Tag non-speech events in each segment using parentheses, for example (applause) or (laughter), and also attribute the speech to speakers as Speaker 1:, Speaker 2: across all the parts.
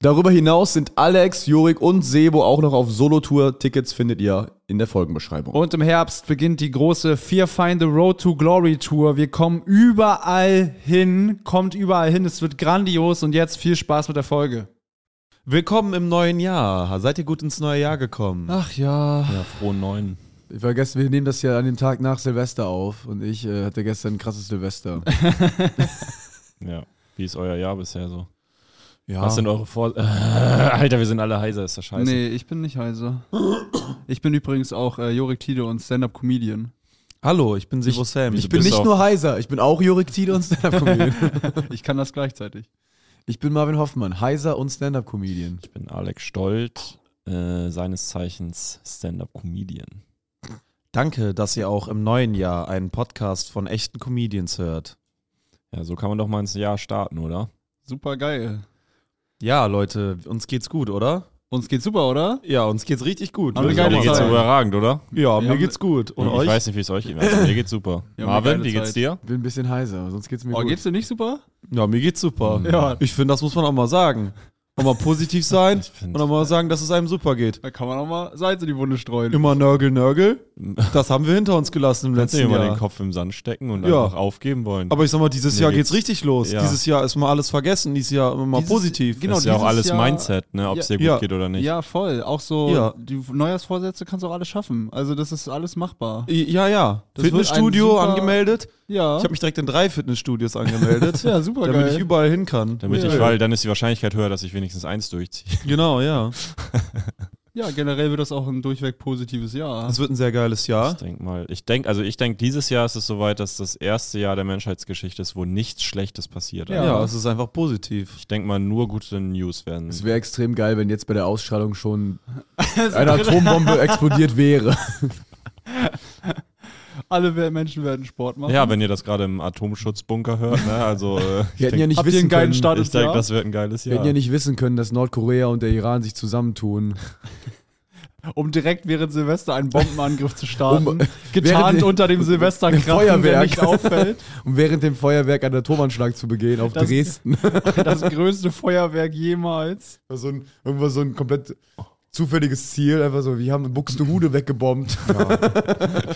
Speaker 1: Darüber hinaus sind Alex, Jurik und Sebo auch noch auf Solo-Tour. Tickets findet ihr in der Folgenbeschreibung.
Speaker 2: Und im Herbst beginnt die große Fear Find the Road to Glory Tour. Wir kommen überall hin, kommt überall hin. Es wird grandios und jetzt viel Spaß mit der Folge.
Speaker 3: Willkommen im neuen Jahr. Seid ihr gut ins neue Jahr gekommen?
Speaker 1: Ach ja.
Speaker 3: Ja, frohen neuen.
Speaker 1: Ich vergesst, wir nehmen das ja an dem Tag nach Silvester auf und ich äh, hatte gestern ein krasses
Speaker 3: (laughs)
Speaker 1: Silvester.
Speaker 4: Ja. Wie ist euer Jahr bisher so?
Speaker 1: Ja.
Speaker 4: Was sind eure Vor... (laughs) Äh, Alter, wir sind alle heiser, ist das scheiße.
Speaker 2: Nee, ich bin nicht heiser. Ich bin übrigens auch äh, Jorik Tide und Stand-Up-Comedian.
Speaker 3: Hallo, ich bin Sebo Sam.
Speaker 1: ich bin nicht
Speaker 4: auf-
Speaker 1: nur heiser, ich bin auch Jurik Tide und Stand-Up-Comedian.
Speaker 2: Ich kann das gleichzeitig.
Speaker 1: (laughs) ich bin Marvin Hoffmann, heiser und Stand-Up-Comedian.
Speaker 4: Ich bin Alex Stolt, äh, seines Zeichens Stand-Up-Comedian.
Speaker 3: Danke, dass ihr auch im neuen Jahr einen Podcast von echten Comedians hört.
Speaker 4: Ja, so kann man doch mal ins Jahr starten, oder?
Speaker 2: Super geil.
Speaker 3: Ja, Leute, uns geht's gut, oder?
Speaker 2: Uns geht's super, oder?
Speaker 3: Ja, uns geht's richtig gut.
Speaker 2: Haben wir
Speaker 3: Ja,
Speaker 2: geile
Speaker 4: Also, mir geht's
Speaker 2: Zeit.
Speaker 4: überragend, oder?
Speaker 3: ja, mir
Speaker 2: haben-
Speaker 3: geht's gut. Und
Speaker 4: ich
Speaker 3: euch?
Speaker 4: weiß nicht, wie es euch geht. Also, mir geht's super.
Speaker 2: Wir haben eine
Speaker 4: Marvin,
Speaker 2: geile
Speaker 4: wie geht's
Speaker 2: Zeit.
Speaker 4: dir?
Speaker 1: Ich bin ein bisschen heiser, sonst geht's mir
Speaker 2: Oh,
Speaker 1: gut.
Speaker 2: geht's dir nicht super?
Speaker 3: Ja, mir geht's super.
Speaker 2: Ja.
Speaker 3: Ich finde, das muss man auch mal sagen. Auch mal positiv sein
Speaker 4: Ich
Speaker 3: und
Speaker 4: find-
Speaker 3: auch mal sagen, dass es einem super geht.
Speaker 2: Da kann man auch mal Salz in die Wunde streuen.
Speaker 3: Immer Nörgel, Nörgel. Das haben wir hinter uns gelassen im
Speaker 4: Kannst du dir
Speaker 3: letzten
Speaker 4: mal
Speaker 3: Jahr.
Speaker 4: den Kopf im Sand stecken und
Speaker 3: Ja.
Speaker 4: einfach aufgeben wollen?
Speaker 3: Aber ich sag mal, dieses
Speaker 4: Mir
Speaker 3: Jahr geht's
Speaker 4: geht's-
Speaker 3: richtig los.
Speaker 4: Ja.
Speaker 3: Dieses Jahr ist mal alles vergessen. Dieses Jahr mal
Speaker 2: Dieses-
Speaker 3: positiv.
Speaker 2: genau,
Speaker 4: ist ja auch
Speaker 2: dieses
Speaker 4: alles
Speaker 2: Jahr-
Speaker 4: Mindset, ne? Ob es dir gut
Speaker 3: Ja.
Speaker 4: geht oder nicht.
Speaker 2: Ja, voll. Auch so,
Speaker 3: Ja.
Speaker 2: die Neujahrsvorsätze kannst du auch alles schaffen. Also, das ist alles machbar.
Speaker 3: Ja, ja.
Speaker 2: Das wird ein
Speaker 3: Fitnessstudio
Speaker 2: super-
Speaker 3: angemeldet.
Speaker 2: Ja.
Speaker 3: Ich habe mich direkt in drei Fitnessstudios angemeldet,
Speaker 2: ja, super
Speaker 3: damit ich
Speaker 2: geil.
Speaker 3: überall hin kann.
Speaker 4: Damit ich, weil dann ist die Wahrscheinlichkeit höher, dass ich wenigstens eins durchziehe.
Speaker 3: Genau, ja.
Speaker 2: Ja, generell wird das auch ein durchweg positives Jahr.
Speaker 3: Das wird ein sehr geiles
Speaker 4: Ich
Speaker 3: Jahr.
Speaker 4: denk mal, ich denk, also ich denke, dieses Jahr ist es soweit, dass das erste Jahr der Menschheitsgeschichte ist, wo nichts Schlechtes passiert. Also
Speaker 2: Ja.
Speaker 3: Ja, es ist einfach positiv.
Speaker 4: Ich denke mal, nur gute News werden.
Speaker 1: Es wäre extrem geil, wenn jetzt bei der Ausstrahlung schon eine Atombombe explodiert wäre.
Speaker 2: Alle wer- Menschen werden Sport machen.
Speaker 4: Ja, wenn ihr das gerade im Atomschutzbunker hört, ne? Also äh, ich
Speaker 1: Wir hätten ja
Speaker 4: denk-
Speaker 1: nicht
Speaker 2: Habt ihr
Speaker 1: wissen
Speaker 2: einen geilen
Speaker 1: können.
Speaker 2: Start
Speaker 4: ich
Speaker 2: ins
Speaker 4: denke,
Speaker 2: Jahr?
Speaker 4: das wird ein geiles
Speaker 1: Wir
Speaker 4: Jahr.
Speaker 1: hätten ja nicht wissen können, dass Nordkorea und der Iran sich zusammentun.
Speaker 2: um direkt während Silvester einen Bombenangriff zu starten.
Speaker 1: Um- während
Speaker 2: getarnt
Speaker 1: der-
Speaker 2: unter äh, dem Silvesterkrachen, der
Speaker 1: Feuerwerk.
Speaker 2: nicht (laughs) auffällt.
Speaker 1: Um während dem Feuerwerk einen Atomanschlag zu begehen auf
Speaker 2: Das-
Speaker 1: Dresden.
Speaker 2: Das größte Feuerwerk jemals.
Speaker 1: So ein, irgendwo so ein komplett zufälliges Ziel. Einfach so, wir haben Buxtehude weggebombt.
Speaker 4: (laughs)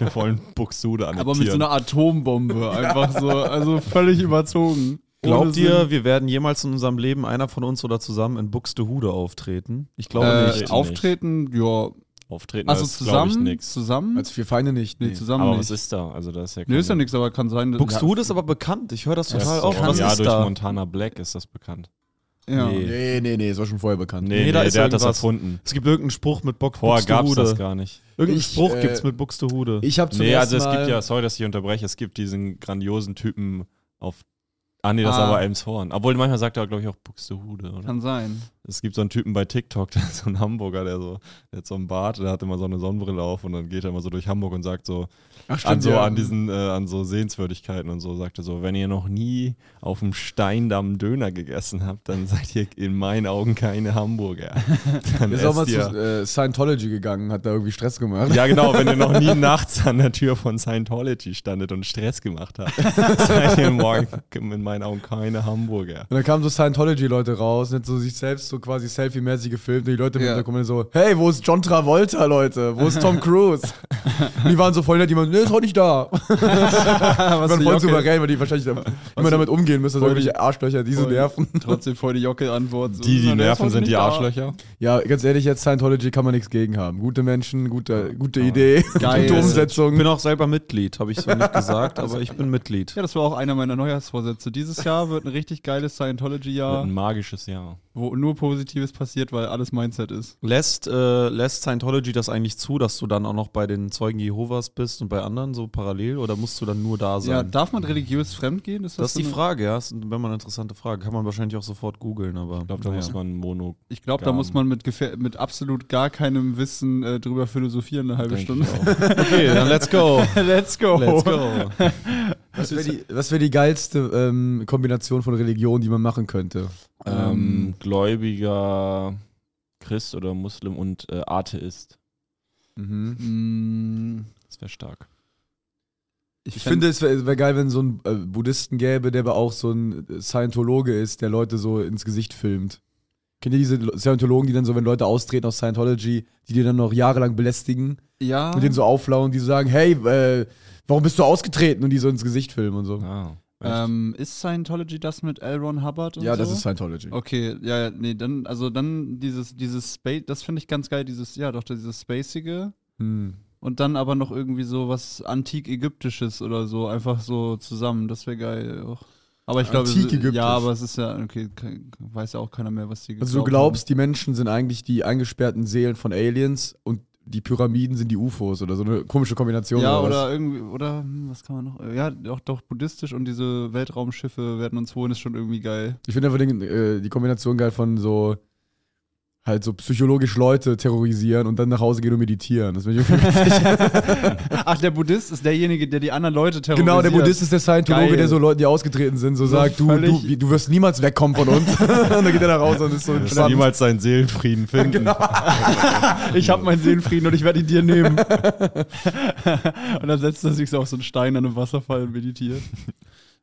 Speaker 4: Wir wollen Buxude an
Speaker 2: Aber mit so einer (laughs) Atombombe. Einfach so, also völlig überzogen.
Speaker 3: Glaubt
Speaker 2: Ohne Sinn.
Speaker 3: ihr, wir werden jemals in unserem Leben einer von uns oder zusammen in Buxtehude auftreten? Ich glaube
Speaker 2: äh,
Speaker 3: nicht.
Speaker 2: auftreten? Ja.
Speaker 4: Auftreten
Speaker 2: Also
Speaker 4: ist, glaube ich,
Speaker 2: zusammen?
Speaker 4: nichts.
Speaker 1: (laughs)
Speaker 2: Zusammen?
Speaker 1: Als vier Feinde nicht.
Speaker 2: nee,
Speaker 1: nee.
Speaker 2: zusammen
Speaker 4: Aber was
Speaker 2: nicht.
Speaker 4: ist da? Also da ist ja
Speaker 2: nee, ist ja
Speaker 4: keine-
Speaker 2: nichts, aber kann sein. dass-
Speaker 3: Buxtehude ist aber bekannt. Ich höre das
Speaker 4: Ja, das
Speaker 3: total
Speaker 4: ist
Speaker 3: oft.
Speaker 4: auch-
Speaker 3: Was
Speaker 4: ja,
Speaker 3: ist
Speaker 4: durch
Speaker 3: da?
Speaker 4: Montana Black ist das bekannt.
Speaker 2: Ja.
Speaker 3: Nee.
Speaker 1: Nee, nee, nee, es war schon vorher bekannt.
Speaker 4: Nee, nee,
Speaker 3: da
Speaker 4: der
Speaker 3: ist
Speaker 4: hat das
Speaker 3: irgendwas.
Speaker 4: erfunden.
Speaker 3: Es gibt irgendeinen Spruch mit Bock
Speaker 4: Vorher gab es
Speaker 3: Buxtehude.
Speaker 4: das gar nicht.
Speaker 3: Irgendeinen
Speaker 1: Ich,
Speaker 3: Spruch
Speaker 1: äh,
Speaker 3: gibt's mit Buxtehude.
Speaker 1: (laughs) Ich habe zum
Speaker 4: nee, also
Speaker 1: ersten
Speaker 4: es
Speaker 1: Mal...
Speaker 4: gibt ja, sorry, dass ich unterbreche, es gibt diesen grandiosen Typen auf. Ah, nee, das
Speaker 2: Ah.
Speaker 4: ist aber Elmshorn. Obwohl, manchmal sagt er, glaube ich, auch Buxtehude. Oder?
Speaker 2: Kann sein.
Speaker 4: Es gibt so einen Typen bei TikTok, (laughs) der ist so ein Hamburger, der so, der hat so einen Bart, der hat immer so eine Sonnenbrille auf und dann geht er immer so durch Hamburg und sagt so,
Speaker 1: Ach,
Speaker 4: an so,
Speaker 1: ja.
Speaker 4: an diesen, äh, an so Sehenswürdigkeiten und so, sagte so, wenn ihr noch nie auf dem Steindamm Döner gegessen habt, dann seid ihr in meinen Augen keine Hamburger. Dann
Speaker 1: ist auch mal
Speaker 4: esst
Speaker 1: zu
Speaker 4: ihr.
Speaker 1: äh, Scientology gegangen, hat da irgendwie Stress gemacht.
Speaker 4: Ja, genau, wenn ihr noch nie nachts an der Tür von Scientology standet und Stress gemacht habt, (laughs) seid ihr morgen in meinen Augen keine Hamburger.
Speaker 1: Und dann kamen so Scientology-Leute raus und hat so sich selbst so quasi selfie-mäßig gefilmt und die Leute im
Speaker 2: Ja.
Speaker 1: Hintergrund so, hey, wo ist John Travolta, Leute? Wo ist Tom Cruise? und die waren so voll nett, die waren, nee, ist heute nicht da.
Speaker 2: (laughs) Was
Speaker 1: Die waren
Speaker 2: für
Speaker 1: voll
Speaker 2: Jocke.
Speaker 1: souverän, weil die wahrscheinlich dann immer damit umgehen müssen, dass
Speaker 2: voll
Speaker 1: irgendwelche
Speaker 2: die-
Speaker 1: Arschlöcher diese
Speaker 2: voll-
Speaker 1: nerven.
Speaker 2: (laughs) Trotzdem voll die Jockel-Antwort. So,
Speaker 4: Die, die
Speaker 2: na, der ist
Speaker 4: nerven,
Speaker 2: heute
Speaker 4: sind
Speaker 2: nicht
Speaker 4: die
Speaker 2: da.
Speaker 4: Arschlöcher.
Speaker 1: Ja, ganz ehrlich, jetzt Scientology kann man nichts gegen haben. Gute Menschen, gute, gute Idee,
Speaker 2: Geil.
Speaker 1: gute
Speaker 3: Ich
Speaker 1: Umsetzung.
Speaker 3: bin auch selber Mitglied, habe ich zwar
Speaker 2: (laughs)
Speaker 3: nicht gesagt, aber ich bin Mitglied.
Speaker 2: Ja, das war auch einer meiner Neujahrsvorsätze. Dieses Jahr wird ein richtig geiles
Speaker 4: Wird
Speaker 2: Scientology-Jahr.
Speaker 4: Ein magisches Jahr.
Speaker 2: wo nur Positives passiert, weil alles Mindset ist.
Speaker 3: Lässt, äh, lässt Scientology das eigentlich zu, dass du dann auch noch bei den Zeugen Jehovas bist und bei anderen so parallel oder musst du dann nur da sein?
Speaker 2: Ja, darf man religiös fremdgehen?
Speaker 3: das ist
Speaker 2: so
Speaker 3: die
Speaker 2: eine-
Speaker 3: Frage, ja. Das ist wenn man eine interessante Frage. Kann man wahrscheinlich auch sofort googeln, aber.
Speaker 4: Ich glaube, da muss man Mono.
Speaker 2: Ich glaube, da muss man mit, gefähr- mit absolut gar keinem Wissen äh, drüber philosophieren eine halbe Stunde.
Speaker 3: Okay, dann
Speaker 2: (laughs)
Speaker 3: let's go.
Speaker 2: Let's go.
Speaker 3: Let's go.
Speaker 1: Was wäre die, was wär die geilste ähm, Kombination von Religionen, die man machen könnte?
Speaker 2: (laughs)
Speaker 4: Ähm, gläubiger Christ oder Muslim und äh, Atheist.
Speaker 1: Mhm.
Speaker 2: Mm,
Speaker 4: Das wäre stark.
Speaker 2: Ich,
Speaker 1: Ich
Speaker 2: fänd-
Speaker 1: finde, es wäre wär geil, wenn es so einen äh, Buddhisten gäbe, der aber auch so ein Scientologe ist, der Leute so ins Gesicht filmt. Kennt ihr diese Lo- Scientologen, die dann so, wenn Leute austreten aus Scientology, die die dann noch jahrelang belästigen,
Speaker 2: (laughs) ja,
Speaker 1: mit denen so auflauen, die so sagen, hey, äh, warum bist du ausgetreten? Und die so ins Gesicht filmen und so.
Speaker 4: Ah.
Speaker 2: ähm, ist Scientology das mit L. Ron Hubbard? Und
Speaker 1: Ja,
Speaker 2: so?
Speaker 1: das ist Scientology.
Speaker 2: Okay, ja, ja, nee, dann, also dann dieses, dieses Space, das finde ich ganz geil, dieses, ja, doch, dieses Spacige.
Speaker 1: Hm.
Speaker 2: Und dann aber noch irgendwie so was antik-ägyptisches oder so, einfach so zusammen, das wäre geil auch. Aber ich glaube, es-
Speaker 1: Antik-ägyptisch.
Speaker 2: ja, aber es ist ja, okay, kein- weiß ja auch keiner mehr, was die
Speaker 1: Also du
Speaker 2: geglaubt
Speaker 1: glaubst, die Menschen sind eigentlich die eingesperrten Seelen von Aliens und die Pyramiden sind die UFOs oder so eine komische Kombination.
Speaker 2: Ja,
Speaker 1: was?
Speaker 2: oder irgendwie, oder hm, was kann man noch? Ja, doch, doch buddhistisch und diese Weltraumschiffe werden uns holen, ist schon irgendwie (laughs) geil.
Speaker 1: Ich finde einfach den, äh, die Kombination geil von so halt so psychologisch Leute terrorisieren und dann nach Hause gehen und meditieren. Das find ich irgendwie witzig.
Speaker 2: Ach, der Buddhist ist derjenige, der die anderen Leute terrorisiert.
Speaker 1: genau, der Buddhist ist der Scientologe,
Speaker 2: Geil.
Speaker 1: der so Leuten, die ausgetreten sind, so
Speaker 2: So
Speaker 1: sagt, du,
Speaker 2: völlig-
Speaker 1: du, wie- du wirst niemals wegkommen von uns. und dann geht er nach Hause und ist so
Speaker 4: Wirst
Speaker 1: entspannt.
Speaker 4: niemals
Speaker 2: (laughs)
Speaker 4: seinen Seelenfrieden finden.
Speaker 2: Genau. Ich habe meinen Seelenfrieden und ich werde ihn dir nehmen. (laughs) und dann setzt er sich so auf so einen Stein an einem Wasserfall und meditiert.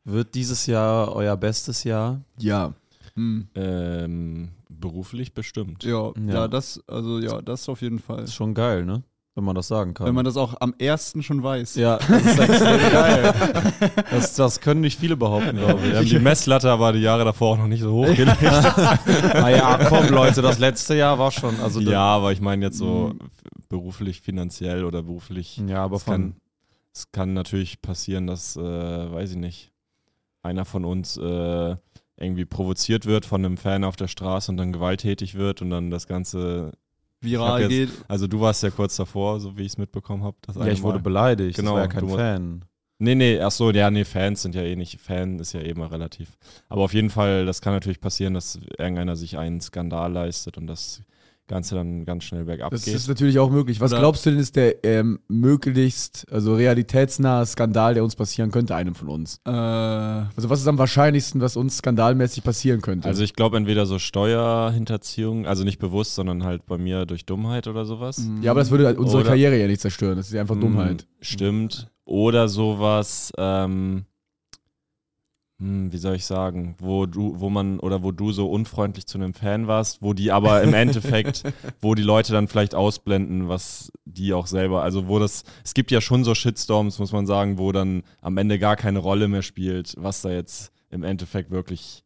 Speaker 3: Wird dieses Jahr euer bestes Jahr?
Speaker 1: Ja.
Speaker 2: Hm.
Speaker 4: Ähm, beruflich bestimmt.
Speaker 2: Ja, ja,
Speaker 3: Ja.
Speaker 2: das, also ja, das auf jeden Fall.
Speaker 3: Ist schon geil, ne? Wenn man das sagen kann.
Speaker 2: Wenn man das auch am ersten schon weiß.
Speaker 3: ja, das ist extrem geil. Das, das können nicht viele behaupten, glaube
Speaker 4: Wir
Speaker 2: (laughs)
Speaker 4: haben die Messlatte war die Jahre davor auch noch nicht so hochgelegt.
Speaker 3: ich. Naja, Ah komm, Leute, das letzte Jahr war schon. Also
Speaker 4: ja, aber ich meine jetzt so
Speaker 3: Hm.
Speaker 4: beruflich, finanziell oder beruflich.
Speaker 3: ja aber
Speaker 4: Es
Speaker 3: von.
Speaker 4: kann, es kann natürlich passieren, dass, äh, weiß ich nicht, einer von uns äh, irgendwie provoziert wird von einem Fan auf der Straße und dann gewalttätig wird und dann das Ganze.
Speaker 2: Viral
Speaker 4: Ich hab
Speaker 2: geht.
Speaker 4: Also du warst ja kurz davor, so wie ich es mitbekommen habe.
Speaker 3: Ja, ich wurde beleidigt.
Speaker 4: Genau,
Speaker 3: Genau, das war ja kein
Speaker 4: du-
Speaker 3: Fan.
Speaker 4: Nee, nee, ach so, ja, nee, Fans sind ja eh nicht, Fan ist ja eh mal relativ. Aber auf jeden Fall, das kann natürlich passieren, dass irgendeiner sich einen Skandal leistet und das Ganze dann ganz schnell bergab
Speaker 1: Das
Speaker 4: geht.
Speaker 1: ist natürlich auch möglich. Was
Speaker 2: Oder-
Speaker 1: glaubst du denn, ist der ähm, möglichst, also realitätsnahe Skandal, der uns passieren könnte, einem von uns?
Speaker 2: Äh,
Speaker 1: Also was ist am wahrscheinlichsten, was uns skandalmäßig passieren könnte?
Speaker 4: also ich glaube entweder so Steuerhinterziehung, also nicht bewusst, sondern halt bei mir durch Dummheit oder sowas.
Speaker 2: Mhm.
Speaker 1: ja,
Speaker 2: mm,
Speaker 1: aber das würde halt unsere
Speaker 4: Oder-
Speaker 1: Karriere ja nicht zerstören. Das ist ja einfach
Speaker 4: Mm,
Speaker 1: Dummheit.
Speaker 4: Stimmt. Oder sowas, ähm, hm, wie soll ich sagen, wo du, wo man oder wo du so unfreundlich zu einem Fan warst, wo die aber im Endeffekt, wo die Leute dann vielleicht ausblenden, was die auch selber, also wo das, es gibt ja schon so Shitstorms, muss man sagen, wo dann am Ende gar keine Rolle mehr spielt, was da jetzt im Endeffekt wirklich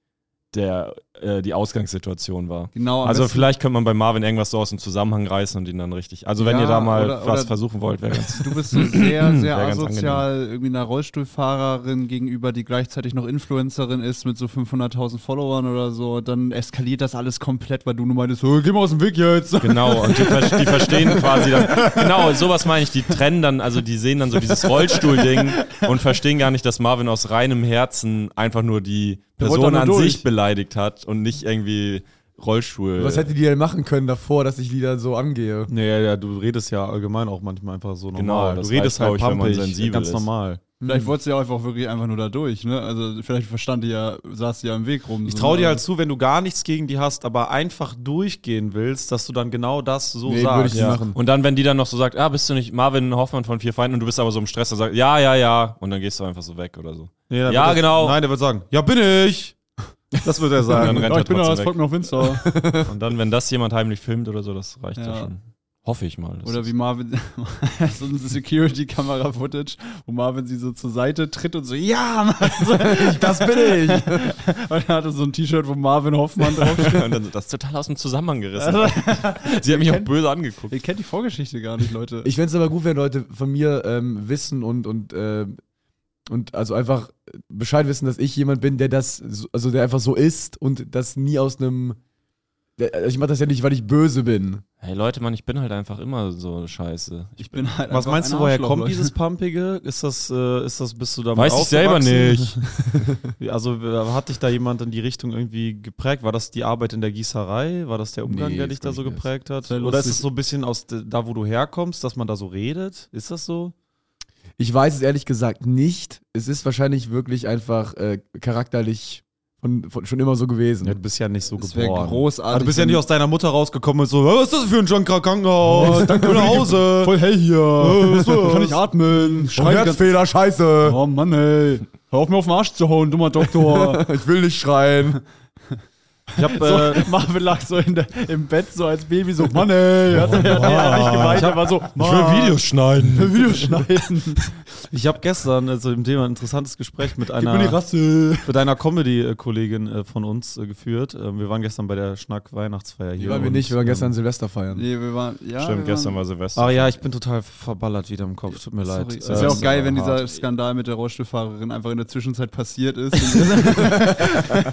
Speaker 4: der, äh, die Ausgangssituation war.
Speaker 2: genau. am
Speaker 4: Also
Speaker 2: besten-
Speaker 4: vielleicht könnte man bei Marvin irgendwas so aus dem Zusammenhang reißen und ihn dann richtig. Also wenn
Speaker 2: Ja,
Speaker 4: ihr da mal
Speaker 2: oder-
Speaker 4: was
Speaker 2: oder-
Speaker 4: versuchen wollt, wäre ganz
Speaker 2: Du bist
Speaker 4: (clears throat)
Speaker 2: so sehr, sehr
Speaker 4: Wäre ganz
Speaker 2: asozial irgendwie einer Rollstuhlfahrerin gegenüber, die gleichzeitig noch Influencerin ist mit so 500.000 Followern oder so. Dann eskaliert das alles komplett, weil du nur meintest, "Hey, geh mal aus dem Weg jetzt.
Speaker 4: Genau, und die, ver- die verstehen (laughs) quasi dann,
Speaker 2: (laughs)
Speaker 4: genau, sowas meine ich, die trennen dann, also die sehen dann so dieses Rollstuhl-Ding und verstehen gar nicht, dass Marvin aus reinem Herzen einfach nur die
Speaker 1: Der wollte
Speaker 4: Person
Speaker 1: da
Speaker 4: an
Speaker 1: nur durch.
Speaker 4: sich beleidigt hat und nicht irgendwie Rollstuhl.
Speaker 1: Was hätte die denn machen können davor, dass ich die dann so angehe?
Speaker 3: Nee, ja, du redest ja allgemein auch manchmal einfach so
Speaker 4: Genau,
Speaker 3: normal.
Speaker 4: das
Speaker 3: du
Speaker 4: reicht,
Speaker 3: redest
Speaker 4: glaub
Speaker 3: halt
Speaker 4: ich, wenn man
Speaker 3: pampig,
Speaker 4: sensibel
Speaker 3: ganz
Speaker 4: ist.
Speaker 3: normal.
Speaker 2: Vielleicht wolltest du ja einfach wirklich einfach nur da durch, ne? Also vielleicht verstand die ja, saß die ja im Weg rum.
Speaker 3: Ich
Speaker 2: so,
Speaker 3: traue
Speaker 2: ne?
Speaker 3: dir halt zu, wenn du gar nichts gegen die hast, aber einfach durchgehen willst, dass du dann genau das so
Speaker 1: Nee, würde ich
Speaker 3: sagst.
Speaker 1: nicht
Speaker 4: ja.
Speaker 1: machen.
Speaker 4: Und dann, wenn die dann noch so sagt, ah, bist du nicht Marvin Hoffmann von Vier Feinden und du bist aber so im Stress, dann sagt, ja, ja, ja, und dann gehst du einfach so weg oder so.
Speaker 3: Nee, dann
Speaker 4: Ja,
Speaker 3: wird er-
Speaker 4: genau.
Speaker 3: Nein, der wird sagen, ja bin ich. Das wird er
Speaker 4: Und (laughs)
Speaker 3: sagen.
Speaker 4: dann
Speaker 2: Ja, ich
Speaker 4: rennt
Speaker 2: bin
Speaker 4: er
Speaker 2: da,
Speaker 4: trotzdem
Speaker 2: das folgt mir auf
Speaker 4: (laughs)
Speaker 2: Insta.
Speaker 4: weg. Und dann, wenn das jemand heimlich filmt oder so, das reicht ja,
Speaker 2: Ja.
Speaker 4: schon. Hoffe ich mal. Das
Speaker 2: Oder
Speaker 4: (laughs) ist-
Speaker 2: wie Marvin, (laughs) so eine Security-Kamera-Footage, wo Marvin sie so zur Seite tritt und so, ja, Mann, (laughs) das bin ich. Und er hatte so ein T-Shirt, wo Marvin Hoffmann (laughs) drauf
Speaker 4: und dann, so, das ist total aus dem Zusammenhang gerissen. (laughs) Sie hat mich auch böse angeguckt.
Speaker 2: Ihr kennt die Vorgeschichte gar nicht, Leute.
Speaker 1: Ich fände es aber gut, wenn Leute von mir ähm, wissen und, und, äh, und also einfach Bescheid wissen, dass ich jemand bin, der das, so- also der einfach so ist und das nie aus einem Ich mache das ja nicht, weil ich böse bin.
Speaker 4: Hey Leute, Mann, ich bin halt einfach immer so scheiße.
Speaker 2: Ich bin halt
Speaker 3: Was
Speaker 2: einfach
Speaker 3: meinst du,
Speaker 2: ein
Speaker 3: woher
Speaker 2: Arschloch,
Speaker 3: kommt
Speaker 2: Leute.
Speaker 3: dieses Pumpige? Ist das, äh, ist das, bist du damit
Speaker 4: Weiß ich selber nicht.
Speaker 3: aufgewachsen? Also äh, hat dich da jemand in die Richtung irgendwie geprägt? War das die Arbeit in der Gießerei? War das der Umgang,
Speaker 1: Nee,
Speaker 3: der
Speaker 1: das
Speaker 3: dich da
Speaker 1: glaub
Speaker 3: so
Speaker 1: ich nicht.
Speaker 3: geprägt hat?
Speaker 2: Sehr
Speaker 3: Oder ist
Speaker 2: lustig.
Speaker 3: es so ein bisschen aus de- da, wo du herkommst, dass man da so redet? Ist das so?
Speaker 1: Ich weiß es ehrlich gesagt nicht. Es ist wahrscheinlich wirklich einfach äh, charakterlich von, von, schon immer so gewesen.
Speaker 3: Ja, du bist ja nicht so
Speaker 2: Das wäre
Speaker 3: geboren.
Speaker 2: großartig.
Speaker 3: Aber Also, du bist ja nicht aus deiner Mutter rausgekommen und so, was ist das für ein John (laughs) Krankenhaus? Danke nach Hause.
Speaker 2: Voll hell Oh, hier. (laughs)
Speaker 3: was?
Speaker 2: Kann ich atmen.
Speaker 1: Oh,
Speaker 2: Schrei die ganze-
Speaker 1: Herzfehler, scheiße.
Speaker 2: Oh Mann, ey. Hör auf mir auf den Arsch zu hauen, dummer (laughs) Doktor.
Speaker 1: Ich will nicht schreien.
Speaker 3: Ich habe
Speaker 2: (laughs) So,
Speaker 3: äh,
Speaker 2: Marvin lag so in der, im Bett, so als Baby, so, Mann, ey. Hat, hat, hat, nicht geweint, er war so, Mann,
Speaker 4: schneiden.
Speaker 2: ich will Videos schneiden.
Speaker 3: ich hab gestern äh, zu dem Thema ein interessantes Gespräch mit
Speaker 2: Gib mir die
Speaker 3: einer
Speaker 2: Rasse.
Speaker 3: mit einer Comedy-Kollegin äh, von uns äh, geführt. Ähm, wir waren gestern bei der Schnack-Weihnachtsfeier hier.
Speaker 1: Die waren wir
Speaker 3: und,
Speaker 1: nicht, wir waren
Speaker 3: ähm,
Speaker 1: gestern Silvester feiern.
Speaker 2: Nee, wir waren, ja.
Speaker 4: Stimmt, gestern war Silvester.
Speaker 2: Ah,
Speaker 3: Ach ja, ich bin total verballert wieder im Kopf. Tut mir leid.
Speaker 2: Sorry.
Speaker 3: Äh,
Speaker 2: Das wäre auch geil, wenn dieser Skandal mit der Rollstuhlfahrerin einfach in der Zwischenzeit passiert ist. Und
Speaker 3: (laughs)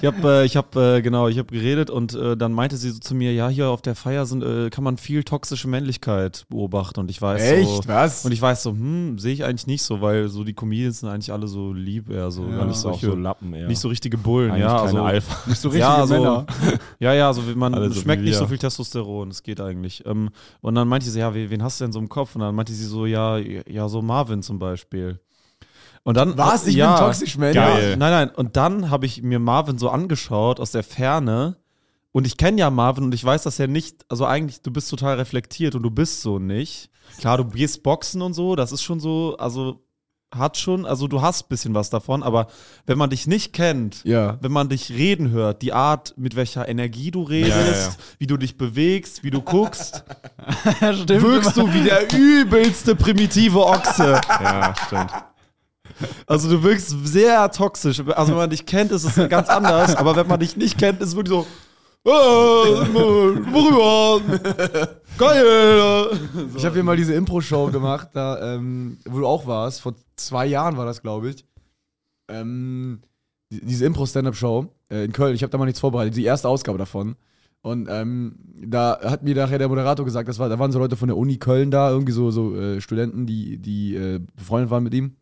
Speaker 3: Ich habe, äh, ich hab, äh, genau, ich habe geredet und äh, dann meinte sie so zu mir, ja, hier auf der Feier sind, äh, kann man viel toxische Männlichkeit beobachten. Und ich weiß so,
Speaker 1: Was?
Speaker 3: und ich weiß so, hm, sehe ich eigentlich nicht so, weil so die Comedians sind eigentlich alle so lieb, eher so,
Speaker 2: Ja.
Speaker 3: gar
Speaker 4: Nicht
Speaker 3: nicht
Speaker 4: so,
Speaker 3: solche,
Speaker 4: so Lappen, ja.
Speaker 3: nicht so richtige Bullen,
Speaker 4: Eigentlich
Speaker 3: ja,
Speaker 4: keine
Speaker 3: also,
Speaker 4: Alpha.
Speaker 2: nicht
Speaker 1: (laughs)
Speaker 2: so richtige
Speaker 3: Ja, so-
Speaker 2: Männer.
Speaker 3: (laughs) ja, ja, also wie- man
Speaker 4: Alle so wie
Speaker 3: schmeckt nicht
Speaker 4: wir.
Speaker 3: so viel Testosteron, es geht eigentlich. Ähm, und dann meinte sie, ja, we- wen hast du denn so im Kopf? Und dann meinte sie so, ja, ja, so Marvin zum Beispiel. Und dann,
Speaker 1: Was? Ich
Speaker 3: ja,
Speaker 1: bin toxisch, Mensch.
Speaker 4: Geil.
Speaker 3: Ja, nein, nein. Und dann habe ich mir Marvin so angeschaut aus der Ferne. Und ich kenne ja Marvin und ich weiß, dass er nicht, also eigentlich, du bist total reflektiert und du bist so nicht. Klar, du gehst boxen und so, das ist schon so, also hat schon, also du hast ein bisschen was davon, aber wenn man dich nicht kennt,
Speaker 1: Ja.
Speaker 3: wenn man dich reden hört, die Art, mit welcher Energie du redest,
Speaker 4: ja.
Speaker 3: wie du dich bewegst, wie du guckst,
Speaker 2: Ja, stimmt.
Speaker 3: wirkst du wie der übelste primitive Ochse.
Speaker 4: Ja, stimmt.
Speaker 3: Also du wirkst sehr toxisch. Also wenn man dich kennt, ist es ganz anders. Aber wenn man dich nicht kennt, ist es wirklich so. "Äh, Worüber? Geil!
Speaker 1: Ich habe hier mal diese Impro-Show gemacht, da, ähm, wo du auch warst. Vor zwei Jahren war das, glaube ich. Ähm, die- diese Impro-Stand-Up-Show äh, in Köln. Ich habe da mal nichts vorbereitet. Die erste Ausgabe davon. Und ähm, da hat mir nachher der Moderator gesagt, das war, da waren so Leute von der Uni Köln da, irgendwie so, so äh, Studenten, die, die äh, befreundet waren mit ihm.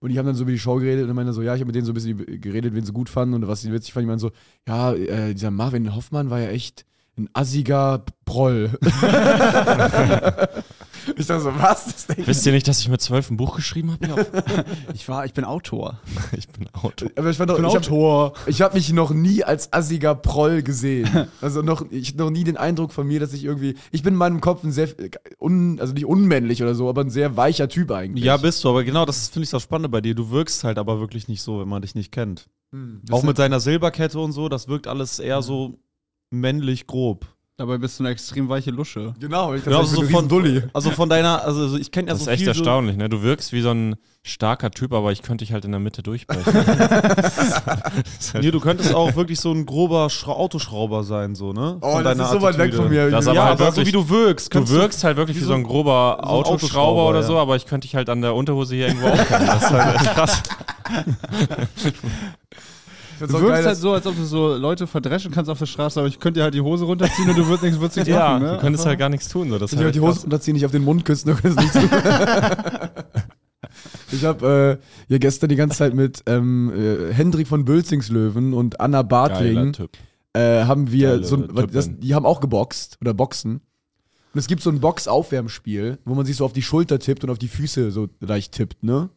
Speaker 1: Und die haben dann so über die Show geredet und dann meinte er so, ja, ich habe mit denen so ein bisschen über- geredet, wen sie gut fanden und was sie witzig fanden. Die meinten so, ja, äh, dieser Marvin Hoffmann war ja echt ein assiger Proll. ich dachte so, was? Das denkt
Speaker 4: (laughs) Wisst ihr nicht, dass ich mit zwölf ein Buch geschrieben habe?
Speaker 2: (laughs) Ich, war, ich bin Autor.
Speaker 4: (laughs)
Speaker 2: Also
Speaker 4: ich bin Auto.
Speaker 1: aber ich, fand doch, ich habe
Speaker 2: Autor.
Speaker 1: hab mich noch nie als assiger Proll gesehen. Also noch, ich hab noch nie den Eindruck von mir, dass ich irgendwie, ich bin in meinem Kopf ein sehr, äh, un, also nicht unmännlich oder so, aber ein sehr weicher Typ eigentlich.
Speaker 3: Ja, bist du, aber genau das ist- finde ich das Spannende bei dir. Du wirkst halt aber wirklich nicht so, wenn man dich nicht kennt.
Speaker 1: Hm.
Speaker 3: Auch mit seiner Silberkette und so, das wirkt alles eher so männlich grob.
Speaker 2: Dabei bist du eine extrem weiche Lusche.
Speaker 1: Genau, ich
Speaker 3: Genau,
Speaker 1: dachte, ich bin ein
Speaker 3: von,
Speaker 1: Riesendulli.
Speaker 3: also von deiner, also so- ich kenne ja
Speaker 4: Das ist
Speaker 3: so
Speaker 4: echt
Speaker 3: viel so,
Speaker 4: erstaunlich, ne? Du wirkst wie so ein starker Typ, aber ich könnte dich halt in der Mitte durchbrechen.
Speaker 3: Nee, du könntest auch wirklich so ein grober Schra Autoschrauber sein, so, ne?
Speaker 1: Oh, das
Speaker 3: deiner
Speaker 1: ist so weit weg
Speaker 3: Attitüde.
Speaker 1: von mir.
Speaker 4: Das
Speaker 3: Ja,
Speaker 4: aber halt
Speaker 3: aber so
Speaker 4: wirklich-
Speaker 3: wie du wirkst,
Speaker 4: Du
Speaker 3: kannst
Speaker 4: wirkst halt wirklich wie so ein grober
Speaker 3: so ein Autoschrauber,
Speaker 4: Autoschrauber oder
Speaker 3: ja.
Speaker 4: so, aber ich könnte dich halt an der Unterhose hier (laughs) irgendwo aufhängen. Das ist halt echt krass.
Speaker 1: Ich find's
Speaker 2: Du
Speaker 1: auch
Speaker 2: wirkst
Speaker 1: geil,
Speaker 2: halt
Speaker 1: dass-
Speaker 2: so, als ob du so Leute verdreschen kannst auf der Straße, aber ich könnte dir halt die Hose runterziehen und du würdest nichts würdest nichts
Speaker 4: Ja,
Speaker 2: machen, ne?
Speaker 4: du könntest halt gar nichts tun. So. Das ist
Speaker 1: Ich hab
Speaker 4: halt
Speaker 1: die Hose runterziehen, nicht auf den Mund küssen, dann kannst du nichts tun. Ich habe äh, ja gestern die ganze Zeit mit ähm, äh, Hendrik von Bülzingslöwen und Anna
Speaker 4: geiler
Speaker 1: Bartling
Speaker 4: Typ.
Speaker 1: äh, haben wir
Speaker 4: Geile
Speaker 1: so ein- was- das,
Speaker 4: Typen.
Speaker 1: die haben auch geboxt oder Boxen. Und es gibt so ein Boxaufwärmspiel, wo man sich so auf die Schulter tippt und auf die Füße so leicht tippt, ne?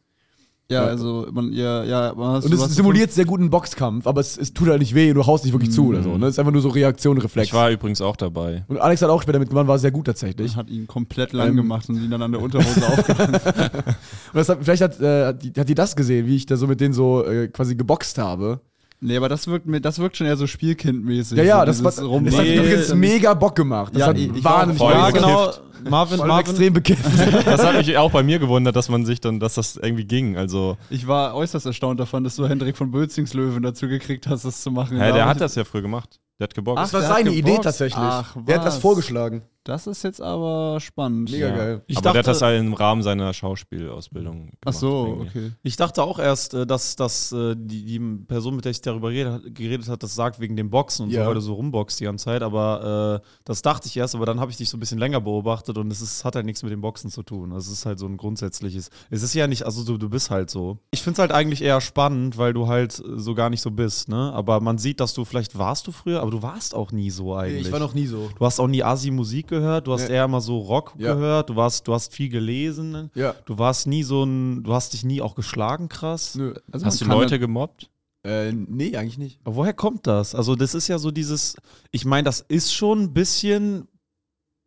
Speaker 2: Ja, also, man, ja, ja, man hast
Speaker 1: Und
Speaker 2: du
Speaker 1: es
Speaker 2: hast-
Speaker 1: simuliert sehr gut einen Boxkampf, aber es, es tut halt nicht weh, du haust nicht wirklich zu oder so, ne? Es ist einfach nur so Reaktion, Reflex.
Speaker 4: Mhm. Ich war übrigens auch dabei.
Speaker 1: und Alex hat auch später mitgemacht, war sehr gut tatsächlich.
Speaker 2: hat ihn komplett lang
Speaker 1: Ähm.
Speaker 2: gemacht und ihn dann an
Speaker 1: (laughs)
Speaker 2: der Unterhose aufgehangen.
Speaker 1: Und das hat, vielleicht hat, äh, hat, die, hat die das gesehen, wie ich da so mit denen so äh, quasi geboxt habe.
Speaker 2: Nee, aber das wirkt, mir- das wirkt schon eher so Spielkindmäßig.
Speaker 1: Ja,
Speaker 2: so
Speaker 1: ja, das, war,
Speaker 2: dieses
Speaker 1: das hat
Speaker 2: Rummachen.
Speaker 3: Nee,
Speaker 1: übrigens mega Bock gemacht. Das
Speaker 2: Ja,
Speaker 1: hat
Speaker 2: ich- ich
Speaker 1: wahnsinnig
Speaker 2: auch voll.
Speaker 3: Ja,
Speaker 1: Bock gemacht.
Speaker 3: genau. Marvin,
Speaker 1: Voll
Speaker 3: Marvin,
Speaker 1: extrem bekifft.
Speaker 4: Das hat mich auch bei mir gewundert, dass man sich dann, dass das irgendwie ging. Also,
Speaker 2: Ich war äußerst erstaunt davon, dass du Hendrik von Bölzingslöwen dazu gekriegt hast, das zu machen.
Speaker 4: hä,
Speaker 2: Da
Speaker 4: der
Speaker 2: hab
Speaker 4: hat
Speaker 2: ich-
Speaker 4: das ja früher gemacht. Der hat geboxt.
Speaker 2: Ach, der hat geboxt. Ach,
Speaker 1: Er hat das
Speaker 2: was?
Speaker 1: vorgeschlagen.
Speaker 2: Das ist jetzt aber spannend.
Speaker 1: Mega geil.
Speaker 4: Ich
Speaker 3: Ich
Speaker 4: aber der hat
Speaker 3: dachte-
Speaker 4: das halt im Rahmen seiner Schauspielausbildung gemacht.
Speaker 2: Ach so,
Speaker 4: eigentlich.
Speaker 2: okay.
Speaker 3: Ich dachte auch erst, äh, dass, dass äh, die, die Person, mit der ich darüber geredet, geredet hat, das sagt wegen dem Boxen und
Speaker 1: Ja.
Speaker 3: so, weil du so rumboxt die ganze Zeit. Aber äh, das dachte ich erst, aber dann habe ich dich so ein bisschen länger beobachtet und es ist, hat halt nichts mit dem Boxen zu tun. Es ist halt so ein grundsätzliches. Es ist ja nicht, also du, du bist halt so. Ich finde es halt eigentlich eher spannend, weil du halt äh, so gar nicht so bist, ne? Aber man sieht, dass du vielleicht warst du früher, aber du warst auch nie so
Speaker 1: Nee,
Speaker 3: eigentlich.
Speaker 1: ich war noch nie so.
Speaker 3: du hast auch nie Asi-Musik gehört, du hast
Speaker 1: Nee.
Speaker 3: eher immer so Rock
Speaker 1: Ja.
Speaker 3: gehört, du, warst, du hast viel gelesen.
Speaker 1: Ja.
Speaker 3: Du warst nie so ein, du hast dich nie auch geschlagen krass.
Speaker 1: Nö.
Speaker 2: Also
Speaker 4: Hast du
Speaker 2: man kann
Speaker 4: Leute gemobbt?
Speaker 1: Äh, nee, eigentlich nicht.
Speaker 3: Aber woher kommt das? Also das ist ja so dieses, ich meine, das ist schon ein bisschen,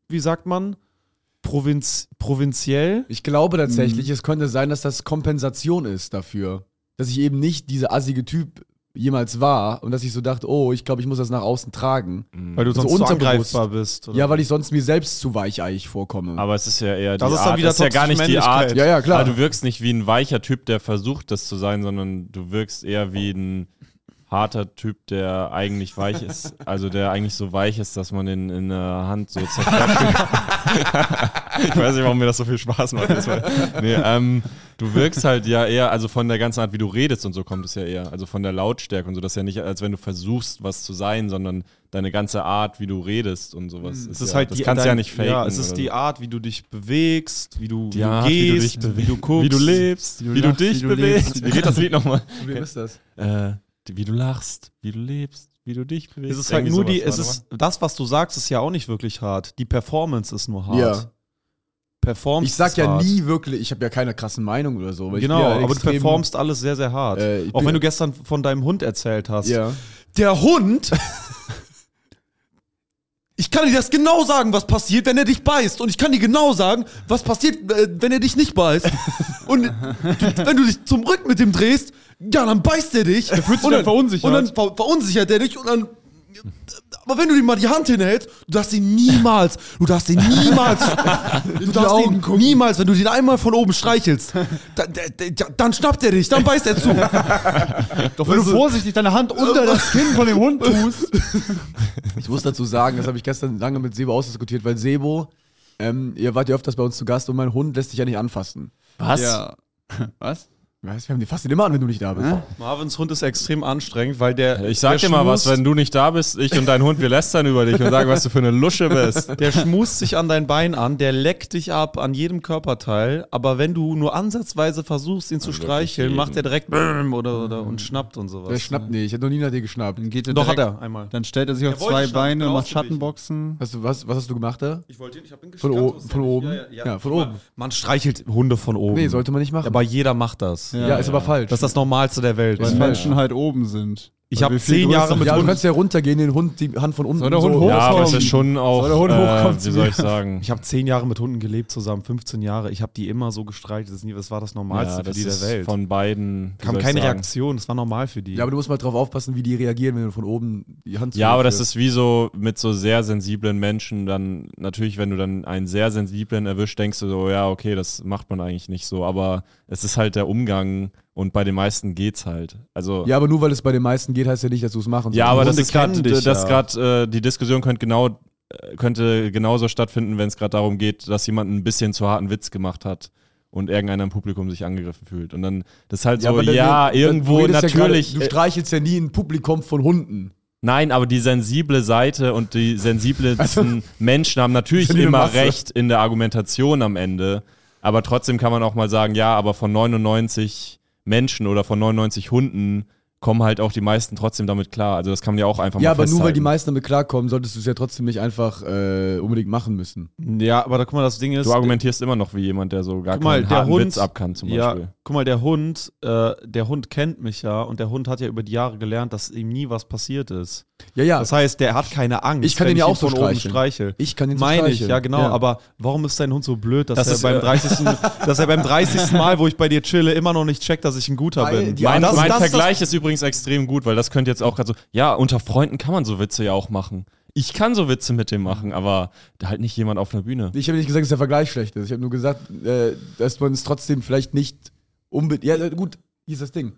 Speaker 3: wie sagt man, Provinz, provinziell.
Speaker 1: Ich glaube
Speaker 3: Mhm.
Speaker 1: tatsächlich, es könnte sein, dass das Kompensation ist dafür. Dass ich eben nicht dieser assige Typ jemals war und dass ich so dachte, oh, ich glaube, ich muss das nach außen tragen.
Speaker 3: Weil du
Speaker 1: Also
Speaker 3: sonst so
Speaker 1: unterbewusst.
Speaker 3: angreifbar bist. oder?
Speaker 1: Ja, weil ich sonst mir selbst zu weicheiig vorkomme.
Speaker 4: Aber es ist ja eher
Speaker 3: Das
Speaker 4: die
Speaker 3: ist dann
Speaker 4: Art,
Speaker 3: wieder
Speaker 4: das ist ja gar
Speaker 3: toxische
Speaker 4: nicht die Art.
Speaker 1: ja, ja, klar.
Speaker 4: Weil du wirkst nicht wie ein weicher Typ, der versucht, das zu sein, sondern du wirkst eher wie ein harter Typ, der eigentlich weich ist.
Speaker 3: (laughs)
Speaker 4: Also der eigentlich so weich ist, dass man ihn in der Hand so zerquetscht. (laughs) ich weiß nicht, warum mir das so viel Spaß macht. jetzt mal. Nee, ähm, du wirkst halt ja eher, also von der ganzen Art, wie du redest und so kommt es ja eher. Also von der Lautstärke und so. Das ist ja nicht, als wenn du versuchst, was zu sein, sondern deine ganze Art, wie du redest und sowas.
Speaker 3: es ist
Speaker 4: ja,
Speaker 3: halt
Speaker 4: das
Speaker 3: die,
Speaker 4: kannst du ja
Speaker 3: dein-
Speaker 4: nicht faken.
Speaker 3: Ja, es ist
Speaker 4: oder
Speaker 3: die Art, wie du dich bewegst, wie du, wie
Speaker 4: Ja,
Speaker 3: du
Speaker 4: wie du
Speaker 3: gehst,
Speaker 4: dich
Speaker 3: wie du guckst,
Speaker 4: wie du lebst, wie du,
Speaker 2: lachst,
Speaker 4: dich
Speaker 2: wie du
Speaker 4: bewegst.
Speaker 2: lebst.
Speaker 4: Wie geht das Lied nochmal?
Speaker 1: Wem ist das?
Speaker 4: Äh, wie du lachst, wie du lebst, wie du dich bewegst.
Speaker 3: Es ist halt nur die,
Speaker 4: sowas
Speaker 3: es
Speaker 4: war
Speaker 3: ist, das, was du sagst, ist ja auch nicht wirklich hart. Die Performance ist nur hart.
Speaker 1: Ja.
Speaker 3: Performst
Speaker 1: Ich sag
Speaker 3: ist
Speaker 1: ja
Speaker 3: hart.
Speaker 1: nie wirklich, ich habe ja keine krassen Meinung oder so. weil ich
Speaker 3: Genau,
Speaker 1: bin ja
Speaker 3: aber du
Speaker 1: extrem-
Speaker 3: performst alles sehr, sehr hart.
Speaker 1: Äh, ich
Speaker 3: auch
Speaker 1: bin-
Speaker 3: wenn du gestern von deinem Hund erzählt hast.
Speaker 1: Ja.
Speaker 3: Der Hund? Ich kann dir das genau sagen, was passiert, wenn er dich beißt. Und ich kann dir genau sagen, was passiert, äh, wenn er dich nicht beißt. Und du- wenn du dich zum Rücken mit dem drehst, ja, dann beißt er dich. Der fühlt
Speaker 2: sich dann verunsichert.
Speaker 3: Und dann ver verunsichert er dich und dann. Aber wenn du ihm mal die Hand hinhältst, du darfst ihn niemals, du darfst ihn niemals, du darfst ihn niemals, wenn du den einmal von
Speaker 1: (laughs)
Speaker 3: oben streichelst, dann,
Speaker 1: äh,
Speaker 3: dann schnappt er dich, dann beißt er zu. (laughs)
Speaker 2: Doch wenn du vorsichtig deine Hand unter das Kinn von
Speaker 1: (laughs)
Speaker 2: dem Hund tust.
Speaker 1: Ich muss dazu sagen, das habe ich gestern lange mit Sebo ausdiskutiert, weil Sebo, ähm, ihr wart ja öfters bei uns zu Gast und mein Hund lässt sich ja nicht anfassen.
Speaker 4: Was?
Speaker 2: Ja. Was?
Speaker 1: Weißt, wir haben die fast immer an, wenn du nicht da bist.
Speaker 3: Marvins Hund ist extrem anstrengend, weil der.
Speaker 4: Äh, Ich sag dir
Speaker 3: der
Speaker 4: mal was,
Speaker 3: schmust-
Speaker 4: wenn du nicht da bist, ich und dein Hund, wir lästern über dich und sagen, was du für eine Lusche bist.
Speaker 3: Der schmust sich an dein Bein an, der leckt dich ab an jedem Körperteil, aber wenn du nur ansatzweise versuchst, ihn zu streicheln,
Speaker 4: jeden.
Speaker 3: macht er direkt BÄM oder, oder
Speaker 1: Mhm.
Speaker 3: und schnappt und sowas.
Speaker 1: Der schnappt nicht, ich hab noch nie nach dir geschnappt.
Speaker 2: Dann geht er
Speaker 3: Doch, hat
Speaker 2: direkt-
Speaker 3: er einmal.
Speaker 2: Dann stellt er sich auf
Speaker 3: wollte
Speaker 2: zwei
Speaker 3: schon,
Speaker 2: Beine
Speaker 3: bin
Speaker 2: und macht
Speaker 3: ausgewichen.
Speaker 2: Schattenboxen.
Speaker 1: Hast du, was, was hast du gemacht da?
Speaker 3: Ich wollte ihn, ich hab ihn
Speaker 1: Von, o- von oben? Ja, von oben.
Speaker 3: Man streichelt Hunde von oben.
Speaker 1: Nee, sollte man nicht machen.
Speaker 3: Oh. Aber jeder macht das.
Speaker 1: ja, ist aber falsch.
Speaker 3: Das ist das Normalste der Welt.
Speaker 2: Weil
Speaker 1: Ja.
Speaker 2: Menschen halt oben sind.
Speaker 3: Ich
Speaker 2: Weil
Speaker 3: hab
Speaker 2: wir viel
Speaker 3: zehn
Speaker 2: größer
Speaker 3: Jahre mit
Speaker 1: ja, du
Speaker 3: Hund.
Speaker 1: kannst ja runtergehen, den Hund, die Hand von unten.
Speaker 2: Soll der Hund hoch?
Speaker 4: Ja, aber es
Speaker 2: Tom.
Speaker 4: ist schon auch,
Speaker 2: Soll der Hund hochkommen
Speaker 4: äh,
Speaker 2: zu
Speaker 4: wie soll
Speaker 2: mir?
Speaker 4: ich sagen?
Speaker 3: Ich habe zehn Jahre mit Hunden gelebt zusammen, 15 Jahre. Ich habe die immer so gestreichelt. Das ist nie- Das war das Normalste
Speaker 4: Ja,
Speaker 3: für
Speaker 4: das
Speaker 3: die der
Speaker 4: ist
Speaker 3: Welt.
Speaker 4: von beiden. wie
Speaker 3: Kam
Speaker 4: soll ich
Speaker 3: keine
Speaker 4: sagen?
Speaker 3: Reaktion, das war normal für die.
Speaker 1: Ja, aber du musst mal drauf aufpassen, wie die reagieren, wenn du von oben die Hand
Speaker 4: Ja, aber das ist wie so mit so sehr sensiblen Menschen dann, natürlich, wenn du dann einen sehr sensiblen erwischt, denkst du so, ja, okay, das macht man eigentlich nicht so, aber es ist halt der Umgang und bei den meisten geht's halt. Also, ja,
Speaker 1: Ja, aber nur weil es bei den meisten geht, heißt ja nicht, dass du es machen sollst.
Speaker 4: aber das
Speaker 3: Hunde
Speaker 4: ist gerade,
Speaker 3: kennen dich,
Speaker 4: das
Speaker 3: ja.
Speaker 4: grad, äh, die Diskussion könnte genau, äh, könnte genauso stattfinden, wenn es gerade darum geht, dass jemand ein bisschen zu harten Witz gemacht hat. Und irgendeiner im Publikum sich angegriffen fühlt. Und dann, das ist halt so,
Speaker 1: aber
Speaker 4: ja,
Speaker 1: dann- dann- du
Speaker 4: irgendwo
Speaker 1: redest ja gerade-
Speaker 4: natürlich. äh-
Speaker 1: du streichelst ja nie ein Publikum von Hunden.
Speaker 4: Nein, aber die sensible Seite und die sensiblesten Menschen haben natürlich
Speaker 1: Sensible
Speaker 4: immer
Speaker 1: Also, Masse.
Speaker 4: recht in der Argumentation am Ende. Aber trotzdem kann man auch mal sagen, ja, aber von 99 Menschen oder von 99 Hunden kommen halt auch die meisten trotzdem damit klar. Also das kann man ja auch einfach
Speaker 1: Ja,
Speaker 4: mal
Speaker 1: aber nur weil die
Speaker 4: festhalten.
Speaker 1: meisten damit klarkommen, solltest du es ja trotzdem nicht einfach äh, unbedingt machen müssen.
Speaker 3: ja, aber da guck mal, das Ding ist.
Speaker 4: Du argumentierst immer noch wie jemand, der so gar
Speaker 3: Guck mal,
Speaker 4: keinen
Speaker 3: der
Speaker 4: harten
Speaker 3: Hund-
Speaker 4: Witz ab kann zum
Speaker 3: ja,
Speaker 4: Beispiel.
Speaker 3: guck mal, der Hund, äh, der Hund kennt mich ja und der Hund hat ja über die Jahre gelernt, dass ihm nie was passiert ist.
Speaker 1: Ja, ja.
Speaker 3: Das heißt, der hat keine Angst,
Speaker 1: Ah. Ich kann
Speaker 3: wenn
Speaker 1: ihn ja
Speaker 3: ihn
Speaker 1: auch so
Speaker 3: von oben
Speaker 1: streicheln.
Speaker 3: streichel.
Speaker 1: ich kann den so
Speaker 3: Meine ich,
Speaker 1: streicheln.
Speaker 3: ja genau, aber warum ist dein Hund so blöd, dass,
Speaker 4: Das
Speaker 3: er,
Speaker 4: ist,
Speaker 3: beim
Speaker 4: äh,
Speaker 3: 30. dass er beim 30. Mal, wo ich bei dir chille, immer noch nicht checkt, dass ich ein guter
Speaker 1: Weil
Speaker 3: bin?
Speaker 1: die
Speaker 4: Mein,
Speaker 1: Ja, das-
Speaker 4: mein
Speaker 1: das-
Speaker 4: Vergleich ist übrigens extrem gut, weil das könnte jetzt auch gerade so, ja, unter Freunden kann man so Witze ja auch machen. Ich kann so Witze mit dem machen, aber halt nicht jemand auf einer Bühne.
Speaker 1: Ich habe nicht gesagt, dass der Vergleich schlecht ist. Ich habe nur gesagt, äh, dass man es trotzdem vielleicht nicht unbedingt. Ja, äh, gut, hier ist das Ding.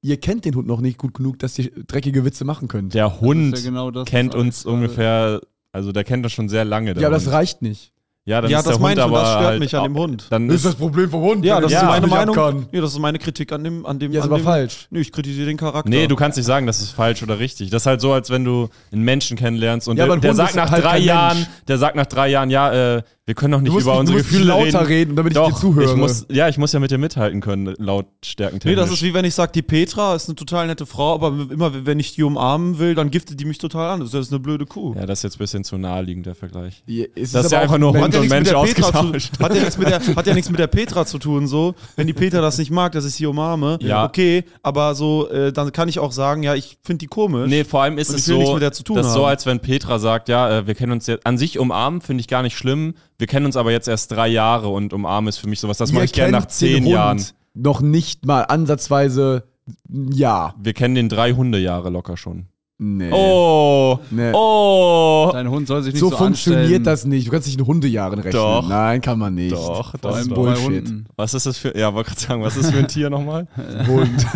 Speaker 1: Ihr kennt den Hund noch nicht gut genug, dass ihr dreckige Witze machen könnt.
Speaker 4: Der
Speaker 2: Das
Speaker 4: Hund
Speaker 2: ist ja genau das,
Speaker 4: kennt
Speaker 2: was
Speaker 4: uns
Speaker 2: Alex gerade-
Speaker 4: ungefähr Also der kennt das schon sehr lange. der
Speaker 1: Ja, aber das
Speaker 4: Hund.
Speaker 1: reicht nicht.
Speaker 4: ja, dann
Speaker 3: ja,
Speaker 4: ist der
Speaker 3: das
Speaker 4: Hund
Speaker 3: meinst du,
Speaker 4: aber
Speaker 3: das stört
Speaker 4: halt
Speaker 3: mich an dem
Speaker 4: au-
Speaker 3: Hund.
Speaker 4: Dann ist,
Speaker 1: Problem vom Hund.
Speaker 3: Ja, das
Speaker 4: Ja,
Speaker 3: ist meine
Speaker 4: ich
Speaker 3: Meinung. Ja, das ist meine Kritik an dem, an dem.
Speaker 1: Ja, ist
Speaker 3: an
Speaker 1: aber
Speaker 3: dem,
Speaker 1: falsch.
Speaker 3: Nee, ich kritisiere den Charakter.
Speaker 4: Nee, du kannst nicht sagen, das ist falsch oder richtig. Das ist halt so, als wenn du einen Menschen kennenlernst und
Speaker 1: Ja, aber
Speaker 4: der,
Speaker 1: ein
Speaker 4: der
Speaker 1: Hund
Speaker 4: sagt
Speaker 1: ist
Speaker 4: nach
Speaker 1: halt
Speaker 4: drei
Speaker 1: kein
Speaker 4: Jahren,
Speaker 1: Mensch.
Speaker 4: der sagt nach drei Jahren, ja, äh, wir können doch nicht
Speaker 1: Du musst
Speaker 4: über
Speaker 1: nicht- du
Speaker 4: unsere
Speaker 1: musst nicht
Speaker 4: Gefühle
Speaker 1: lauter reden, damit ich
Speaker 4: doch,
Speaker 1: dir zuhöre.
Speaker 4: Ich muss, ja, ich muss ja mit dir mithalten können, lautstärken
Speaker 3: Nee, das ist wie wenn ich sage, die Petra ist eine total nette Frau, aber immer wenn ich die umarmen will, dann giftet die mich total an. Das ist eine blöde Kuh.
Speaker 4: ja, das ist jetzt ein bisschen zu naheliegend, der Vergleich.
Speaker 1: ist
Speaker 4: Das ist ja einfach nur
Speaker 3: Hat
Speaker 4: Hund
Speaker 3: ja
Speaker 4: und
Speaker 3: nichts mit
Speaker 4: Mensch
Speaker 3: der Petra zu,
Speaker 4: ausgetauscht.
Speaker 3: hat, ja nichts
Speaker 1: (laughs)
Speaker 3: mit der, hat ja nichts mit der Petra zu tun, so. Wenn die Petra das nicht mag, dass ich sie umarme,
Speaker 4: Ja.
Speaker 3: okay, aber so, äh, dann kann ich auch sagen, ja, ich finde die komisch.
Speaker 4: Nee, vor allem ist
Speaker 3: Und
Speaker 4: es
Speaker 3: ich will nichts
Speaker 4: so,
Speaker 3: mit der zu tun
Speaker 4: das ist so,
Speaker 3: haben.
Speaker 4: als wenn Petra sagt, ja, äh, wir kennen uns jetzt, an sich umarmen finde ich gar nicht schlimm, wir kennen uns aber jetzt erst drei Jahre und umarmen ist für mich sowas, das mache ich gerne nach zehn Jahren.
Speaker 1: Noch nicht mal ansatzweise ein Jahr.
Speaker 4: Wir kennen den drei Hundejahre locker schon.
Speaker 1: Nee.
Speaker 4: Oh,
Speaker 1: Nee.
Speaker 4: oh.
Speaker 2: Dein Hund soll sich nicht
Speaker 1: So,
Speaker 2: so,
Speaker 1: funktioniert
Speaker 2: anstellen.
Speaker 1: das nicht. Du kannst nicht in Hundejahren rechnen.
Speaker 4: Doch.
Speaker 1: Nein, kann man nicht.
Speaker 4: Doch,
Speaker 2: Vor
Speaker 4: das
Speaker 2: allem
Speaker 4: ist
Speaker 2: bei
Speaker 4: doch.
Speaker 1: Bullshit.
Speaker 2: Hunden.
Speaker 4: Was ist das für, ja, wollte gerade sagen, was ist das für ein
Speaker 3: (laughs)
Speaker 4: Tier nochmal?
Speaker 1: Hund.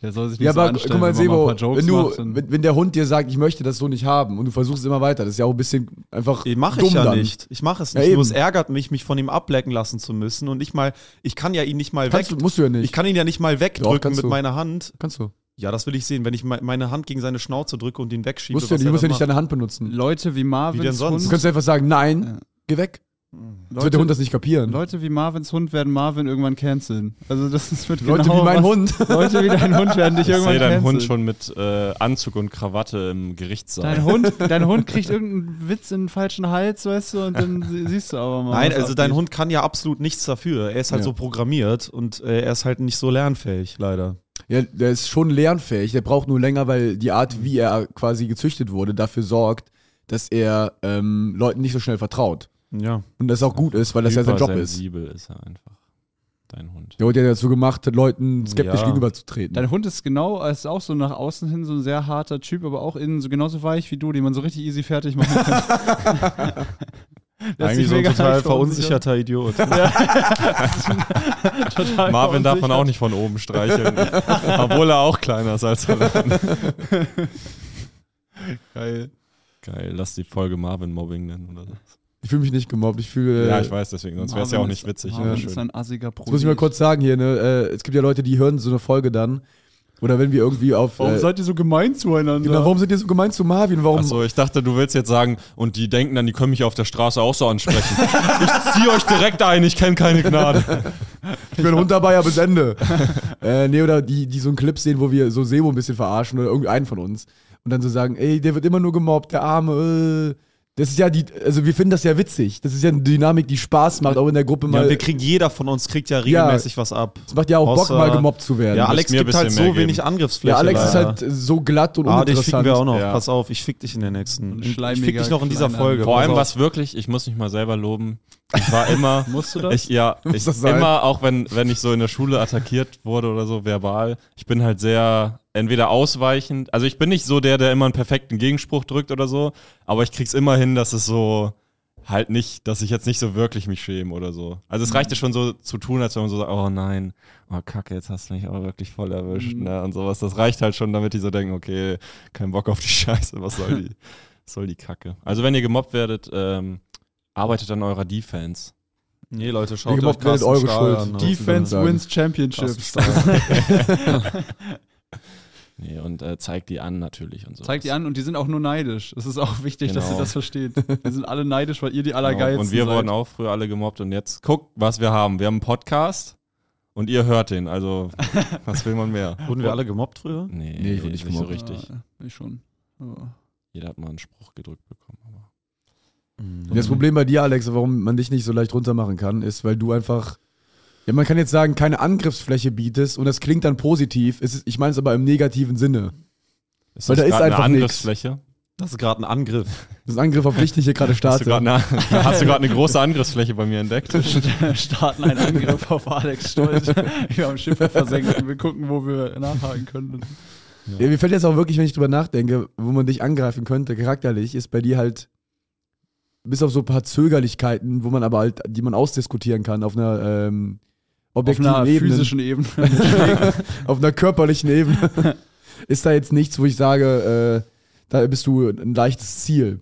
Speaker 2: Der soll sich nicht
Speaker 1: ja,
Speaker 2: so
Speaker 1: aber
Speaker 2: anstellen.
Speaker 1: guck mal,
Speaker 2: wenn man
Speaker 1: Sebo,
Speaker 2: ein paar Jokes
Speaker 1: wenn, du,
Speaker 2: macht, dann-
Speaker 1: wenn, wenn der Hund dir sagt, ich möchte das so nicht haben und du versuchst es immer weiter, das ist ja auch ein bisschen einfach
Speaker 3: Ich mache
Speaker 1: dumm
Speaker 3: ich ja
Speaker 1: dann.
Speaker 3: nicht. Ich mache es
Speaker 1: Ja,
Speaker 3: nicht.
Speaker 1: eben.
Speaker 3: Nur es ärgert mich, mich von ihm ablecken lassen zu müssen und nicht mal, ich kann ja ihn nicht mal
Speaker 1: Kannst du,
Speaker 3: weg.
Speaker 1: musst du ja nicht.
Speaker 3: Ich kann ihn ja nicht mal
Speaker 1: Doch,
Speaker 3: wegdrücken
Speaker 1: kannst
Speaker 3: mit
Speaker 1: du.
Speaker 3: meiner Hand.
Speaker 1: kannst du.
Speaker 3: Ja, das will ich sehen, wenn ich me meine Hand gegen seine Schnauze drücke und ihn wegschiebe.
Speaker 1: Musst du ja
Speaker 3: was
Speaker 1: nicht,
Speaker 3: er
Speaker 1: musst ja
Speaker 3: dann
Speaker 1: nicht
Speaker 3: macht.
Speaker 1: deine Hand benutzen.
Speaker 2: Leute wie Marvins
Speaker 3: Wie denn
Speaker 1: Du
Speaker 3: sonst?
Speaker 2: Hund,
Speaker 1: kannst einfach sagen, nein, geh weg. Sonst wird der Hund das nicht kapieren.
Speaker 2: Leute wie Marvins Hund werden Marvin irgendwann canceln. Also das ist wird
Speaker 1: Leute
Speaker 2: genau
Speaker 1: wie mein
Speaker 2: was-
Speaker 1: Hund.
Speaker 2: Leute wie dein Hund werden dich
Speaker 4: Ich
Speaker 2: irgendwann
Speaker 4: sehe deinen
Speaker 2: canceln.
Speaker 4: Hund schon mit äh, Anzug und Krawatte im Gerichtssaal.
Speaker 2: Dein Hund, dein Hund kriegt irgendeinen Witz in den falschen Hals, weißt du, und dann sie- siehst du aber mal.
Speaker 3: Nein,
Speaker 2: was
Speaker 3: also dein
Speaker 2: abgeht.
Speaker 3: Hund kann ja absolut nichts dafür. Er ist halt
Speaker 1: Ja.
Speaker 3: so programmiert und äh, er ist halt nicht so lernfähig, leider.
Speaker 1: Ja, der ist schon lernfähig. Der braucht nur länger, weil die Art, wie er quasi gezüchtet wurde, dafür sorgt, dass er ähm, Leuten nicht so schnell vertraut.
Speaker 3: Ja.
Speaker 1: Und das auch gut ist, weil das ja sein Job ist.
Speaker 4: Hypersensibel ist er einfach. Dein Hund.
Speaker 1: Der wurde ja dazu gemacht, Leuten skeptisch
Speaker 3: Ja.
Speaker 1: gegenüberzutreten.
Speaker 2: Dein Hund ist genau, ist auch so nach außen hin so ein sehr harter Typ, aber auch innen so genauso weich wie du, den man so richtig easy fertig machen kann.
Speaker 3: (laughs)
Speaker 2: Lässt sich
Speaker 3: Eigentlich so ein
Speaker 2: mega
Speaker 3: total
Speaker 2: leicht verunsichern.
Speaker 3: verunsicherter Idiot.
Speaker 1: (laughs)
Speaker 2: Total
Speaker 4: Marvin darf man
Speaker 2: verunsichert.
Speaker 4: auch nicht von
Speaker 2: (laughs)
Speaker 4: oben streicheln. obwohl er auch kleiner ist als er. Geil. Geil, lass die Folge Marvin Mobbing nennen oder so.
Speaker 1: Ich fühle mich nicht gemobbt. Ich fühle.
Speaker 4: ja, ich weiß deswegen, sonst wäre es ja
Speaker 2: Äh,
Speaker 4: auch
Speaker 2: Marvin
Speaker 4: nicht
Speaker 2: ist-
Speaker 4: witzig.
Speaker 2: Marvin
Speaker 4: Ja,
Speaker 2: ist
Speaker 4: schön.
Speaker 2: ein assiger Pro.
Speaker 1: Das muss ich mal kurz sagen hier, ne? Äh, es gibt ja Leute, die hören so eine Folge dann. Oder wenn wir irgendwie auf.
Speaker 2: Warum
Speaker 1: äh,
Speaker 2: seid ihr so gemein zueinander?
Speaker 1: genau, warum seid ihr so gemein zu Marvin? Warum?
Speaker 4: Achso, ich dachte, du willst jetzt sagen, und die denken dann, die können mich auf der Straße auch so ansprechen. ich zieh euch direkt ein, ich kenne keine Gnade.
Speaker 1: Ich
Speaker 3: (laughs)
Speaker 1: bin Hund dabei, ja bis Ende. äh, nee, oder die, die so einen Clip sehen, wo wir so Sebo ein bisschen verarschen oder irgendeinen von uns. Und dann so sagen, ey, der wird immer nur gemobbt, der Arme. Äh. Das ist ja die, also wir finden das ja witzig. Das ist ja eine Dynamik, die Spaß macht, auch in der Gruppe
Speaker 3: Ja,
Speaker 1: mal.
Speaker 3: wir kriegen, jeder von uns kriegt ja regelmäßig was ab.
Speaker 1: es macht ja auch Bock,
Speaker 3: Außer-
Speaker 1: mal gemobbt zu werden.
Speaker 3: Ja,
Speaker 4: müsst
Speaker 3: Alex
Speaker 4: mir ein
Speaker 3: gibt halt
Speaker 4: bisschen
Speaker 3: so
Speaker 4: mehr geben.
Speaker 3: wenig Angriffsfläche.
Speaker 1: Ja, Alex ist
Speaker 3: leider.
Speaker 1: halt so glatt und
Speaker 3: Ah, dich ficken
Speaker 1: uninteressant.
Speaker 3: wir auch noch.
Speaker 4: Ja.
Speaker 3: Pass auf, ich fick dich in der nächsten.
Speaker 2: Ein
Speaker 3: Ich fick
Speaker 2: schleimiger,
Speaker 3: dich noch in dieser
Speaker 2: kleiner-
Speaker 3: Folge.
Speaker 4: Vor allem,
Speaker 3: Pass
Speaker 4: was wirklich, ich muss mich mal selber loben. Ich war immer.
Speaker 2: (laughs) Musst du das?
Speaker 4: Ich, ja, ich,
Speaker 1: das sein?
Speaker 4: immer, auch wenn, wenn ich so in der Schule attackiert wurde oder so, verbal, ich bin halt sehr entweder ausweichend, also ich bin nicht so der, der immer einen perfekten Gegenspruch drückt oder so, aber ich krieg's immer hin, dass es so halt nicht, dass ich jetzt nicht so wirklich mich schäme oder so. Also
Speaker 2: Mhm.
Speaker 4: es reichte schon so zu tun, als wenn man so sagt, oh nein, oh kacke, jetzt hast du mich aber wirklich voll erwischt,
Speaker 2: Mhm.
Speaker 4: ne, und sowas. Das reicht halt schon, damit die so denken, okay, kein Bock auf die (laughs) Scheiße, was soll die, was soll die Kacke. Also wenn ihr gemobbt werdet, ähm, arbeitet an eurer Defense.
Speaker 3: auf. Nee, Leute,
Speaker 1: Ihr
Speaker 3: schaut euch
Speaker 1: gemobbt werdet
Speaker 3: Carsten
Speaker 1: eure
Speaker 3: Stahl
Speaker 1: Schuld.
Speaker 3: an.
Speaker 1: Die-
Speaker 2: Defense
Speaker 1: Sagen.
Speaker 2: wins Championships.
Speaker 4: Nee, und äh, zeigt die an natürlich und so.
Speaker 2: Zeigt die an und die sind auch nur neidisch. Es ist auch wichtig, dass ihr
Speaker 4: Genau.
Speaker 2: das versteht. Wir sind alle neidisch, weil ihr die
Speaker 4: Genau.
Speaker 2: allergeilsten
Speaker 4: Und wir
Speaker 2: seid.
Speaker 4: wurden auch früher alle gemobbt und jetzt guckt, was wir haben. Wir haben einen Podcast und ihr hört den. Also, was will man mehr?
Speaker 3: Wurden wir alle gemobbt früher?
Speaker 4: Nee,
Speaker 1: Nee, ich wurde nicht
Speaker 4: so
Speaker 1: gemobbt.
Speaker 4: richtig.
Speaker 2: Ja, ich schon. Ja.
Speaker 4: Jeder hat mal einen Spruch gedrückt bekommen. Aber
Speaker 1: Das Problem bei dir, Alex, warum man dich nicht so leicht runter machen kann, ist, weil du einfach, ja, man kann jetzt sagen, keine Angriffsfläche bietest und das klingt dann positiv. Es Ist, ich meine es aber im negativen Sinne.
Speaker 4: ist
Speaker 1: Weil da ist
Speaker 4: grad
Speaker 1: einfach
Speaker 4: eine
Speaker 1: nix.
Speaker 4: Angriffsfläche?
Speaker 3: Das ist gerade ein Angriff.
Speaker 1: Das ist ein Angriff auf dich, den ich hier gerade
Speaker 4: Hast du
Speaker 1: starte.
Speaker 4: gerade eine, hast du grad eine große Angriffsfläche bei mir entdeckt?
Speaker 2: Äh, starten einen Angriff auf Alex Stolz. Wir haben Schiffe versenkt und wir gucken, wo wir nachhaken können.
Speaker 1: ja, mir fällt jetzt auch wirklich, wenn ich drüber nachdenke, wo man dich angreifen könnte, charakterlich, ist bei dir halt, bis auf so ein paar Zögerlichkeiten, wo man aber halt, die man ausdiskutieren kann, auf einer ähm,
Speaker 2: Auf
Speaker 1: objektiven
Speaker 2: einer
Speaker 1: Ebene.
Speaker 2: physischen Ebene.
Speaker 1: auf einer körperlichen Ebene ist da jetzt nichts, wo ich sage, äh, da bist du ein leichtes Ziel.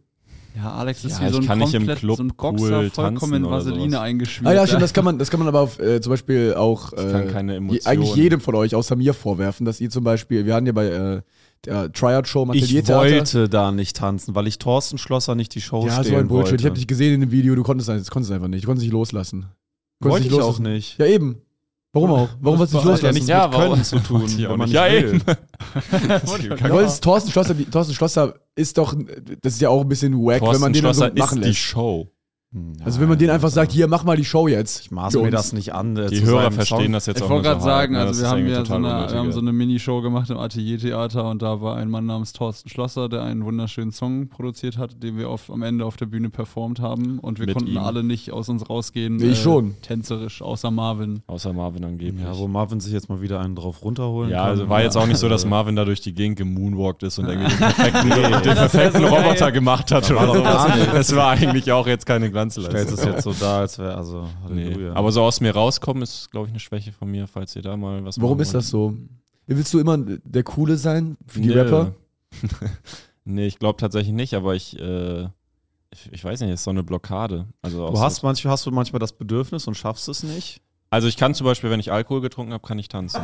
Speaker 2: Ja, Alex ist
Speaker 4: Ja,
Speaker 2: wie so
Speaker 4: ich
Speaker 2: ein
Speaker 4: kann nicht im
Speaker 2: komplett,
Speaker 4: Club
Speaker 2: so ein Boxer,
Speaker 4: cool
Speaker 2: vollkommen
Speaker 4: tanzen
Speaker 2: in
Speaker 4: oder
Speaker 2: Vaseline
Speaker 4: sowas.
Speaker 2: eingeschmiert.
Speaker 1: Ah ja, stimmt, das kann man, das kann man aber auf, äh, zum Beispiel auch
Speaker 4: Ich kann
Speaker 1: äh,
Speaker 4: keine
Speaker 1: je,
Speaker 4: Emotionen.
Speaker 1: eigentlich jedem von euch außer mir vorwerfen, dass ihr zum Beispiel, wir hatten ja bei äh, der Tryout-Show im
Speaker 3: Ich
Speaker 1: Ateliertheater-
Speaker 3: wollte da nicht tanzen, weil ich Thorsten Schlosser nicht die Show
Speaker 1: Ja,
Speaker 3: stehlen
Speaker 1: so ein Bullshit.
Speaker 3: wollte.
Speaker 1: Ich habe dich gesehen in dem Video, du konntest es konntest es einfach nicht. Du konntest es nicht loslassen. Du
Speaker 3: wollte
Speaker 1: konntest
Speaker 3: ich
Speaker 1: nicht
Speaker 3: auch
Speaker 1: loslassen.
Speaker 3: nicht.
Speaker 1: Ja, eben. Warum auch? Warum wolltest du nicht
Speaker 3: Hat ja
Speaker 1: loslassen?
Speaker 3: nichts
Speaker 4: Ja,
Speaker 3: mit
Speaker 4: warum-
Speaker 3: Können zu tun,
Speaker 4: Wollte ich auch
Speaker 3: wenn man
Speaker 4: nicht.
Speaker 3: nicht
Speaker 4: Ja,
Speaker 3: will.
Speaker 4: eben.
Speaker 1: Du wolltest Thorsten Schlosser, die- Thorsten Schlosser ist doch, das ist ja auch ein bisschen wack, wenn man den dann so
Speaker 4: Schlosser
Speaker 1: machen
Speaker 4: ist die
Speaker 1: lässt.
Speaker 4: Show.
Speaker 1: Also wenn man den einfach sagt, hier, mach mal die Show jetzt.
Speaker 3: Ich
Speaker 1: Für
Speaker 3: maße mir
Speaker 1: uns.
Speaker 3: das nicht an. äh,
Speaker 4: Die
Speaker 3: zu
Speaker 4: Hörer
Speaker 3: seinem
Speaker 4: verstehen
Speaker 3: Song.
Speaker 4: das jetzt
Speaker 2: ich
Speaker 4: auch nicht.
Speaker 2: wollte gerade
Speaker 4: so hart,
Speaker 2: sagen,
Speaker 4: ne? Das
Speaker 2: also wir
Speaker 4: ist
Speaker 2: haben
Speaker 4: irgendwie
Speaker 2: ja so
Speaker 4: total
Speaker 2: eine, wir haben
Speaker 4: unnötige-
Speaker 2: so eine Minishow gemacht im Ateliertheater und da war ein Mann namens Thorsten Schlosser, der einen wunderschönen Song produziert hat, den wir auf, am Ende auf der Bühne performt haben und wir
Speaker 4: Mit
Speaker 2: konnten
Speaker 4: ihm.
Speaker 2: alle nicht aus uns rausgehen. äh,
Speaker 1: Ich schon.
Speaker 2: Tänzerisch, außer Marvin.
Speaker 4: Außer Marvin angeblich.
Speaker 3: Ja, wo Marvin sich jetzt mal wieder einen drauf runterholen
Speaker 4: Ja,
Speaker 3: kann.
Speaker 4: also war jetzt auch nicht so, dass Marvin da durch die Gegend gemoonwalkt ist und irgendwie den perfekten, den perfekten Roboter gemacht hat oder sowas. Das war eigentlich auch jetzt keine
Speaker 3: Stellst es
Speaker 4: Glanzleistung.
Speaker 3: jetzt so da, als wäre, also,
Speaker 4: Nee.
Speaker 3: Halleluja.
Speaker 4: Aber so aus mir rauskommen ist, glaube ich, eine Schwäche von mir, falls ihr da mal was
Speaker 1: Warum
Speaker 4: machen
Speaker 1: ist das
Speaker 4: wollt.
Speaker 1: so? Willst du immer der Coole sein für die
Speaker 4: Nö.
Speaker 1: Rapper?
Speaker 4: (laughs) nee, ich glaube tatsächlich nicht, aber ich, äh, ich, ich weiß nicht, ist so eine Blockade. Also, auch
Speaker 3: du hast
Speaker 4: so,
Speaker 3: manchmal, hast du manchmal das Bedürfnis und schaffst es nicht.
Speaker 4: also ich kann zum Beispiel, wenn ich Alkohol getrunken habe, kann ich tanzen.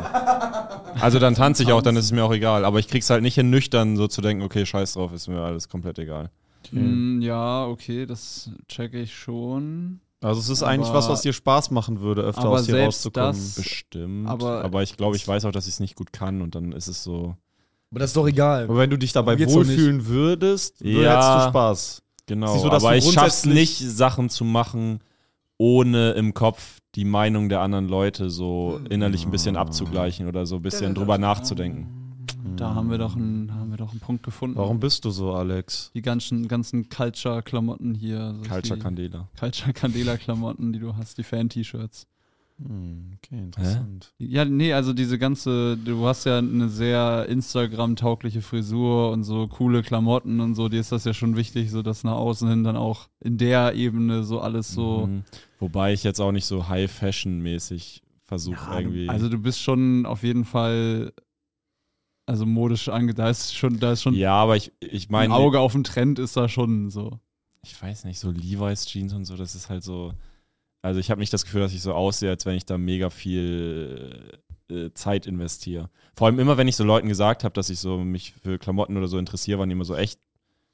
Speaker 4: Also dann tanze ich auch, dann ist es mir auch egal. Aber ich krieg's halt nicht hin, nüchtern so zu denken, okay, scheiß drauf, ist mir alles komplett egal.
Speaker 2: Hm, ja, okay, das checke ich schon.
Speaker 3: Also es ist eigentlich
Speaker 2: Aber-
Speaker 3: was, was dir Spaß machen würde, öfter
Speaker 2: aber
Speaker 3: aus dir
Speaker 2: selbst
Speaker 3: rauszukommen.
Speaker 2: das-
Speaker 4: Bestimmt.
Speaker 2: Aber-
Speaker 4: Aber, ich glaube, ich weiß auch, dass ich es nicht gut kann und dann ist es so.
Speaker 1: Aber das ist doch egal.
Speaker 3: Aber wenn du dich dabei
Speaker 1: Geht's doch nicht.
Speaker 3: wohlfühlen würdest,
Speaker 4: Ja.
Speaker 3: hättest du Spaß.
Speaker 4: Genau.
Speaker 3: Siehst du, dass
Speaker 4: aber
Speaker 3: du
Speaker 4: ich schaff's
Speaker 3: grundsätzlich-
Speaker 4: nicht, Sachen zu machen, ohne im Kopf die Meinung der anderen Leute so innerlich ein bisschen abzugleichen oder so ein bisschen drüber nachzudenken.
Speaker 2: Da haben wir doch einen, haben wir doch einen Punkt gefunden.
Speaker 3: Warum bist du so, Alex?
Speaker 2: Die ganzen, ganzen Culture-Klamotten hier. so
Speaker 4: Culture
Speaker 2: die-
Speaker 4: Candela.
Speaker 2: Culture Candela-Klamotten, die du hast, die Fan-T-Shirts.
Speaker 3: Okay,
Speaker 4: interessant.
Speaker 2: (laughs) Ja, nee, also diese ganze, du hast ja eine sehr Instagram-taugliche Frisur und so coole Klamotten und so, dir ist das ja schon wichtig, so dass nach außen hin dann auch in der Ebene so alles so.
Speaker 4: Mhm. Wobei ich jetzt auch nicht so High-Fashion-mäßig versuche irgendwie.
Speaker 2: Also du bist schon auf jeden Fall, also modisch ange, da ist schon, da ist schon
Speaker 4: ja, aber ich, ich
Speaker 2: ein
Speaker 4: meine,
Speaker 2: Auge auf den Trend ist da schon so.
Speaker 4: ich weiß nicht, so Levi's Jeans und so, das ist halt so. Also ich habe nicht das Gefühl, dass ich so aussehe, als wenn ich da mega viel äh, Zeit investiere. Vor allem immer, wenn ich so Leuten gesagt habe, dass ich so mich für Klamotten oder so interessiere, waren die immer so echt,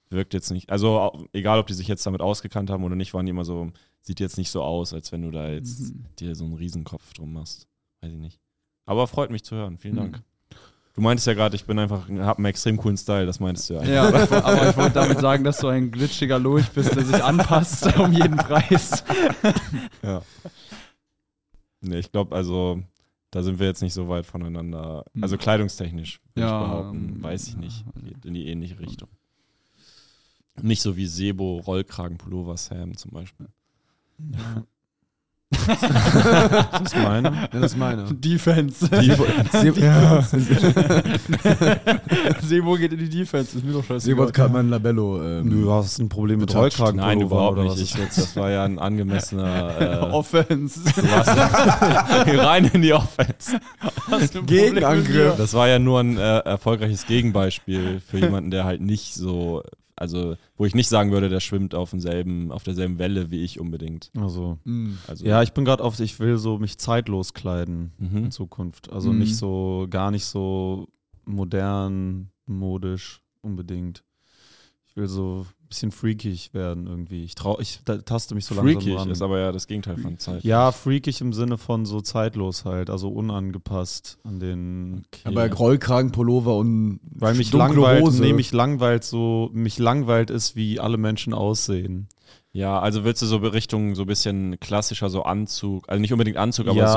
Speaker 4: wirkt jetzt nicht. Also au- egal, ob die sich jetzt damit ausgekannt haben oder nicht, waren die immer so, sieht jetzt nicht so aus, als wenn du da jetzt
Speaker 2: Mhm.
Speaker 4: dir so einen Riesenkopf drum machst. Weiß ich nicht. Aber freut mich zu hören. Vielen Dank. Du meintest ja gerade, ich bin einfach, hab einen extrem coolen Style, das meintest du ja.
Speaker 2: Ja, aber ich woll- aber ich wollte damit sagen, dass du ein glitschiger Lurch bist, der sich anpasst um jeden Preis.
Speaker 4: Nee, ich glaube, also da sind wir jetzt nicht so weit voneinander.
Speaker 2: Hm.
Speaker 4: Also kleidungstechnisch, würde
Speaker 2: Ja,
Speaker 4: ich behaupten.
Speaker 2: ähm,
Speaker 4: Weiß ich nicht. Geht in die ähnliche Richtung. Nicht so wie Sebo, Rollkragen, Pullover, Sam zum Beispiel.
Speaker 3: Das ist meine.
Speaker 1: Ja, das ist
Speaker 2: Genau.
Speaker 1: meine.
Speaker 2: Defense. (laughs) Sebo geht in die Defense, ist mir doch
Speaker 1: Sebo
Speaker 2: scheißegal.
Speaker 1: hat gerade mein Labello.
Speaker 3: Du
Speaker 1: Ähm,
Speaker 3: hast ein Problem mit
Speaker 1: Betatscht.
Speaker 3: Rollkragen.
Speaker 4: Nein, überhaupt
Speaker 3: oder
Speaker 4: nicht.
Speaker 3: was
Speaker 4: Ich,
Speaker 3: ist
Speaker 4: jetzt, das war ja ein
Speaker 2: (laughs)
Speaker 4: angemessener. Äh,
Speaker 2: Offense.
Speaker 4: du
Speaker 2: (laughs)
Speaker 4: warst- rein in die Offense.
Speaker 1: Gegenangriff.
Speaker 4: Das war ja nur ein äh, erfolgreiches Gegenbeispiel für jemanden, der halt nicht so. Also, wo ich nicht sagen würde, der schwimmt auf, demselben, auf derselben Welle wie ich unbedingt.
Speaker 3: also.
Speaker 2: Mhm.
Speaker 4: Also,
Speaker 3: Ja, ich bin gerade auf, ich will so mich zeitlos kleiden
Speaker 4: Mhm.
Speaker 3: in Zukunft. Also
Speaker 2: Mhm.
Speaker 3: nicht so, gar nicht so modern, modisch unbedingt. Ich will so ein bisschen freakig werden irgendwie. Ich trau, ich da, taste mich so
Speaker 4: Freakig
Speaker 3: langsam ran.
Speaker 4: ist aber ja das Gegenteil von Zeit.
Speaker 3: ja, freakig im Sinne von so zeitlos halt, also unangepasst an den.
Speaker 1: Aber Rollkragen, Pullover und
Speaker 3: Weil mich
Speaker 1: dunkle
Speaker 3: langweilt,
Speaker 1: Hose.
Speaker 3: nee, mich langweilt so, mich langweilt ist, wie alle Menschen aussehen.
Speaker 4: Ja, also willst du so Richtung so ein bisschen klassischer so Anzug, also nicht unbedingt Anzug, aber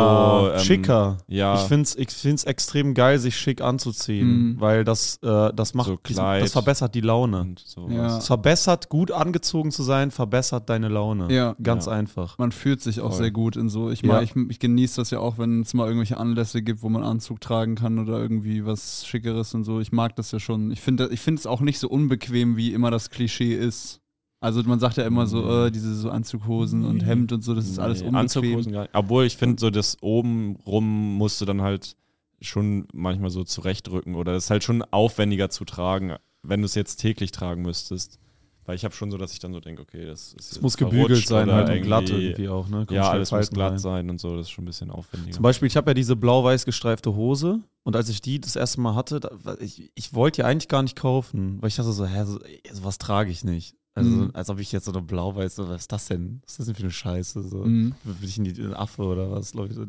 Speaker 4: so ähm,
Speaker 3: schicker.
Speaker 4: Ja,
Speaker 3: Ich finde es ich find's extrem geil, sich schick anzuziehen,
Speaker 2: Mhm.
Speaker 3: weil das, äh, das macht,
Speaker 4: So
Speaker 3: dies-
Speaker 4: Kleid.
Speaker 3: das verbessert die Laune.
Speaker 4: und sowas.
Speaker 2: Ja.
Speaker 3: Es verbessert, gut angezogen zu sein, verbessert deine Laune.
Speaker 2: Ja.
Speaker 3: Ganz
Speaker 4: Ja.
Speaker 3: einfach.
Speaker 2: Man fühlt sich auch
Speaker 4: Voll.
Speaker 2: sehr gut in so. Ich,
Speaker 3: Ja.
Speaker 2: mag- ich, ich genieße das ja auch, wenn es mal irgendwelche Anlässe gibt, wo man Anzug tragen kann oder irgendwie was Schickeres und so. Ich mag das ja schon. Ich finde ich finde es auch nicht so unbequem, wie immer das Klischee ist. Also man sagt ja immer so, äh, diese so Anzughosen und Hemd und so, das ist alles
Speaker 4: Nee,
Speaker 2: unbequem.
Speaker 4: Anzughosen gar nicht. Obwohl ich finde so das oben rum musst du dann halt schon manchmal so zurechtrücken oder das ist halt schon aufwendiger zu tragen wenn du es jetzt täglich tragen müsstest. Weil ich habe schon so, dass ich dann so denke, okay, das ist.
Speaker 3: Es muss gebügelt sein, halt und
Speaker 4: irgendwie,
Speaker 3: glatt irgendwie auch, ne? Kommt
Speaker 4: Ja,
Speaker 3: schnell
Speaker 4: alles muss
Speaker 3: Falten
Speaker 4: glatt
Speaker 3: rein.
Speaker 4: sein und so, das ist schon ein bisschen aufwendiger.
Speaker 3: Zum Beispiel, ich habe ja diese blau-weiß gestreifte Hose und als ich die das erste Mal hatte, da, war- ich, ich wollte die eigentlich gar nicht kaufen, weil ich dachte so, hä, so, sowas trage ich nicht. Also,
Speaker 2: Mhm.
Speaker 3: als ob ich jetzt so eine blau-weiße, was ist das denn? Was ist das denn für eine Scheiße? So,
Speaker 2: Mhm.
Speaker 3: Bin ich ein ein Affe oder was? Leute,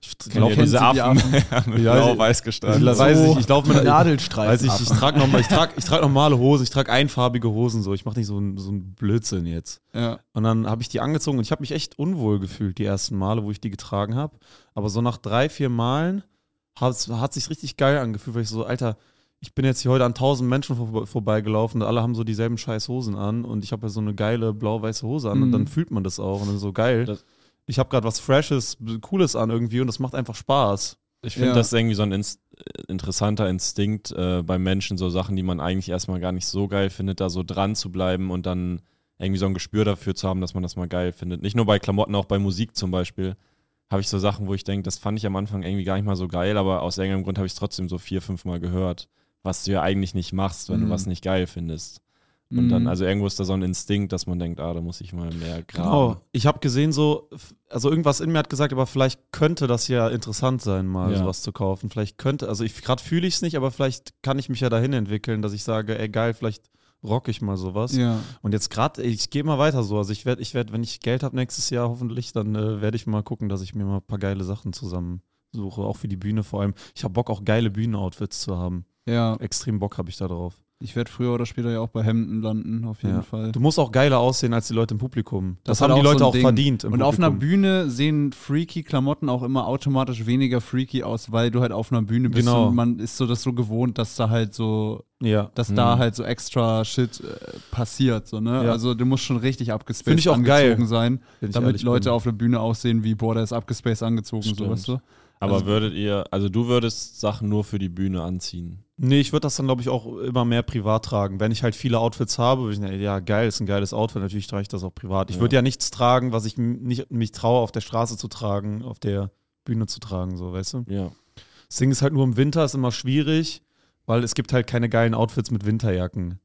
Speaker 3: ich
Speaker 4: Kennt ihr
Speaker 3: laufe
Speaker 4: diese
Speaker 2: Kennst du die
Speaker 4: (laughs) Affen, mit
Speaker 3: Ja, also
Speaker 4: blau-weiß gestaltet.
Speaker 3: ich weiß nicht, ich laufe mit
Speaker 1: Nadelstreifen.
Speaker 3: Weiß ich, ich trage normal, ich trag, ich trag normale Hosen, ich trage einfarbige Hosen so. Ich mache nicht so einen so einen Blödsinn jetzt.
Speaker 2: Ja.
Speaker 3: Und dann habe ich die angezogen und ich habe mich echt unwohl gefühlt die ersten Male, wo ich die getragen habe. Aber so nach drei, vier Malen hat's- hat sich richtig geil angefühlt, weil ich so, Alter, ich bin jetzt hier heute an tausend Menschen vor, vorbeigelaufen und alle haben so dieselben scheiß Hosen an und ich habe ja so eine geile blau-weiße Hose an und
Speaker 2: Mhm.
Speaker 3: dann fühlt man das auch und dann so geil.
Speaker 4: Das-
Speaker 3: ich habe gerade was Freshes, Cooles an irgendwie und das macht einfach Spaß.
Speaker 4: Ich finde
Speaker 2: Ja.
Speaker 4: das ist irgendwie so ein Inst äh, interessanter Instinkt äh, bei Menschen, so Sachen, die man eigentlich erstmal gar nicht so geil findet, da so dran zu bleiben und dann irgendwie so ein Gespür dafür zu haben, dass man das mal geil findet. Nicht nur bei Klamotten, auch bei Musik zum Beispiel habe ich so Sachen, wo ich denke, das fand ich am Anfang irgendwie gar nicht mal so geil, aber aus irgendeinem Grund habe ich es trotzdem so vier, fünf Mal gehört, was du ja eigentlich nicht machst, wenn
Speaker 2: Mhm.
Speaker 4: du was nicht geil findest. Und dann,
Speaker 2: Mhm.
Speaker 4: also irgendwo ist da so ein Instinkt, dass man denkt, ah, da muss ich mal mehr graben.
Speaker 3: Genau. Ich habe gesehen, so, f- also irgendwas in mir hat gesagt, aber vielleicht könnte das ja interessant sein, mal
Speaker 4: Ja.
Speaker 3: sowas zu kaufen. Vielleicht könnte, also ich gerade fühle ich es nicht, aber vielleicht kann ich mich ja dahin entwickeln, dass ich sage, ey geil, vielleicht rock ich mal sowas.
Speaker 2: Ja.
Speaker 3: Und jetzt gerade, ich gehe mal weiter so. Also ich werde, ich werde, wenn ich Geld habe nächstes Jahr hoffentlich, dann äh, werde ich mal gucken, dass ich mir mal ein paar geile Sachen zusammensuche, auch für die Bühne vor allem. Ich habe Bock, auch geile Bühnenoutfits zu haben.
Speaker 2: ja,
Speaker 3: Extrem Bock habe ich da drauf.
Speaker 2: ich werde früher oder später ja auch bei Hemden landen, auf jeden
Speaker 3: Ja.
Speaker 2: Fall.
Speaker 3: Du musst auch geiler aussehen als die Leute im Publikum. Das,
Speaker 2: Das
Speaker 3: haben
Speaker 2: hat
Speaker 3: die
Speaker 2: auch
Speaker 3: Leute
Speaker 2: so ein
Speaker 3: auch
Speaker 2: Ding.
Speaker 3: verdient. Im
Speaker 2: Und auf einer
Speaker 3: Publikum.
Speaker 2: Bühne sehen freaky Klamotten auch immer automatisch weniger freaky aus, weil du halt auf einer Bühne bist
Speaker 3: Genau.
Speaker 2: und man ist so das so gewohnt, dass da halt so,
Speaker 3: Ja.
Speaker 2: dass da
Speaker 4: Mhm.
Speaker 2: halt so extra Shit äh, passiert, so, ne?
Speaker 3: Ja.
Speaker 2: Also du musst schon richtig abgespaced
Speaker 3: Find ich auch geil,
Speaker 2: angezogen sein,
Speaker 3: wenn ich
Speaker 2: damit
Speaker 3: ehrlich
Speaker 2: Leute
Speaker 3: bin.
Speaker 2: auf der Bühne aussehen wie, boah, der ist abgespaced angezogen, so,
Speaker 4: Stimmt.
Speaker 2: weißt du?
Speaker 4: aber
Speaker 2: also-
Speaker 4: würdet ihr, also du würdest Sachen nur für die Bühne anziehen.
Speaker 3: Nee, ich würde das dann, glaube ich, auch immer mehr privat tragen. Wenn ich halt viele Outfits habe, würde ich sagen, ja, geil, ist ein geiles Outfit, natürlich trage ich das auch privat. Ich
Speaker 4: Ja.
Speaker 3: würde ja nichts tragen, was ich m- nicht, mich traue, auf der Straße zu tragen, auf der Bühne zu tragen, so, weißt du?
Speaker 4: Ja.
Speaker 3: Das Ding ist halt nur im Winter, ist immer schwierig, weil es gibt halt keine geilen Outfits mit Winterjacken.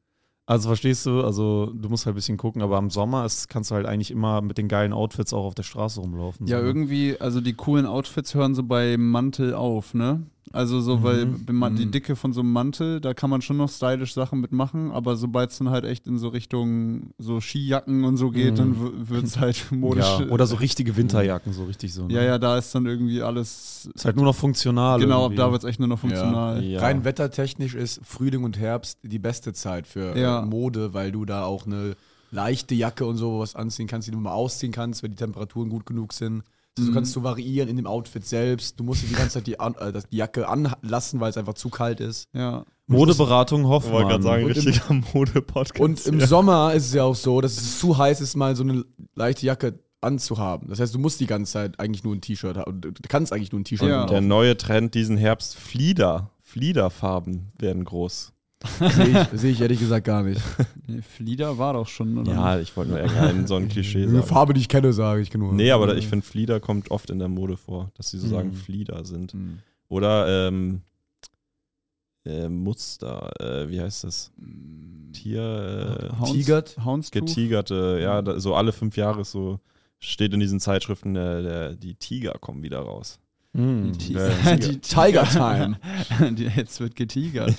Speaker 3: Also verstehst du, also du musst halt ein bisschen gucken, aber im Sommer ist, kannst du halt eigentlich immer mit den geilen Outfits auch auf der Straße rumlaufen.
Speaker 2: Ja,
Speaker 3: so, ne?
Speaker 2: irgendwie, also die coolen Outfits hören so bei Mantel auf, ne? Also so,
Speaker 3: Mhm.
Speaker 2: weil wenn man die
Speaker 1: Mhm.
Speaker 2: Dicke von so einem Mantel, da kann man schon noch stylisch Sachen mitmachen, aber sobald es dann halt echt in so Richtung so Skijacken und so geht,
Speaker 3: Mhm.
Speaker 2: dann wird es halt (laughs) modisch.
Speaker 3: ja. Oder so richtige Winterjacken, so richtig so. ne?
Speaker 2: Ja, ja, da ist dann irgendwie alles.
Speaker 3: Ist halt nur noch funktional.
Speaker 2: genau, ab
Speaker 3: irgendwie.
Speaker 2: da wird es echt nur noch funktional.
Speaker 4: ja.
Speaker 1: Rein wettertechnisch ist Frühling und Herbst die beste Zeit für äh,
Speaker 2: Ja.
Speaker 1: Mode, weil du da auch eine leichte Jacke und sowas anziehen kannst, die du mal ausziehen kannst, wenn die Temperaturen gut genug sind. Also Du
Speaker 2: Mhm.
Speaker 1: kannst du variieren in dem Outfit selbst. Du musst dir die ganze Zeit die, an, äh, das- die Jacke anlassen, weil es einfach zu kalt ist.
Speaker 2: Ja.
Speaker 3: Modeberatung Hoffmann.
Speaker 1: Und im- richtiger
Speaker 4: Mode-Podcast.
Speaker 1: Und im Sommer ist es ja auch so, dass es zu heiß ist, mal so eine leichte Jacke anzuhaben. Das heißt, du musst die ganze Zeit eigentlich nur ein T-Shirt haben. Du du kannst eigentlich nur ein T-Shirt
Speaker 2: Ja.
Speaker 1: haben.
Speaker 4: der (laughs) neue Trend diesen Herbst, Flieder. Fliederfarben werden groß.
Speaker 1: Sehe ich, seh ich ehrlich gesagt gar nicht.
Speaker 2: Nee, Flieder war doch schon, oder?
Speaker 4: Ja, ich wollte nur irgendein so ein Klischee
Speaker 1: Eine
Speaker 4: sagen.
Speaker 1: Farbe, die ich kenne, sage ich genug.
Speaker 4: Nee, aber da- ich finde, Flieder kommt oft in der Mode vor, dass sie so sagen,
Speaker 3: Mhm.
Speaker 4: Flieder sind.
Speaker 2: Mhm.
Speaker 4: Oder ähm, äh, Muster, äh, wie heißt das? Tier, äh,
Speaker 2: Hounds-
Speaker 1: Tigert?
Speaker 2: Houndstooth?
Speaker 4: getigerte, ja, da, so alle fünf Jahre ist so, steht in diesen Zeitschriften, äh, der, die Tiger kommen wieder raus.
Speaker 1: Hm.
Speaker 3: Mhm.
Speaker 2: Die- (laughs)
Speaker 4: Ja,
Speaker 2: die
Speaker 1: Tiger Time.
Speaker 2: Die- Jetzt wird getigert.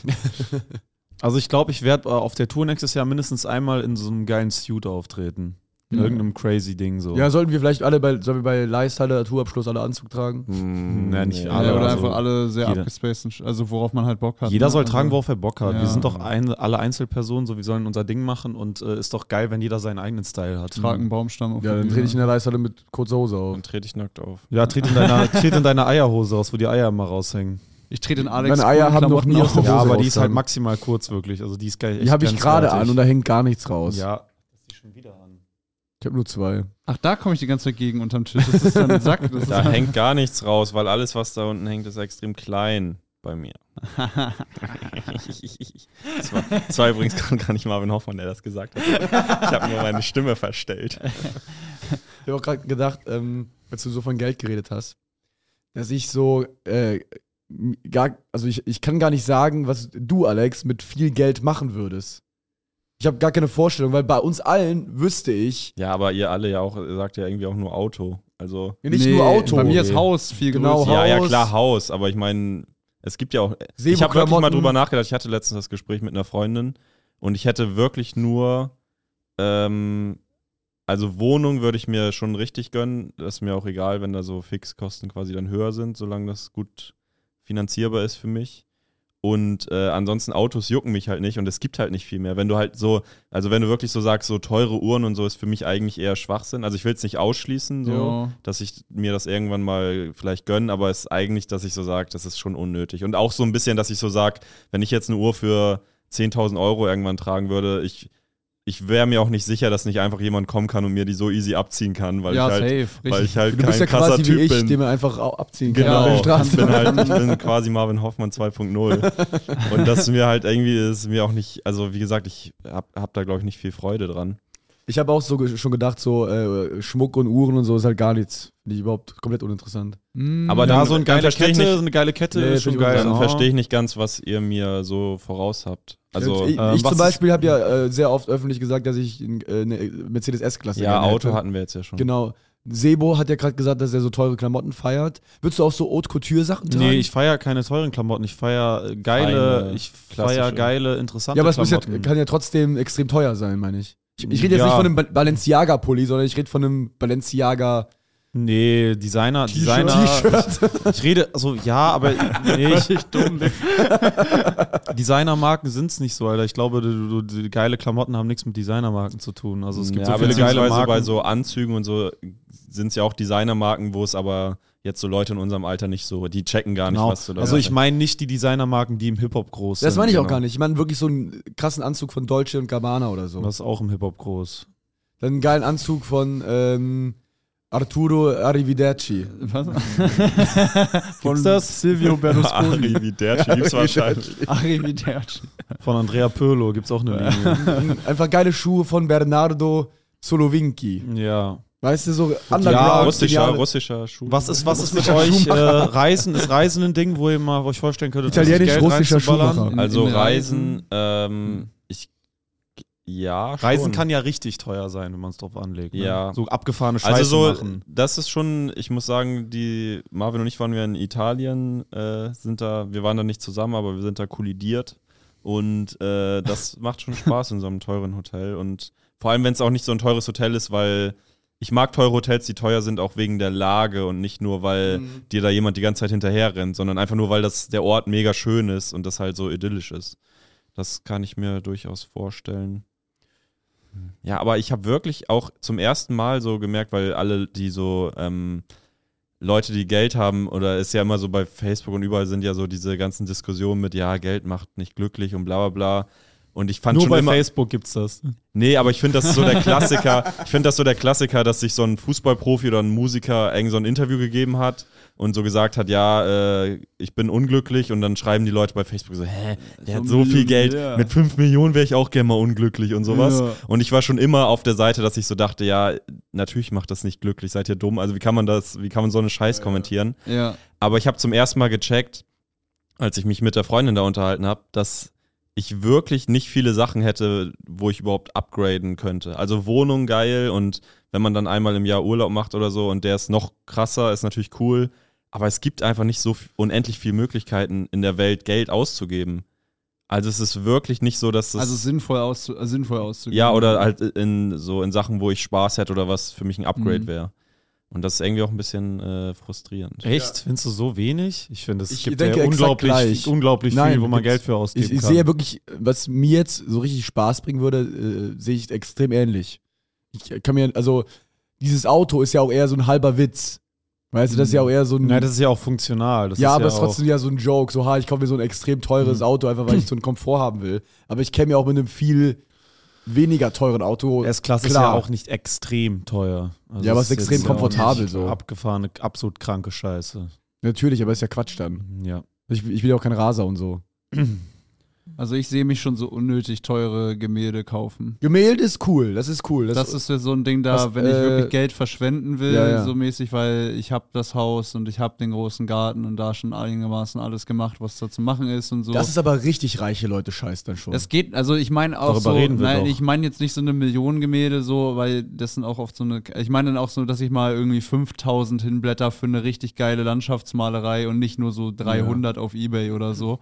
Speaker 3: Also ich glaube, ich werde auf der Tour nächstes Jahr mindestens einmal in so einem geilen Suit auftreten. In
Speaker 2: Ja.
Speaker 3: irgendeinem crazy Ding so.
Speaker 1: Ja, sollten wir vielleicht alle bei, sollen wir bei Leisthalle Tourabschluss alle Anzug tragen?
Speaker 3: Mhm.
Speaker 4: Hm,
Speaker 3: Na, Mm, nicht
Speaker 4: ja.
Speaker 3: alle,
Speaker 2: ja, oder
Speaker 3: also
Speaker 2: einfach alle sehr
Speaker 3: jeder.
Speaker 2: abgespaced, und sch- also worauf man halt Bock hat.
Speaker 3: jeder
Speaker 2: ne?
Speaker 3: soll
Speaker 2: also,
Speaker 3: tragen, worauf er Bock hat.
Speaker 2: Ja.
Speaker 3: Wir sind doch ein, alle Einzelpersonen, so wir sollen unser Ding machen und äh, ist doch geil, wenn jeder seinen eigenen Style hat.
Speaker 2: Tragen Baumstamm auf
Speaker 1: Ja,
Speaker 2: der
Speaker 1: dann
Speaker 2: Bühne.
Speaker 1: trete ich in der Leisthalle mit kurzer Hose auf.
Speaker 4: Dann trete ich nackt auf.
Speaker 3: Ja, tritt in, deiner, (laughs) tritt in deiner Eierhose aus, wo die Eier immer raushängen.
Speaker 2: Ich trete in Alex.
Speaker 1: Meine Eier
Speaker 2: coolen
Speaker 1: haben noch
Speaker 2: Klamotten
Speaker 1: nie aus der
Speaker 2: auf.
Speaker 3: Ja, aber die
Speaker 1: raus
Speaker 3: ist halt
Speaker 1: dann.
Speaker 3: maximal kurz wirklich. Also die ist geil.
Speaker 1: Die habe ich gerade an und da hängt gar nichts raus.
Speaker 3: Ja. Ist die schon wieder an?
Speaker 1: Ich habe nur zwei.
Speaker 2: Ach, da komme ich die ganze Zeit gegen unterm Tisch. Das ist dann ein Sack.
Speaker 4: (laughs)
Speaker 2: Das
Speaker 1: (laughs)
Speaker 2: ist
Speaker 4: Da hängt gar nichts raus, weil alles, was da unten hängt, ist extrem klein bei
Speaker 3: (laughs)
Speaker 4: mir. das, war, das war übrigens (laughs) gar gar nicht Marvin Hoffmann, der das gesagt hat. Ich habe nur meine Stimme verstellt.
Speaker 1: Ich habe auch gerade gedacht, ähm, als du so von Geld geredet hast, dass ich so äh, gar, also ich, ich kann gar nicht sagen, was du, Alex, mit viel Geld machen würdest. Ich habe gar keine Vorstellung, weil bei uns allen wüsste ich,
Speaker 4: Ja, aber ihr alle ja auch, ihr sagt ja irgendwie auch nur Auto. Also.
Speaker 1: nicht
Speaker 2: Nee,
Speaker 1: nur Auto.
Speaker 2: Bei mir ist Haus viel
Speaker 1: Genau,
Speaker 2: genau.
Speaker 4: Ja, ja,
Speaker 1: Haus.
Speaker 4: klar, Haus, aber ich meine, es gibt ja auch.
Speaker 1: Sebo-
Speaker 4: ich habe wirklich mal
Speaker 1: Klamotten.
Speaker 4: drüber nachgedacht. Ich hatte letztens das Gespräch mit einer Freundin und ich hätte wirklich nur. Ähm, also, Wohnung würde ich mir schon richtig gönnen. Das ist mir auch egal, wenn da so Fixkosten quasi dann höher sind, solange das gut finanzierbar ist für mich. Und äh, ansonsten Autos jucken mich halt nicht und es gibt halt nicht viel mehr. Wenn du halt so, also wenn du wirklich so sagst, so teure Uhren und so ist für mich eigentlich eher Schwachsinn. Also ich will es nicht ausschließen, so,
Speaker 2: Ja.
Speaker 4: dass ich mir das irgendwann mal vielleicht gönne, aber es ist eigentlich, dass ich so sage, das ist schon unnötig. Und auch so ein bisschen, dass ich so sage, wenn ich jetzt eine Uhr für 10.000 Euro irgendwann tragen würde, ich, ich wäre mir auch nicht sicher, dass nicht einfach jemand kommen kann und mir die so easy abziehen
Speaker 3: (laughs)
Speaker 4: kann, weil
Speaker 2: ja,
Speaker 4: ich halt,
Speaker 2: safe,
Speaker 4: weil
Speaker 2: richtig.
Speaker 4: ich halt
Speaker 1: Du bist
Speaker 4: kein
Speaker 1: ja
Speaker 4: krasser
Speaker 1: quasi
Speaker 4: Typ
Speaker 1: wie ich,
Speaker 4: bin.
Speaker 1: den man einfach au- abziehen kann.
Speaker 2: Genau.
Speaker 1: auf der
Speaker 4: Genau, ich
Speaker 1: Straße.
Speaker 4: (laughs) bin, halt, ich bin quasi Marvin Hoffmann 2.0. Und das ist mir halt irgendwie, das ist mir auch nicht, also wie gesagt, ich hab, hab da glaube ich nicht viel Freude dran.
Speaker 1: Ich habe auch so ge- schon gedacht, so äh, Schmuck und Uhren und so ist halt gar nichts. Finde ich überhaupt komplett uninteressant.
Speaker 2: Mm, (laughs)
Speaker 4: Aber
Speaker 3: da
Speaker 4: dann-
Speaker 3: so eine
Speaker 4: dann
Speaker 3: geile
Speaker 4: versteh ich
Speaker 3: Kette,
Speaker 4: nicht-
Speaker 3: so eine geile Kette
Speaker 1: Nee,
Speaker 3: ist schon
Speaker 1: finde ich
Speaker 3: geil.
Speaker 4: Dann
Speaker 1: Ja.
Speaker 4: verstehe ich nicht ganz, was ihr mir so voraus habt. Also,
Speaker 1: ich
Speaker 3: ähm,
Speaker 1: ich
Speaker 3: was
Speaker 1: zum
Speaker 3: ist-
Speaker 1: Beispiel habe ja äh, sehr oft öffentlich gesagt, dass ich in, äh, eine Mercedes S-Klasse
Speaker 4: ja,
Speaker 1: gerne
Speaker 4: Auto
Speaker 1: hätte.
Speaker 4: hatten wir jetzt
Speaker 3: Hm.
Speaker 4: ja schon.
Speaker 1: Genau. Sebo hat ja gerade gesagt, dass er so teure Klamotten feiert. Würdest du auch so Haute Couture Sachen tragen?
Speaker 3: Nee, ich feiere keine teuren Klamotten. Ich feiere geile,
Speaker 4: Feine,
Speaker 3: ich feiere
Speaker 4: klassische.
Speaker 3: geile, interessante
Speaker 1: ja, aber es muss ja,
Speaker 3: Klamotten.
Speaker 1: kann ja trotzdem extrem teuer sein, meine ich. Ich, ich rede jetzt
Speaker 3: Ja.
Speaker 1: nicht von einem Ba- Balenciaga-Pulli, sondern ich rede von einem Balenciaga
Speaker 3: nee, Designer, Designer.
Speaker 1: T-Shirt.
Speaker 3: (laughs) Ich rede, also ja, aber nee, ich,
Speaker 4: ne?
Speaker 3: (laughs) Designermarken sind es nicht so, Alter. Ich glaube, du, du, die geile Klamotten haben nichts mit Designermarken zu tun. Also es gibt
Speaker 4: ja,
Speaker 3: so viele geile
Speaker 4: beziehungsweise
Speaker 3: Marken.
Speaker 4: bei so Anzügen und so sind es ja auch Designermarken, wo es aber jetzt so Leute in unserem Alter nicht so, die checken gar nicht,
Speaker 3: genau.
Speaker 4: was du da (laughs)
Speaker 3: Also ich meine nicht die Designermarken, die im Hip-Hop groß sind.
Speaker 1: Das meine ich auch
Speaker 3: Genau.
Speaker 1: gar nicht. Ich meine wirklich so einen krassen Anzug von Dolce und Gabbana oder so.
Speaker 3: Das ist auch im Hip-Hop groß.
Speaker 1: Dann einen geilen Anzug von ähm, Arturo Arrivederci.
Speaker 2: was? Von das?
Speaker 3: (laughs)
Speaker 2: Silvio Berlusconi.
Speaker 4: Arrivederci gibt's wahrscheinlich.
Speaker 2: Arrivederci.
Speaker 3: Von Andrea Pirlo gibt es auch eine Linie. (laughs)
Speaker 1: Einfach geile Schuhe von Bernardo Solovinki.
Speaker 3: ja.
Speaker 1: Weißt du, so
Speaker 3: (laughs) Ja,
Speaker 1: underground.
Speaker 4: russischer,
Speaker 1: geniale-
Speaker 4: russischer Schuh.
Speaker 3: Was ist, was ist mit euch? Äh, Reisen ist Reisen ein Ding, wo ihr mal euch vorstellen könntet, richtig
Speaker 1: Italienisch,
Speaker 3: Geld
Speaker 1: russischer
Speaker 3: reinzuballern? Äh,
Speaker 1: Schuhmacher.
Speaker 2: In-
Speaker 4: Also
Speaker 2: in
Speaker 4: Reisen, ähm, ich, ja, schon.
Speaker 3: Reisen kann ja richtig teuer sein, wenn man es drauf anlegt. Ne?
Speaker 4: Ja.
Speaker 3: So abgefahrene Scheiße
Speaker 4: also so,
Speaker 3: machen.
Speaker 4: das ist schon, ich muss sagen, die Marvin und ich waren wir in Italien, äh, sind da, wir waren da nicht zusammen, aber wir sind da kollidiert und äh,
Speaker 3: (laughs)
Speaker 4: das macht schon Spaß in so einem teuren Hotel und vor allem, wenn es auch nicht so ein teures Hotel ist, weil ich mag teure Hotels, die teuer sind, auch wegen der Lage und nicht nur,
Speaker 3: Mhm.
Speaker 4: weil dir da jemand die ganze Zeit hinterher rennt, sondern einfach nur, weil das der Ort mega schön ist und das halt so idyllisch ist. Das kann ich mir durchaus vorstellen.
Speaker 3: Hm.
Speaker 4: Ja, aber ich habe wirklich auch zum ersten Mal so gemerkt, weil alle, die so ähm, Leute, die Geld haben, oder ist ja immer so bei Facebook und überall sind ja so diese ganzen Diskussionen mit, ja, Geld macht nicht glücklich und bla bla bla. Und ich fand
Speaker 3: Nur
Speaker 4: schon
Speaker 3: bei
Speaker 4: immer,
Speaker 3: Facebook gibt's das.
Speaker 4: Nee, aber ich finde, das ist so der Klassiker. Ich finde das so der Klassiker, dass sich so ein Fußballprofi oder ein Musiker eng so ein Interview gegeben hat und so gesagt hat, ja, äh, ich bin unglücklich und dann schreiben die Leute bei Facebook so, hä, der
Speaker 2: So
Speaker 4: hat so viel Geld,
Speaker 2: Millionär.
Speaker 4: mit 5 Millionen wäre ich auch gerne mal unglücklich und sowas.
Speaker 2: Ja.
Speaker 4: Und ich war schon immer auf der Seite, dass ich so dachte, ja, natürlich macht das nicht glücklich, seid ihr dumm. Also wie kann man das, wie kann man so einen Scheiß kommentieren?
Speaker 2: Ja.
Speaker 4: Aber ich habe zum ersten Mal gecheckt, als ich mich mit der Freundin da unterhalten habe, dass ich wirklich nicht viele Sachen hätte, wo ich überhaupt upgraden könnte. Also Wohnung geil und wenn man dann einmal im Jahr Urlaub macht oder so und der ist noch krasser, ist natürlich cool. Aber es gibt einfach nicht so f- unendlich viele Möglichkeiten in der Welt, Geld auszugeben. Also es ist wirklich nicht so, dass es
Speaker 2: Also sinnvoll, auszu äh, sinnvoll auszugeben.
Speaker 4: ja, oder halt in so in Sachen, wo ich Spaß hätte oder was für mich ein Upgrade
Speaker 2: Mhm.
Speaker 4: wäre. Und das ist irgendwie auch ein bisschen äh, frustrierend.
Speaker 3: Echt? Findest du so wenig? Ich finde, es
Speaker 1: Ich
Speaker 3: gibt
Speaker 1: denke
Speaker 3: ja
Speaker 1: exakt
Speaker 3: unglaublich,
Speaker 1: gleich.
Speaker 3: unglaublich viel,
Speaker 1: Nein,
Speaker 3: wo man
Speaker 1: gibt's-
Speaker 3: Geld für ausgeben
Speaker 1: Ich, ich
Speaker 3: kann.
Speaker 1: sehe ja wirklich, was mir jetzt so richtig Spaß bringen würde, äh, sehe ich extrem ähnlich. Ich kann mir, also, dieses Auto ist ja auch eher so ein halber Witz. Weißt du, das ist ja auch eher so ein.
Speaker 3: Nein, das ist ja auch funktional. Das
Speaker 1: ja,
Speaker 3: ist
Speaker 1: aber es ist
Speaker 3: auch-
Speaker 1: trotzdem ja so ein Joke. So, ha, ich kaufe mir so ein extrem teures Auto, einfach weil ich so einen Komfort haben will. Aber ich käme mir auch mit einem viel weniger teuren Auto.
Speaker 3: S-Klasse ist ja
Speaker 1: klar.
Speaker 3: auch nicht extrem teuer. Also
Speaker 1: Ja, aber es ist
Speaker 3: jetzt
Speaker 1: extrem
Speaker 3: ja
Speaker 1: komfortabel
Speaker 3: auch nicht
Speaker 1: so.
Speaker 3: Abgefahrene, absolut kranke Scheiße.
Speaker 1: Natürlich, aber ist ja Quatsch dann.
Speaker 3: Ja.
Speaker 1: Ich, ich will ja auch kein Raser und so.
Speaker 2: Also ich sehe mich schon so unnötig teure Gemälde kaufen.
Speaker 1: Gemälde ist cool, das ist cool. Das,
Speaker 2: Das, ist ja so ein Ding da,
Speaker 1: das,
Speaker 2: wenn ich
Speaker 1: äh,
Speaker 2: wirklich Geld verschwenden will,
Speaker 1: ja, ja.
Speaker 2: so mäßig, weil ich habe das Haus und ich habe den großen Garten und da schon einigermaßen alles gemacht, was da zu machen ist und so.
Speaker 1: das ist aber richtig reiche Leute scheiß dann schon.
Speaker 2: Es geht, also ich meine auch
Speaker 3: Darüber
Speaker 2: so,
Speaker 3: reden wir
Speaker 2: nein,
Speaker 3: doch.
Speaker 2: ich meine jetzt nicht so eine Million Gemälde so, weil das sind auch oft so eine, ich meine dann auch so, dass ich mal irgendwie 5000 hinblätter für eine richtig geile Landschaftsmalerei und nicht nur so 300 auf Ebay oder so.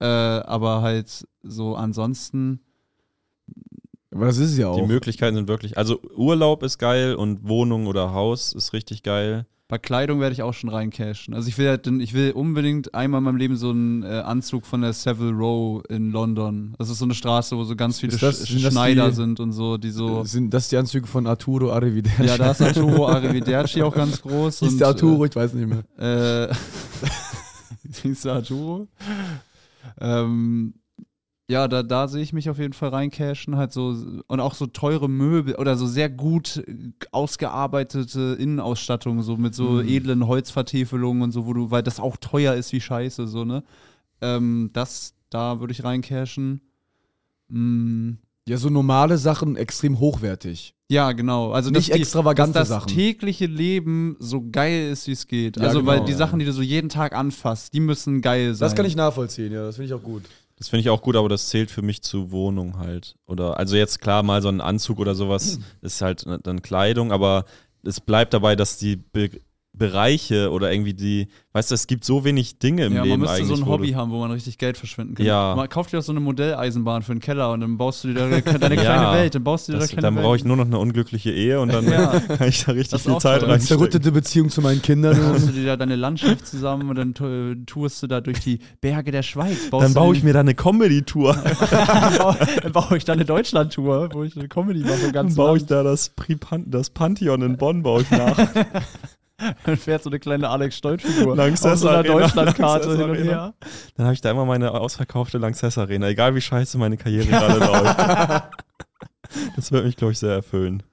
Speaker 2: Äh, aber halt so ansonsten,
Speaker 1: aber das ist es ja
Speaker 4: Die
Speaker 1: auch.
Speaker 4: Möglichkeiten sind wirklich. Also Urlaub ist geil und Wohnung oder Haus ist richtig geil.
Speaker 2: bei Kleidung werde ich auch schon reincashen. Also ich will halt, den- ich will unbedingt einmal in meinem Leben so einen äh, Anzug von der Savile Row in London. Das ist so eine Straße, wo so ganz viele
Speaker 1: Ist das-
Speaker 2: Sch-
Speaker 1: sind das
Speaker 2: Schneider
Speaker 1: die-
Speaker 2: sind und so, die so.
Speaker 1: Sind das die Anzüge von Arturo Arrivederci?
Speaker 2: Ja, da ist Arturo Arrivederci auch ganz groß.
Speaker 1: Hieß
Speaker 2: und,
Speaker 1: der Arturo, ich weiß nicht mehr.
Speaker 2: Äh, (laughs) hieß der Arturo. Ähm, ja, da, da sehe ich mich auf jeden Fall reincashen. Halt so, und auch so teure Möbel oder so sehr gut äh, ausgearbeitete Innenausstattung, so mit so edlen Holzvertäfelungen und so, wo du, weil das auch teuer ist wie Scheiße, so, ne? Ähm, das, da würde ich reincashen. Mm,
Speaker 1: Ja, so normale Sachen extrem hochwertig.
Speaker 2: ja, genau. Also
Speaker 1: Nicht
Speaker 2: dass die-
Speaker 1: extravagante
Speaker 2: dass das
Speaker 1: Sachen.
Speaker 2: tägliche Leben so geil ist, wie es geht.
Speaker 1: Ja,
Speaker 2: also,
Speaker 1: genau,
Speaker 2: weil die
Speaker 1: ja.
Speaker 2: Sachen, die du so jeden Tag anfasst, die müssen geil sein.
Speaker 1: Das kann ich nachvollziehen, ja, das finde ich auch gut.
Speaker 4: Das finde ich auch gut, aber das zählt für mich zu Wohnung halt. Oder also jetzt klar mal so ein Anzug
Speaker 2: (clears throat)
Speaker 4: oder sowas ist halt dann Kleidung, aber es bleibt dabei, dass die Be Bereiche oder irgendwie die, weißt du, es gibt so wenig Dinge im
Speaker 2: ja, man
Speaker 4: Leben
Speaker 2: müsste
Speaker 4: eigentlich.
Speaker 2: so ein
Speaker 4: wo du-
Speaker 2: Hobby haben, wo man richtig Geld verschwenden kann.
Speaker 4: Ja.
Speaker 2: Man kauft dir doch so eine Modelleisenbahn für den Keller und dann baust du dir deine,
Speaker 4: (laughs)
Speaker 2: deine
Speaker 4: Ja.
Speaker 2: kleine Welt. Dann baust du dir
Speaker 4: Das,
Speaker 2: deine kleine
Speaker 4: dann brauche ich
Speaker 2: Welt.
Speaker 4: nur noch eine unglückliche Ehe und dann
Speaker 2: (laughs) Ja.
Speaker 4: (laughs) kann ich da richtig
Speaker 2: Das ist
Speaker 4: viel
Speaker 2: auch
Speaker 4: Zeit
Speaker 2: toll.
Speaker 4: reinstecken.
Speaker 1: Zerrüttete Beziehung zu meinen (laughs) Kindern.
Speaker 2: baust du dir da deine Landschaft zusammen und dann tu- tourst du da durch die Berge der Schweiz. Baust
Speaker 4: Dann
Speaker 2: du
Speaker 4: baue
Speaker 2: den-
Speaker 4: ich mir da eine (laughs) Comedy-Tour.
Speaker 2: (laughs) dann baue ich da eine Deutschland-Tour, wo ich eine Comedy mache. im
Speaker 4: Dann
Speaker 2: ganzen
Speaker 4: baue ich
Speaker 2: Land.
Speaker 4: da das, Pri Pan das Pantheon in Bonn, baue ich nach.
Speaker 2: Dann fährt so eine kleine Alex Stolz-Figur auf
Speaker 4: Lanxess
Speaker 2: so einer
Speaker 4: Arena, (laughs)
Speaker 2: Deutschlandkarte
Speaker 4: Lanxess
Speaker 2: hin und
Speaker 4: Arena.
Speaker 2: her.
Speaker 4: Dann habe ich da immer meine ausverkaufte Lanxess Arena, egal wie scheiße meine Karriere (laughs) gerade läuft. Das wird mich, glaube ich, sehr erfüllen.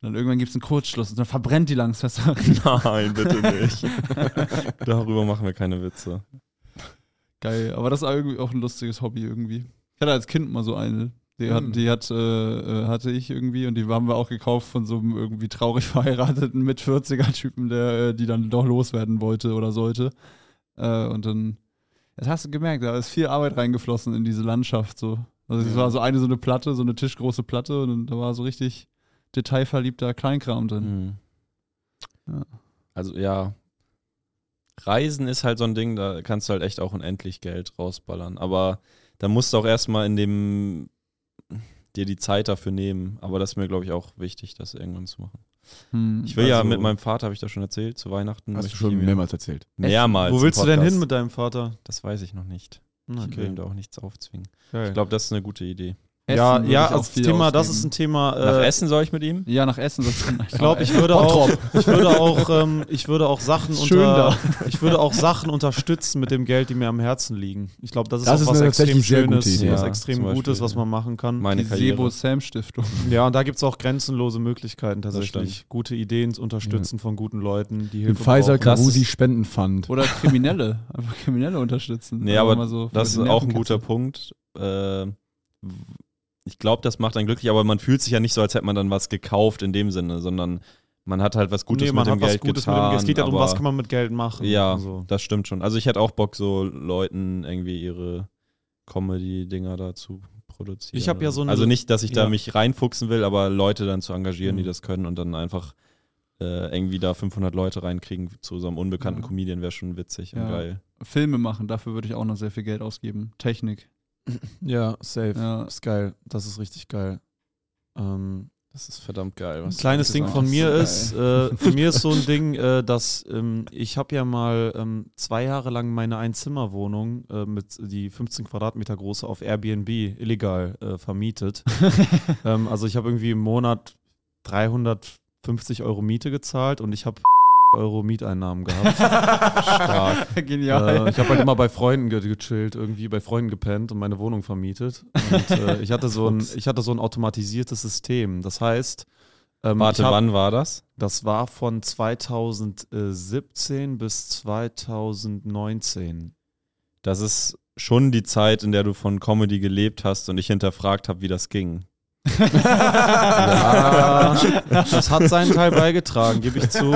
Speaker 2: Dann irgendwann gibt es einen Kurzschluss und dann verbrennt die Langsfässer.
Speaker 4: (laughs) Nein, bitte nicht. (laughs) Darüber machen wir keine Witze.
Speaker 2: (laughs) Geil, aber das ist irgendwie auch ein lustiges Hobby irgendwie. Ich hatte als Kind mal so eine. Die,
Speaker 1: Hm.
Speaker 2: hat, die hat, äh, äh, hatte ich irgendwie und die haben wir auch gekauft von so einem irgendwie traurig (laughs) verheirateten mit 40er Typen, der äh, die dann doch loswerden wollte oder sollte. Äh, und dann, das hast du gemerkt, da ist viel Arbeit reingeflossen in diese Landschaft so. Also es war so eine so eine Platte, so eine tischgroße Platte und dann- da war so richtig detailverliebter Kleinkram drin. Ja.
Speaker 4: Mhm. Also ja, Reisen ist halt so ein Ding, da kannst du halt echt auch unendlich Geld rausballern. Aber da musst du auch erstmal in dem dir die Zeit dafür nehmen. Aber das ist mir, glaube ich, auch wichtig, das irgendwann zu machen.
Speaker 2: Hm.
Speaker 4: Ich will ja
Speaker 1: Also-
Speaker 4: mit meinem Vater, habe ich das schon erzählt, zu Weihnachten.
Speaker 1: Hast du
Speaker 4: möchte
Speaker 1: schon
Speaker 4: ich mir-
Speaker 1: mehrmals erzählt.
Speaker 4: mehrmals.
Speaker 3: Wo
Speaker 4: im
Speaker 3: willst du denn
Speaker 4: Podcast.
Speaker 3: hin mit deinem Vater?
Speaker 4: Das weiß ich noch nicht.
Speaker 3: Hm,
Speaker 4: Ich will ihm da auch nichts aufzwingen.
Speaker 3: Geil.
Speaker 4: Ich glaube, das ist eine gute Idee.
Speaker 2: Essen
Speaker 3: ja,
Speaker 2: würde
Speaker 3: ja,
Speaker 2: ich auch
Speaker 3: als
Speaker 2: viel
Speaker 3: Thema, das
Speaker 2: ausgeben.
Speaker 3: ist ein Thema.
Speaker 4: Nach
Speaker 3: äh,
Speaker 4: Essen soll ich mit ihm?
Speaker 2: Ja, nach Essen. Ich
Speaker 3: Ich glaube, ich würde auch, ich würde auch, ähm, ich würde auch Sachen
Speaker 2: Schön
Speaker 3: unter, ich würde auch Sachen unterstützen mit dem Geld, die mir am Herzen liegen. Ich glaube, das ist
Speaker 1: Das
Speaker 3: auch
Speaker 1: ist
Speaker 3: was
Speaker 1: eine
Speaker 3: extrem
Speaker 1: tatsächlich sehr gute
Speaker 3: Schönes,
Speaker 1: Idee.
Speaker 3: was
Speaker 4: Ja,
Speaker 3: extrem
Speaker 4: zum Beispiel,
Speaker 3: Gutes, was
Speaker 4: ja.
Speaker 3: man machen kann.
Speaker 4: Meine
Speaker 2: die
Speaker 4: Karriere.
Speaker 2: Sebo Sam Stiftung.
Speaker 3: Ja, und da gibt es auch grenzenlose Möglichkeiten tatsächlich.
Speaker 4: stimmt.
Speaker 3: Gute Ideen zu unterstützen von guten Leuten, die
Speaker 1: Den
Speaker 3: Hilfe
Speaker 1: Pfizer
Speaker 3: brauchen.
Speaker 1: Carusi
Speaker 2: (laughs)
Speaker 1: Spendenfund.
Speaker 2: Oder Kriminelle. Einfach Kriminelle unterstützen.
Speaker 4: Nee,
Speaker 2: Einfach
Speaker 4: aber
Speaker 2: mal so
Speaker 4: Das ist
Speaker 2: für die
Speaker 4: auch ein
Speaker 2: Nervenkitzel.
Speaker 4: guter Punkt. Äh, ich glaube, das macht einen glücklich, aber man fühlt sich ja nicht so, als hätte man dann was gekauft in dem Sinne, sondern man hat halt was Gutes
Speaker 3: nee,
Speaker 4: mit
Speaker 3: man
Speaker 4: dem
Speaker 3: hat was
Speaker 4: Geld
Speaker 3: Gutes
Speaker 4: getan.
Speaker 3: mit dem Geld. Es geht ja darum,
Speaker 4: aber-
Speaker 3: was kann man mit Geld machen.
Speaker 4: Ja,
Speaker 3: So.
Speaker 4: das stimmt schon. Also ich hätte auch Bock, so Leuten irgendwie ihre Comedy-Dinger dazu produzieren.
Speaker 3: Ich hab ja so eine-
Speaker 4: also nicht, dass ich
Speaker 3: ja.
Speaker 4: da mich reinfuchsen will, aber Leute dann zu engagieren, die
Speaker 3: Mhm.
Speaker 4: das können und dann einfach äh, irgendwie da 500 Leute reinkriegen zu so einem unbekannten
Speaker 2: Ja.
Speaker 4: Comedian wäre schon witzig
Speaker 2: Ja.
Speaker 4: und geil.
Speaker 2: Filme machen, dafür würde ich auch noch sehr viel Geld ausgeben. Technik.
Speaker 3: Ja, safe. (laughs)
Speaker 2: Ja.
Speaker 3: Ist geil. Das ist richtig geil. Ähm,
Speaker 4: Das ist verdammt geil.
Speaker 3: Ein
Speaker 4: Was
Speaker 3: kleines
Speaker 4: du
Speaker 3: Ding
Speaker 4: gesagt
Speaker 3: von
Speaker 4: hast.
Speaker 3: mir
Speaker 2: geil.
Speaker 3: ist, äh, von mir ist so
Speaker 4: (laughs)
Speaker 3: ein Ding, äh, dass ähm, ich habe ja mal ähm, zwei Jahre lang meine Einzimmerwohnung äh, mit die 15 Quadratmeter große auf Airbnb illegal
Speaker 4: (laughs)
Speaker 3: äh, vermietet. ähm, also ich habe irgendwie im Monat 350 Euro Miete gezahlt und ich habe (laughs) Euro Mieteinnahmen gehabt.
Speaker 4: (laughs)
Speaker 2: Stark. (laughs) Genial.
Speaker 3: Äh, ich habe halt immer bei Freunden ge gechillt, irgendwie bei Freunden gepennt und meine Wohnung vermietet. Und äh, ich, hatte so ein, ich hatte so ein automatisiertes System. Das heißt, ähm,
Speaker 4: Warte,
Speaker 3: ich hab-
Speaker 4: wann war das?
Speaker 3: das war von 2017 bis 2019.
Speaker 4: Das ist schon die Zeit, in der du von Comedy gelebt hast und ich hinterfragt habe, wie das ging.
Speaker 3: Ja, das hat seinen Teil beigetragen, gebe ich zu.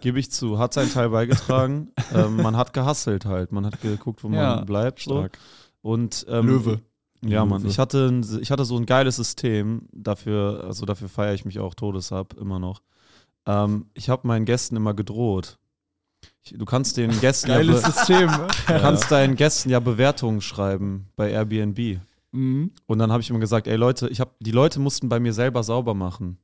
Speaker 3: Gebe ich zu, hat seinen Teil beigetragen. Ähm, man hat gehasselt halt, man hat geguckt, wo
Speaker 2: Ja,
Speaker 3: man bleibt. So.
Speaker 4: Stark.
Speaker 3: Und, ähm,
Speaker 2: Löwe.
Speaker 3: Ja, Mann, ich hatte, ein, ich hatte so ein geiles System, dafür, also dafür feiere ich mich auch todeshab, immer noch. Ähm, ich habe meinen Gästen immer gedroht. Ich, du kannst den Gästen ja
Speaker 2: Geiles
Speaker 3: be-
Speaker 2: System.
Speaker 3: du kannst deinen Gästen ja Bewertungen schreiben bei Airbnb.
Speaker 2: Mhm.
Speaker 3: Und dann habe ich immer gesagt, ey Leute, ich hab, die Leute mussten bei mir selber sauber machen.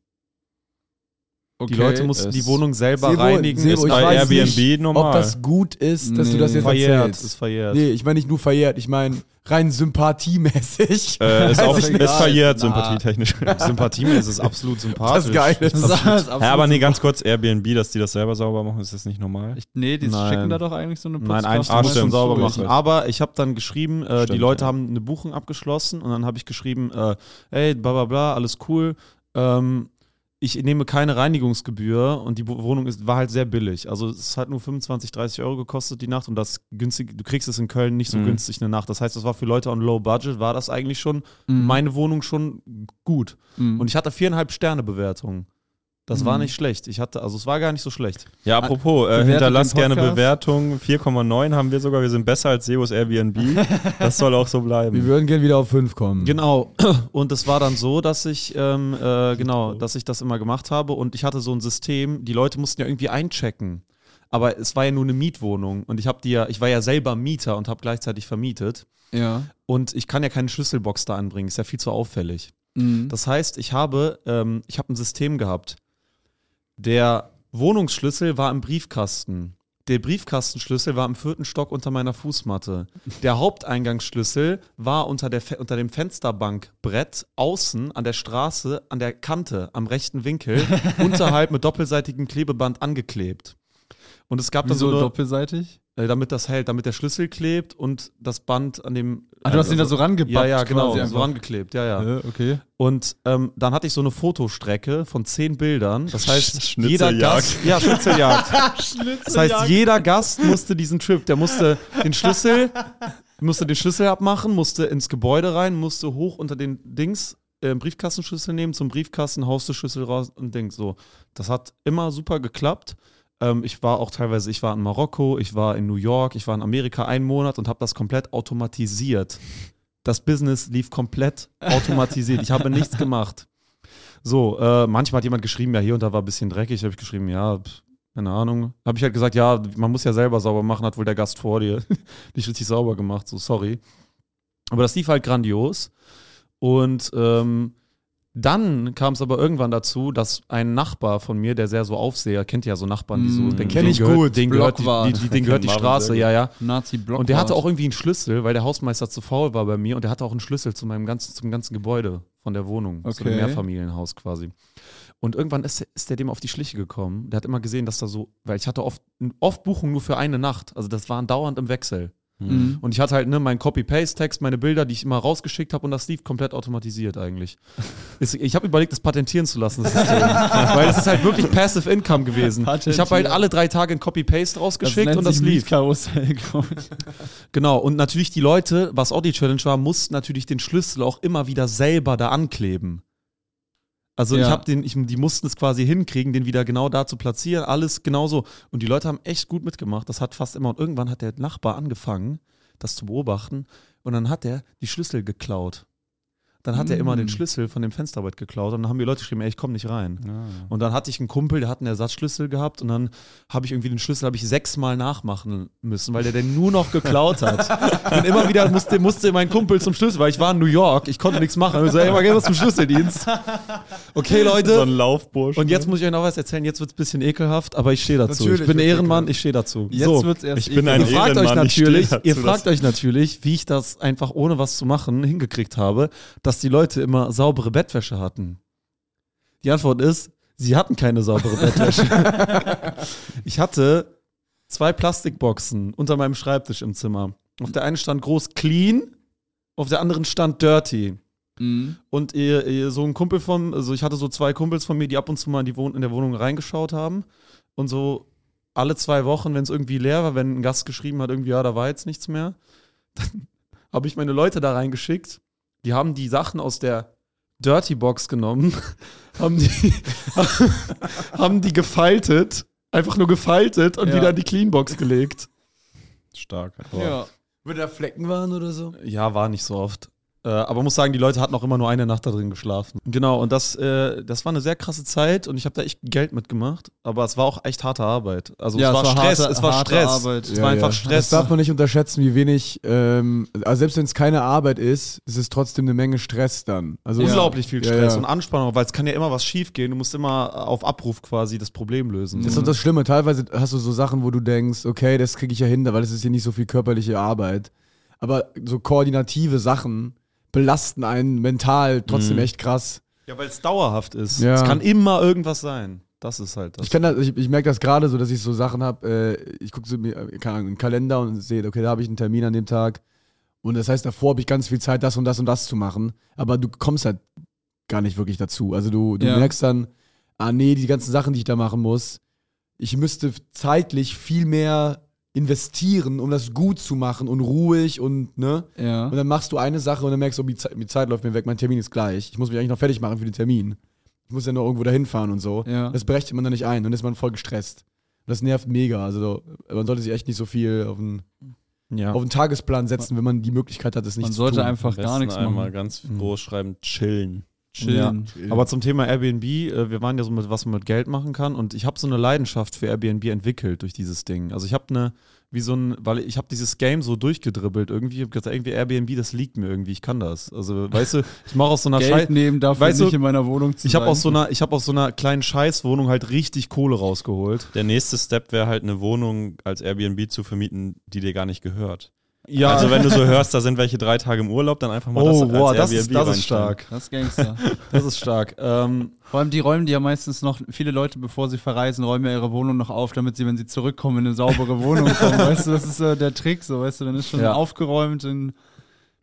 Speaker 3: Die Leute mussten
Speaker 4: es-
Speaker 3: die Wohnung selber
Speaker 1: Sebo,
Speaker 3: reinigen.
Speaker 1: Sebo,
Speaker 3: ist
Speaker 1: ich
Speaker 4: Bei
Speaker 1: weiß
Speaker 4: Airbnb
Speaker 1: nicht,
Speaker 4: normal.
Speaker 1: Ob das gut ist, dass du das
Speaker 2: Nee.
Speaker 1: jetzt
Speaker 3: verjährt, ist
Speaker 1: erzählst.
Speaker 3: verjährt.
Speaker 1: Nee, ich meine nicht nur verjährt, ich meine rein sympathiemäßig.
Speaker 4: äh, ist auch
Speaker 1: Also
Speaker 4: ist
Speaker 1: egal.
Speaker 4: verjährt,
Speaker 2: Na.
Speaker 4: sympathietechnisch.
Speaker 3: Sympathie, mir ist es absolut sympathisch.
Speaker 1: (laughs) Das ist geil.
Speaker 4: Ja, aber nee, ganz kurz, Airbnb, dass die das selber sauber machen, ist das nicht normal?
Speaker 2: Ich, nee, die
Speaker 3: Nein.
Speaker 2: schicken da doch eigentlich so eine
Speaker 3: Nein, eigentlich
Speaker 4: Ah,
Speaker 3: muss man
Speaker 4: stimmt,
Speaker 3: sauber
Speaker 4: so
Speaker 3: machen.
Speaker 4: ist es.
Speaker 3: Aber ich habe dann geschrieben, äh, die
Speaker 4: Stimmt,
Speaker 3: Leute
Speaker 4: ja.
Speaker 3: haben eine Buchung abgeschlossen und dann habe ich geschrieben, äh, hey, bla bla bla, alles cool. Ähm, ich nehme keine Reinigungsgebühr und die Bu- Wohnung ist, war halt sehr billig. Also es hat nur 25, 30 Euro gekostet die Nacht und das günstig, du kriegst es in Köln nicht so
Speaker 4: Mhm.
Speaker 3: günstig eine Nacht. Das heißt, das war für Leute on low budget, war das eigentlich schon,
Speaker 1: Mhm.
Speaker 2: Mhm.
Speaker 3: meine Wohnung schon gut. Und ich hatte viereinhalb Sterne Bewertungen. Das war
Speaker 2: Mhm.
Speaker 3: nicht schlecht. Ich hatte, also es war gar nicht so schlecht.
Speaker 4: Ja, apropos, äh,
Speaker 2: Bewertet
Speaker 4: hinterlasst
Speaker 2: den
Speaker 4: gerne
Speaker 2: Podcast.
Speaker 4: Bewertungen. 4,9 haben wir sogar. Wir sind besser als Seos Airbnb.
Speaker 3: (laughs)
Speaker 4: Das soll auch so
Speaker 1: Wir
Speaker 4: bleiben.
Speaker 1: würden gerne wieder auf 5 kommen.
Speaker 3: Genau. (clears throat) Und es war dann so, dass ich ähm, äh, genau, dass ich das immer gemacht habe und ich hatte so ein System. Die Leute mussten ja irgendwie einchecken, aber es war ja nur eine Mietwohnung und ich habe die ja, ich war ja selber Mieter und habe gleichzeitig vermietet
Speaker 2: Ja.
Speaker 3: und ich kann ja keine Schlüsselbox da anbringen, ist ja viel zu auffällig.
Speaker 2: Mhm.
Speaker 3: Das heißt, ich habe, ähm, ich habe ein System gehabt. Der Wohnungsschlüssel war im Briefkasten. Der Briefkastenschlüssel war im vierten Stock unter meiner Fußmatte. Der Haupteingangsschlüssel war unter, der, Fe- unter dem Fensterbankbrett außen an der Straße, an der Kante, am
Speaker 2: (laughs)
Speaker 3: rechten Winkel, unterhalb mit doppelseitigem Klebeband angeklebt. Und es gab dann
Speaker 2: Wieso
Speaker 3: so, eine,
Speaker 2: doppelseitig?
Speaker 3: äh, damit das hält, damit der Schlüssel klebt und das Band an dem. also
Speaker 2: Ah, du hast ihn da so rangebackt.
Speaker 3: Ja, ja, genau,
Speaker 2: quasi
Speaker 3: so
Speaker 2: einfach.
Speaker 3: rangeklebt, ja, ja.
Speaker 2: Ja, okay.
Speaker 3: Und ähm, dann hatte ich so eine Fotostrecke von zehn Bildern. Das heißt, jeder
Speaker 4: Schnitzeljagd.
Speaker 3: Gast, ja, Schnitzeljagd. das heißt, jeder Gast musste diesen Trip, der musste den Schlüssel, musste den Schlüssel abmachen, musste ins Gebäude rein, musste hoch unter den Dings äh, Briefkastenschlüssel nehmen, zum Briefkasten, haust den Schlüssel raus und Dings. So, das hat immer super geklappt. Ähm, ich war auch teilweise, ich war in Marokko, ich war in New York, ich war in Amerika einen Monat und habe das komplett automatisiert das Business lief komplett automatisiert.
Speaker 1: (laughs)
Speaker 3: Ich habe nichts gemacht. So, äh, manchmal hat jemand geschrieben, ja, hier und da war ein bisschen dreckig. Habe ich geschrieben, ja, pf, keine Ahnung. Habe ich halt gesagt, ja, man muss ja selber sauber machen, hat wohl der Gast vor dir (laughs) nicht richtig sauber gemacht, so sorry. Aber das lief halt grandios. Und ähm, dann kam es aber irgendwann dazu, dass ein Nachbar von mir, der sehr so Aufseher, kennt ihr ja so Nachbarn, die so,
Speaker 2: Mm.
Speaker 3: den
Speaker 1: Mhm. Kenn ich
Speaker 3: gehört,
Speaker 1: gut.
Speaker 3: Den gehört, die, die,
Speaker 2: Blockwart.
Speaker 3: die,
Speaker 1: (laughs)
Speaker 3: den gehört die
Speaker 4: Marvin
Speaker 3: Straße,
Speaker 4: sehr
Speaker 3: ja, ja.
Speaker 2: Nazi-Block.
Speaker 3: Und der hatte auch irgendwie einen Schlüssel, weil der Hausmeister zu faul war bei mir und der hatte auch einen Schlüssel zu meinem ganzen, zum ganzen Gebäude von der Wohnung, zu dem
Speaker 2: Okay.
Speaker 3: Mehrfamilienhaus quasi. Und irgendwann ist, ist der dem auf die Schliche gekommen. Der hat immer gesehen, dass da so, weil ich hatte oft, oft Buchungen nur für eine Nacht. Also das waren dauernd im Wechsel.
Speaker 4: Hm.
Speaker 2: Mhm.
Speaker 3: Und ich hatte halt ne, meinen Copy-Paste-Text, meine Bilder, die ich immer rausgeschickt habe und das lief komplett
Speaker 2: (laughs)
Speaker 3: automatisiert eigentlich. Ist- Ich habe überlegt, das patentieren zu lassen, das System. weil es ist halt wirklich Passive
Speaker 2: (laughs)
Speaker 3: Income gewesen. Ich habe halt
Speaker 2: Patentieren.
Speaker 3: alle drei Tage ein Copy-Paste rausgeschickt
Speaker 2: nennt
Speaker 3: und das
Speaker 2: sich
Speaker 3: lief.
Speaker 2: Mietkarussell, (laughs) glaube ich.
Speaker 3: Genau, und natürlich die Leute, was auch die Challenge war, mussten natürlich den Schlüssel auch immer wieder selber da ankleben. Also ich
Speaker 2: Ja.
Speaker 3: habe den, ich, die mussten es quasi hinkriegen, den wieder genau da zu platzieren, alles genauso. Und die Leute haben echt gut mitgemacht, das hat fast immer. Und irgendwann hat der Nachbar angefangen, das zu beobachten. Und dann hat er die Schlüssel geklaut. Dann hat er immer
Speaker 2: Mm.
Speaker 3: den Schlüssel von dem Fensterbrett geklaut. Und dann haben mir Leute geschrieben, ey, ich komme nicht rein. Und dann hatte ich einen Kumpel, der hat einen Ersatzschlüssel gehabt und dann habe ich irgendwie den Schlüssel habe ich sechsmal nachmachen müssen, weil der den nur noch geklaut hat. Ich bin immer wieder musste, musste mein Kumpel zum Schlüssel, weil ich war in New York, ich konnte nichts machen. Ich so, ey, mal gehen wir zum Schlüsseldienst. Okay,
Speaker 4: So ein
Speaker 3: Leute.
Speaker 4: Laufbursch. ne?
Speaker 3: Und jetzt muss ich euch noch was erzählen. Jetzt wird es ein bisschen ekelhaft, aber ich stehe dazu.
Speaker 1: Natürlich
Speaker 3: ich bin
Speaker 1: wird's
Speaker 3: Ehrenmann,
Speaker 1: ekelhaft.
Speaker 3: ich stehe dazu.
Speaker 2: Jetzt
Speaker 3: so,
Speaker 2: wird's erst
Speaker 4: Ich bin ein
Speaker 3: ihr
Speaker 2: ekelhaft.
Speaker 3: fragt euch
Speaker 4: Ehrenmann, ich stehe
Speaker 3: natürlich,
Speaker 4: dazu,
Speaker 3: ihr
Speaker 4: dass-
Speaker 3: fragt euch natürlich, wie ich das einfach ohne was zu machen hingekriegt habe, dass die Leute immer saubere Bettwäsche hatten. Die Antwort ist, sie hatten keine saubere Bettwäsche.
Speaker 4: (laughs)
Speaker 3: ich hatte zwei Plastikboxen unter meinem Schreibtisch im Zimmer. Auf der einen stand groß clean, auf der anderen stand dirty.
Speaker 2: Mhm.
Speaker 3: Und ihr, ihr, so ein Kumpel von, also ich hatte so zwei Kumpels von mir, die ab und zu mal in, die Wohn in der Wohnung reingeschaut haben. Und so alle zwei Wochen, wenn es irgendwie leer war, wenn ein Gast geschrieben hat, irgendwie, ja, da war jetzt nichts mehr, (laughs) habe ich meine Leute da reingeschickt. Die haben die Sachen aus der Dirty Box genommen, (laughs) haben die, (laughs) haben die gefaltet, einfach nur gefaltet und
Speaker 2: Ja.
Speaker 3: wieder in die Clean Box gelegt.
Speaker 4: Stark.
Speaker 2: Ja.
Speaker 1: Wenn da Flecken waren oder so?
Speaker 3: Ja, war nicht so oft. Äh, aber muss sagen, die Leute hatten auch immer nur eine Nacht da drin geschlafen. Genau, und das, äh, das war eine sehr krasse Zeit und ich habe da echt Geld mitgemacht. Aber es war auch echt harte Arbeit. Also
Speaker 2: Ja,
Speaker 3: es war, Stress,
Speaker 2: harte-
Speaker 3: es war
Speaker 2: harte
Speaker 3: Stress.
Speaker 2: Arbeit.
Speaker 3: Es war einfach
Speaker 1: Das
Speaker 3: Stress.
Speaker 1: darf man nicht unterschätzen, wie wenig, ähm, also selbst wenn es keine Arbeit ist, ist es trotzdem eine Menge Stress dann. Also
Speaker 3: Unglaublich viel
Speaker 1: Ja,
Speaker 3: Stress
Speaker 1: ja.
Speaker 3: und Anspannung, weil es kann ja immer was schief gehen. Du musst immer auf Abruf quasi das Problem lösen.
Speaker 1: Das ist doch das Schlimme. Teilweise hast du so Sachen, wo du denkst, okay, das kriege ich ja hin, weil das ist hier nicht so viel körperliche Arbeit. Aber so koordinative Sachen belasten einen mental trotzdem echt krass.
Speaker 3: Ja, weil es dauerhaft ist.
Speaker 1: Ja.
Speaker 3: Es kann immer irgendwas sein. Das ist halt das.
Speaker 1: Ich, kann das, ich, ich merke das gerade so, dass ich so Sachen habe. Äh, ich gucke so mir äh, keine Ahnung, einen Kalender und sehe, okay, da habe ich einen Termin an dem Tag. Und das heißt, davor habe ich ganz viel Zeit, das und das und das zu machen. Aber du kommst halt gar nicht wirklich dazu. Also du, du
Speaker 2: Ja.
Speaker 1: merkst dann, ah nee, die ganzen Sachen, die ich da machen muss, ich müsste zeitlich viel mehr investieren, um das gut zu machen und ruhig und ne.
Speaker 2: Ja.
Speaker 1: Und dann machst du eine Sache und dann merkst du, oh, die Zeit, die Zeit läuft mir weg, mein Termin ist gleich. Ich muss mich eigentlich noch fertig machen für den Termin. Ich muss ja noch irgendwo dahin fahren und so.
Speaker 2: Ja.
Speaker 1: Das berechnet man dann nicht ein und ist man voll gestresst. Und Das nervt mega. Also man sollte sich echt nicht so viel auf den,
Speaker 3: ja.
Speaker 1: auf den Tagesplan setzen, wenn man die Möglichkeit hat, es nicht
Speaker 2: Man
Speaker 1: zu
Speaker 2: sollte
Speaker 1: tun. (laughs)
Speaker 2: einfach gar nichts
Speaker 4: einmal
Speaker 2: machen.
Speaker 4: ganz
Speaker 3: Mhm.
Speaker 4: groß schreiben, chillen.
Speaker 2: Chillen.
Speaker 3: Aber zum Thema Airbnb, äh, wir waren ja so mit, was man mit Geld machen kann und ich habe so eine Leidenschaft für Airbnb entwickelt durch dieses Ding. Also ich habe eine, wie so ein, weil ich habe dieses Game so durchgedribbelt irgendwie, ich habe gesagt, irgendwie Airbnb, das liegt mir irgendwie, ich kann das. Also weißt du, ich mache aus so einer Scheiße.
Speaker 2: Geld nehmen dafür
Speaker 3: Weißt du,
Speaker 2: nicht in meiner Wohnung zu
Speaker 3: Ich habe
Speaker 2: sein.
Speaker 3: aus so einer, ich habe aus so einer kleinen Scheißwohnung halt richtig Kohle rausgeholt.
Speaker 4: Der nächste Step wäre halt eine Wohnung als Airbnb zu vermieten, die dir gar nicht gehört.
Speaker 3: Ja,
Speaker 4: Also wenn du so hörst, da sind welche drei Tage im Urlaub, dann einfach mal
Speaker 3: (laughs) oh,
Speaker 4: das
Speaker 3: boah, das ist,
Speaker 4: Airbnb
Speaker 3: das ist
Speaker 4: reinstellen.
Speaker 3: stark,
Speaker 2: Das ist Gangster.
Speaker 3: das ist stark. (laughs) Ähm,
Speaker 2: Vor allem die räumen die ja meistens noch, viele Leute, bevor sie verreisen, räumen ja ihre Wohnung noch auf, damit sie, wenn sie zurückkommen, in eine saubere Wohnung
Speaker 3: (laughs)
Speaker 2: kommen. Weißt du, das ist äh, der Trick, so, weißt du, dann ist schon
Speaker 3: Ja.
Speaker 2: aufgeräumt, dann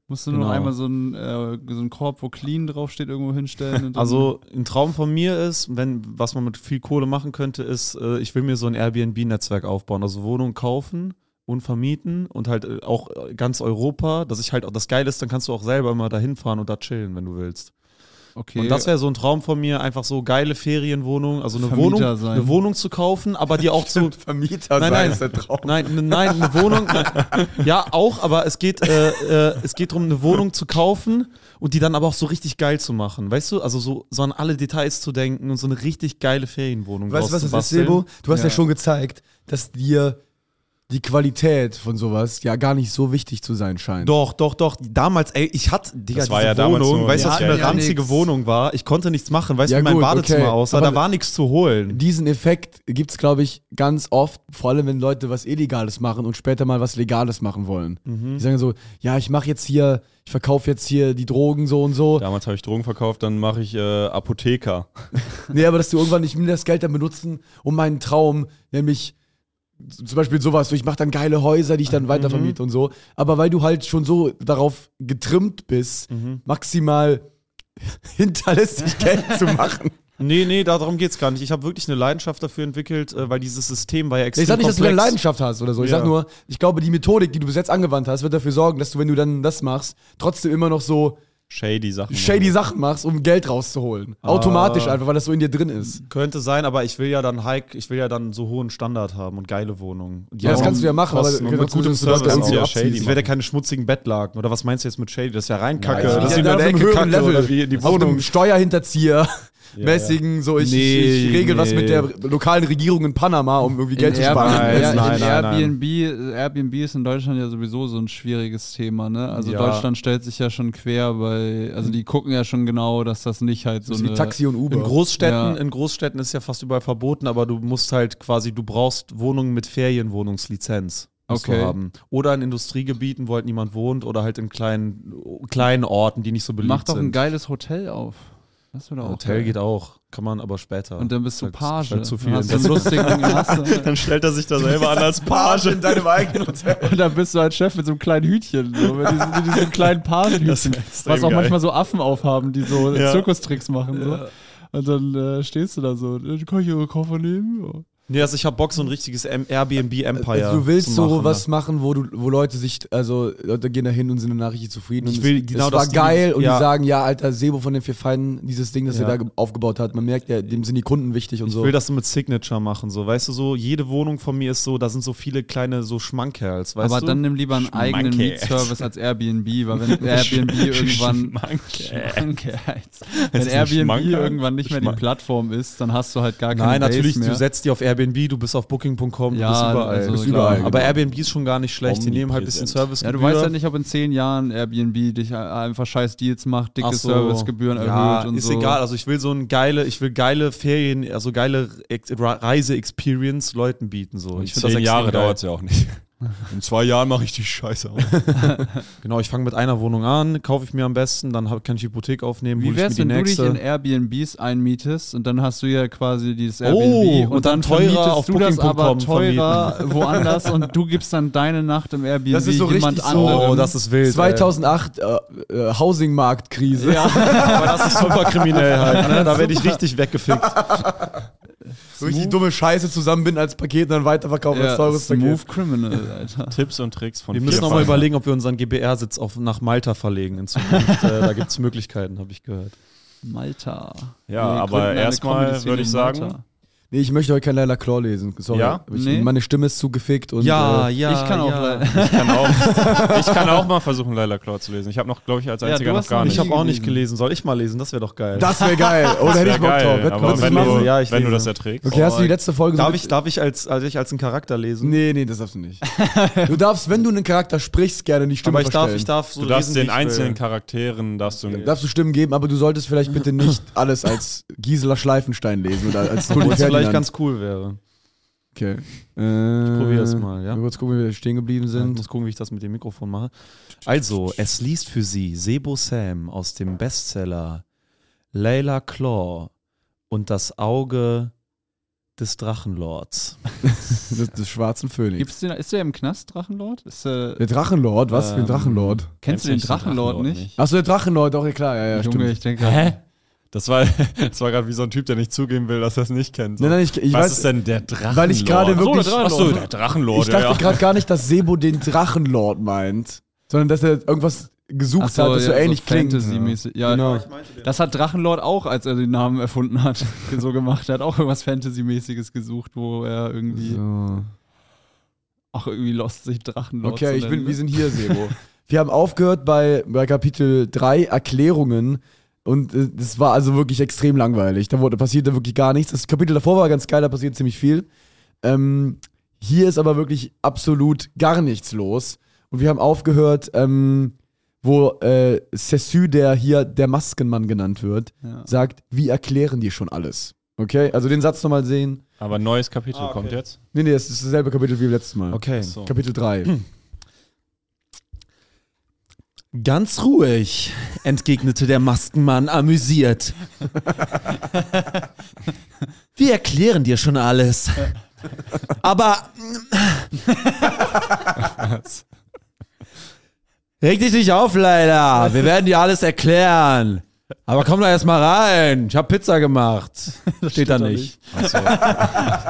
Speaker 2: musst du nur
Speaker 3: Genau.
Speaker 2: einmal so einen, äh, so einen Korb, wo clean draufsteht, irgendwo hinstellen. Und dann-
Speaker 3: Also ein Traum von mir ist, wenn was man mit viel Kohle machen könnte, ist, äh, ich will mir so ein Airbnb-Netzwerk aufbauen, also Wohnungen kaufen und vermieten und halt äh, auch äh, ganz Europa, dass ich halt auch das Geile ist, dann kannst du auch selber immer dahin fahren und da chillen, wenn du willst.
Speaker 2: okay.
Speaker 3: Und das wäre so ein Traum von mir, einfach so geile Ferienwohnungen, also eine
Speaker 2: Vermieter
Speaker 3: Wohnung,
Speaker 2: sein.
Speaker 3: eine Wohnung zu kaufen, aber die
Speaker 2: (laughs)
Speaker 3: auch zu
Speaker 1: Vermieter
Speaker 3: Nein, nein.
Speaker 1: Traum.
Speaker 3: Nein, ne- nein, eine Wohnung. Nein. Ja, auch, aber es geht, äh, äh, es geht darum, eine Wohnung zu kaufen und die dann aber auch so richtig geil zu machen. Weißt du, also so, so an alle Details zu denken und so eine richtig geile Ferienwohnung
Speaker 1: Weißt du, was das ist,
Speaker 3: rauszubasteln.
Speaker 1: Sebo? Du hast ja.
Speaker 2: Ja.
Speaker 1: schon gezeigt, dass dir die Qualität von sowas ja gar nicht so wichtig zu sein scheint.
Speaker 3: Doch, doch, doch. Damals, ey, ich hatte Digga,
Speaker 4: Das war
Speaker 3: diese
Speaker 4: ja damals
Speaker 3: Wohnung,
Speaker 4: nur-
Speaker 3: weißt du,
Speaker 4: Wir
Speaker 3: was für eine
Speaker 2: hatten ja
Speaker 3: ranzige
Speaker 2: nix.
Speaker 3: Wohnung war? Ich konnte nichts machen, weißt du,
Speaker 1: Ja,
Speaker 3: wie mein
Speaker 1: gut,
Speaker 3: Badezimmer
Speaker 1: okay.
Speaker 3: aussah,
Speaker 1: Aber-
Speaker 3: da war nichts zu holen.
Speaker 1: Diesen Effekt gibt es, glaube ich, ganz oft, vor allem wenn Leute was Illegales machen und später mal was Legales machen wollen. Die sagen so, ja, ich mache jetzt hier, ich verkaufe jetzt hier die Drogen so und so.
Speaker 4: Damals habe ich Drogen verkauft, dann mache ich äh, Apotheker.
Speaker 1: Nee, aber dass du irgendwann, ich will das Geld dann benutzen, um meinen Traum, nämlich z- zum Beispiel sowas, so ich mache dann geile Häuser, die ich dann weitervermiete und so. Aber weil du halt schon so darauf getrimmt bist, maximal (laughs) hinterlistig Geld zu machen.
Speaker 3: Nee, nee, darum geht's gar nicht. Ich habe wirklich eine Leidenschaft dafür entwickelt, äh, weil dieses System war ja extrem
Speaker 1: Ich sag nicht, dass du
Speaker 3: komplex.
Speaker 1: eine Leidenschaft hast oder so. Ich
Speaker 3: Ja.
Speaker 1: sag nur, ich glaube, die Methodik, die du bis jetzt angewandt hast, wird dafür sorgen, dass du, wenn du dann das machst, trotzdem immer noch so
Speaker 4: Shady Sachen.
Speaker 1: shady Sachen machst, um Geld rauszuholen. Automatisch einfach, weil das so in dir drin ist.
Speaker 3: Könnte sein, aber ich will ja dann Hike, ich will ja dann so hohen Standard haben und geile Wohnungen. Und
Speaker 1: Ja, das
Speaker 3: auch
Speaker 1: kannst du ja machen, aber
Speaker 3: kosten und mit gutem
Speaker 1: dass du das
Speaker 3: Service
Speaker 1: Ganze
Speaker 3: auch.
Speaker 4: abziehst.
Speaker 3: Ich werde ja keine schmutzigen Bettlaken. Oder was meinst du jetzt mit Shady? Das ist ja rein Kacke.
Speaker 4: Ja,
Speaker 3: das
Speaker 4: ja,
Speaker 3: ist
Speaker 1: da
Speaker 3: wieder
Speaker 1: auf einem höheren Level.
Speaker 3: oder wie in die
Speaker 1: auf
Speaker 3: Wohnung.
Speaker 1: einem Steuerhinterzieher mäßigen, so ich, ich, ich
Speaker 3: Nee,
Speaker 1: regel was
Speaker 3: nee.
Speaker 1: mit der lokalen Regierung in Panama, um irgendwie Geld
Speaker 2: in
Speaker 1: zu sparen.
Speaker 2: Airbnb,
Speaker 3: Nein,
Speaker 2: ja,
Speaker 3: nein,
Speaker 2: in
Speaker 3: nein, nein.
Speaker 2: Airbnb, Airbnb ist in Deutschland ja sowieso so ein schwieriges Thema, ne? Also
Speaker 3: Ja.
Speaker 2: Deutschland stellt sich ja schon quer bei, also die gucken ja schon genau, dass das nicht halt so
Speaker 1: So wie
Speaker 2: eine
Speaker 1: Taxi und Uber.
Speaker 3: In Großstädten,
Speaker 2: Ja.
Speaker 3: in Großstädten ist ja fast überall verboten, aber du musst halt quasi, du brauchst Wohnungen mit Ferienwohnungslizenz. musst du
Speaker 2: Okay.
Speaker 3: Haben. Oder in Industriegebieten, wo halt niemand wohnt, oder halt in kleinen, kleinen Orten, die nicht so beliebt
Speaker 2: Mach doch ein
Speaker 3: sind.
Speaker 2: geiles Hotel auf. Das wäre doch auch
Speaker 3: Hotel
Speaker 2: geil.
Speaker 3: geht auch, kann man aber später.
Speaker 2: Und dann bist du
Speaker 3: Halt-
Speaker 2: Page.
Speaker 3: halt zu viel
Speaker 2: Dann hast du einen
Speaker 3: (laughs)
Speaker 2: lustigen Hass.
Speaker 4: Dann stellt er sich da selber an als Page.
Speaker 1: in deinem eigenen Hotel.
Speaker 2: Und dann bist du halt Chef mit so einem kleinen Hütchen. So, mit diesem, mit diesem
Speaker 3: (laughs)
Speaker 2: kleinen Pagenhütchen.
Speaker 4: extrem
Speaker 2: Was auch
Speaker 4: geil.
Speaker 2: manchmal so Affen aufhaben, die so
Speaker 4: Ja.
Speaker 2: Zirkustricks machen. So. Und dann äh, stehst du da so. Äh, Kann ich ihre Koffer nehmen? Ja.
Speaker 3: Nee, also ich habe Bock, so ein richtiges M Airbnb Empire.
Speaker 1: Also du willst
Speaker 3: zu
Speaker 1: so
Speaker 3: machen,
Speaker 1: was
Speaker 3: ne?
Speaker 1: machen, wo, du, wo Leute sich, also Leute gehen da hin und sind danach richtig zufrieden.
Speaker 3: Ich
Speaker 1: und
Speaker 3: will
Speaker 1: es,
Speaker 3: genau,
Speaker 1: es war
Speaker 3: dass die-
Speaker 1: geil und
Speaker 3: ja.
Speaker 1: die sagen, ja, alter Sebo von den vier Feinden, dieses Ding, das
Speaker 3: Ja.
Speaker 1: er da ge- aufgebaut hat, man merkt, ja, dem sind die Kunden wichtig und
Speaker 3: Ich
Speaker 1: so.
Speaker 3: will das so mit Signature machen, so. Weißt du, so jede Wohnung von mir ist so, da sind so viele kleine so Schmankerls, weißt
Speaker 2: Aber
Speaker 3: du?
Speaker 2: dann nimm lieber einen eigenen
Speaker 4: Schmankerl.
Speaker 2: Mietservice als Airbnb, weil
Speaker 4: (laughs)
Speaker 2: wenn Airbnb irgendwann Schmankerl. wenn
Speaker 4: nicht
Speaker 2: Airbnb
Speaker 4: Schmankerl?
Speaker 2: irgendwann nicht mehr die Plattform ist, dann hast du halt gar keine
Speaker 3: Nein,
Speaker 2: Base
Speaker 3: natürlich,
Speaker 2: mehr.
Speaker 3: du setzt die auf Airbnb, du bist auf Booking.com,
Speaker 2: Ja,
Speaker 3: du bist überall.
Speaker 2: also
Speaker 3: Du bist
Speaker 2: klar.
Speaker 1: überall,
Speaker 3: Aber
Speaker 1: genau.
Speaker 3: Airbnb ist schon gar nicht schlecht, die nehmen halt ein bisschen
Speaker 4: Omnipräsent.
Speaker 3: Service.
Speaker 2: Ja, du weißt ja nicht, ob in zehn Jahren Airbnb dich einfach scheiß Deals macht, dicke Servicegebühren erhöht
Speaker 3: ja,
Speaker 2: und
Speaker 3: ist
Speaker 2: so.
Speaker 3: egal. Also ich will so ein geile, ich will geile Ferien, also geile Ex- Re- Reise-Experience Leuten bieten. So.
Speaker 4: Und
Speaker 3: find das
Speaker 4: zehn
Speaker 3: extrem
Speaker 4: Jahre
Speaker 3: geil.
Speaker 4: dauert es ja auch nicht. In zwei Jahren mache ich die Scheiße auf.
Speaker 3: (laughs) Genau, ich fange mit einer Wohnung an, kaufe ich mir am besten, dann hab, kann ich Hypothek aufnehmen, hol
Speaker 2: Wie
Speaker 3: Also, ich mir
Speaker 2: wär's,
Speaker 3: die
Speaker 2: wenn du dich
Speaker 3: nächste.
Speaker 2: in Airbnbs einmietest und dann hast du ja quasi dieses Airbnb
Speaker 3: Oh, und dann teurer
Speaker 2: vermietest
Speaker 3: auf
Speaker 2: du das aber
Speaker 3: Booking.com
Speaker 2: teurer woanders und du gibst dann deine Nacht im Airbnb
Speaker 1: Das ist so
Speaker 2: jemand
Speaker 1: richtig so-
Speaker 2: anderem.
Speaker 3: oh, das ist wild. ey.
Speaker 1: 2008 äh, äh, Housing-Markt-Krise. (laughs)
Speaker 3: Aber (laughs) das ist super kriminell halt. Ne? Da
Speaker 4: (laughs)
Speaker 3: werde (laughs) ich richtig weggefickt.
Speaker 1: Richtig dumme Scheiße zusammenbinden als Paket und dann weiterverkaufen als
Speaker 2: ja,
Speaker 1: teures Paket.
Speaker 2: Smooth Criminal, Alter.
Speaker 4: Tipps und Tricks von
Speaker 3: Wir müssen
Speaker 4: vier
Speaker 3: nochmal
Speaker 4: Feinden.
Speaker 3: überlegen, ob wir unseren GBR-Sitz auf- nach Malta verlegen in Zukunft. äh, da gibt es Möglichkeiten, habe ich gehört.
Speaker 2: Malta.
Speaker 4: Ja,
Speaker 2: Wir
Speaker 4: aber
Speaker 2: gründen eine
Speaker 4: erstmal
Speaker 2: Comedy-Szene
Speaker 4: würde ich
Speaker 2: in
Speaker 4: sagen,
Speaker 2: Malta.
Speaker 1: Nee, ich möchte heute kein Leila Claw lesen. Sorry.
Speaker 4: Ja?
Speaker 1: Ich,
Speaker 2: Nee.
Speaker 1: Meine Stimme ist zu gefickt und äh,
Speaker 3: ja.
Speaker 2: ich kann auch leider.
Speaker 4: Ich kann auch, (laughs) ich kann auch mal versuchen, Leila Claw zu lesen. Ich habe noch, glaube ich, als
Speaker 2: Ja,
Speaker 4: einziger
Speaker 2: du
Speaker 4: noch
Speaker 2: hast
Speaker 4: gar
Speaker 2: noch
Speaker 4: nicht.
Speaker 3: Ich habe auch
Speaker 2: gelesen.
Speaker 3: nicht gelesen. Soll ich mal lesen? Das wäre doch geil.
Speaker 1: das wäre geil. Oder hätte ich
Speaker 4: Wär
Speaker 1: Bock drauf. Hätt-
Speaker 4: aber
Speaker 1: würdest
Speaker 4: wenn,
Speaker 1: du
Speaker 4: du,
Speaker 1: machen?
Speaker 3: Ja, ich
Speaker 4: wenn du
Speaker 3: lese.
Speaker 4: das erträgst.
Speaker 1: Okay, hast du die letzte Folge so
Speaker 3: Oh, darf,
Speaker 1: mit-
Speaker 3: ich, darf ich als, also ich als einen Charakter lesen?
Speaker 1: Nee, nee, das darfst du nicht. Du darfst, wenn du einen Charakter sprichst, gerne die Stimme
Speaker 3: aber ich darf,
Speaker 1: verstellen.
Speaker 3: ich darf so
Speaker 4: Du darfst
Speaker 3: lesen,
Speaker 4: den
Speaker 3: wie ich
Speaker 4: einzelnen
Speaker 3: will.
Speaker 4: Charakteren, darfst du
Speaker 1: Darfst du Stimmen geben, aber du solltest vielleicht bitte nicht alles als Gisela Schleifenstein lesen oder als Toni
Speaker 3: Was vielleicht
Speaker 1: Ferdinand.
Speaker 3: ganz cool wäre.
Speaker 1: okay. Äh, ich
Speaker 3: probier's mal, ja?
Speaker 1: Mal kurz gucken, wie wir stehen geblieben
Speaker 3: Ich
Speaker 1: sind.
Speaker 3: muss gucken, wie ich das mit dem Mikrofon mache. Also, es liest für Sie Sebo Sam aus dem Bestseller Layla Claw und das Auge des Drachenlords.
Speaker 1: Des, des schwarzen Phönix.
Speaker 2: (laughs) Gibt's den, ist der im Knast, Drachenlord? Ist, äh,
Speaker 1: der Drachenlord, was für ein
Speaker 3: Ähm,
Speaker 1: Drachenlord?
Speaker 2: kennst du den Drachenlord nicht?
Speaker 1: Achso, der Drachenlord, auch ja klar, ja, ja,
Speaker 2: Junge,
Speaker 1: stimmt.
Speaker 2: ich denke.
Speaker 4: Hä? Das war, (laughs) das war gerade wie so ein Typ, der nicht zugeben will, dass er es nicht kennt. So.
Speaker 1: Nein, nein, ich, ich
Speaker 4: Was
Speaker 1: weiß,
Speaker 4: ist denn der Drachenlord?
Speaker 1: weil ich gerade wirklich-
Speaker 4: Achso, der
Speaker 1: ich
Speaker 4: Drachenlord.
Speaker 1: dachte
Speaker 4: ja.
Speaker 1: gerade gar nicht, dass Sebo den Drachenlord meint, sondern dass er irgendwas gesucht hat, das so ähnlich klingt.
Speaker 2: Fantasy-mäßig. Ja,
Speaker 1: Genau.
Speaker 2: Das hat Drachenlord auch, als er den Namen erfunden hat, (laughs) so gemacht. Er hat auch irgendwas Fantasy-mäßiges gesucht, wo er irgendwie
Speaker 1: So.
Speaker 2: auch irgendwie lost sich Drachenlord
Speaker 1: Okay,
Speaker 2: zu
Speaker 1: ich bin,
Speaker 2: nennen. ne?
Speaker 1: wir sind hier,
Speaker 2: (laughs)
Speaker 1: Sebo. wir haben aufgehört bei, bei Kapitel 3 Erklärungen und äh, das war also wirklich extrem langweilig. Da wurde, passierte wirklich gar nichts. Das Kapitel davor war ganz geil, da passiert ziemlich viel. Ähm, hier ist aber wirklich absolut gar nichts los. Und wir haben aufgehört, ähm, wo äh, Sessu, der hier der Maskenmann genannt wird,
Speaker 2: Ja.
Speaker 1: sagt, wir erklären dir schon alles. Okay, also den Satz nochmal sehen.
Speaker 4: Aber ein neues Kapitel kommt jetzt.
Speaker 1: Nee, nee, das ist dasselbe Kapitel wie beim letzten Mal.
Speaker 3: Okay.
Speaker 4: So.
Speaker 1: Kapitel 3.
Speaker 2: Hm.
Speaker 5: Ganz ruhig, entgegnete der Maskenmann amüsiert. Wir erklären dir schon alles. Aber. Reg dich nicht auf, leider. Wir werden dir alles erklären. Aber komm da erst mal rein. Ich hab Pizza gemacht. Steht, da nicht.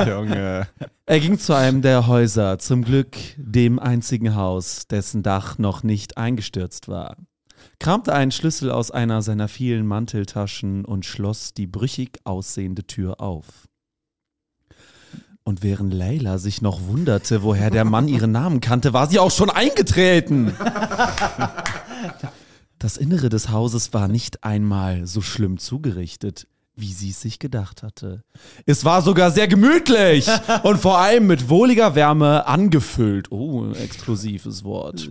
Speaker 4: Junge.
Speaker 5: Er ging zu einem der Häuser, zum Glück dem einzigen Haus, dessen Dach noch nicht eingestürzt war, kramte einen Schlüssel aus einer seiner vielen Manteltaschen und schloss die brüchig aussehende Tür auf. Und während Leila sich noch wunderte, woher der Mann ihren Namen kannte, war sie auch schon eingetreten. Das Innere des Hauses war nicht einmal so schlimm zugerichtet, wie sie es sich gedacht hatte. Es war sogar sehr gemütlich und vor allem mit wohliger Wärme angefüllt. Oh, ein explosives Wort.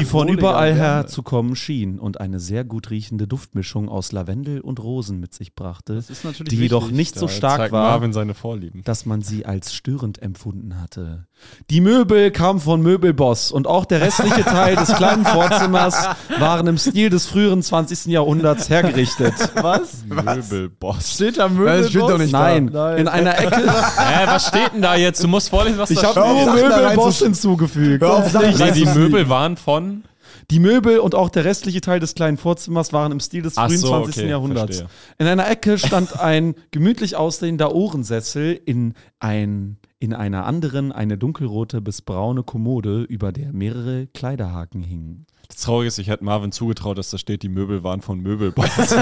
Speaker 5: Die von überall herzukommen schien und eine sehr gut riechende Duftmischung aus Lavendel und Rosen mit sich brachte,
Speaker 2: Das ist natürlich
Speaker 5: die jedoch
Speaker 2: wichtig.
Speaker 5: nicht so
Speaker 4: Da
Speaker 5: stark
Speaker 4: Äh, zeigt
Speaker 5: war,
Speaker 4: Marvin seine
Speaker 3: (laughs)
Speaker 4: Vorlieben.
Speaker 5: dass man sie als störend empfunden hatte. Die Möbel kamen von Möbelboss und auch der restliche Teil des kleinen Vorzimmers waren im Stil des früheren 20. Jahrhunderts hergerichtet.
Speaker 2: Was?
Speaker 4: Möbelboss.
Speaker 2: Steht da Möbel?
Speaker 1: Nein, das steht doch nicht
Speaker 5: Nein,
Speaker 1: da.
Speaker 5: in einer Ecke.
Speaker 4: Hä, was steht denn da jetzt? Du musst vorlesen, was
Speaker 5: Ich
Speaker 4: da
Speaker 5: habe
Speaker 1: Sachen da
Speaker 5: Möbelboss
Speaker 1: reinzusch-
Speaker 5: hinzugefügt.
Speaker 1: Hör auf, Sachen
Speaker 4: Nee, die
Speaker 1: reinzuschneiden.
Speaker 4: Möbel waren von
Speaker 3: Die Möbel und auch der restliche Teil des kleinen Vorzimmers waren im Stil des
Speaker 4: Ach
Speaker 3: frühen
Speaker 4: so,
Speaker 3: 20.
Speaker 4: okay,
Speaker 3: Jahrhunderts.
Speaker 4: verstehe.
Speaker 3: In einer Ecke stand ein gemütlich aussehender Ohrensessel in, ein, in einer anderen eine dunkelrote bis braune Kommode, über der mehrere Kleiderhaken hingen.
Speaker 4: Das Traurige ist, ich hätte Marvin zugetraut, dass da steht, die Möbel waren von Möbelbox.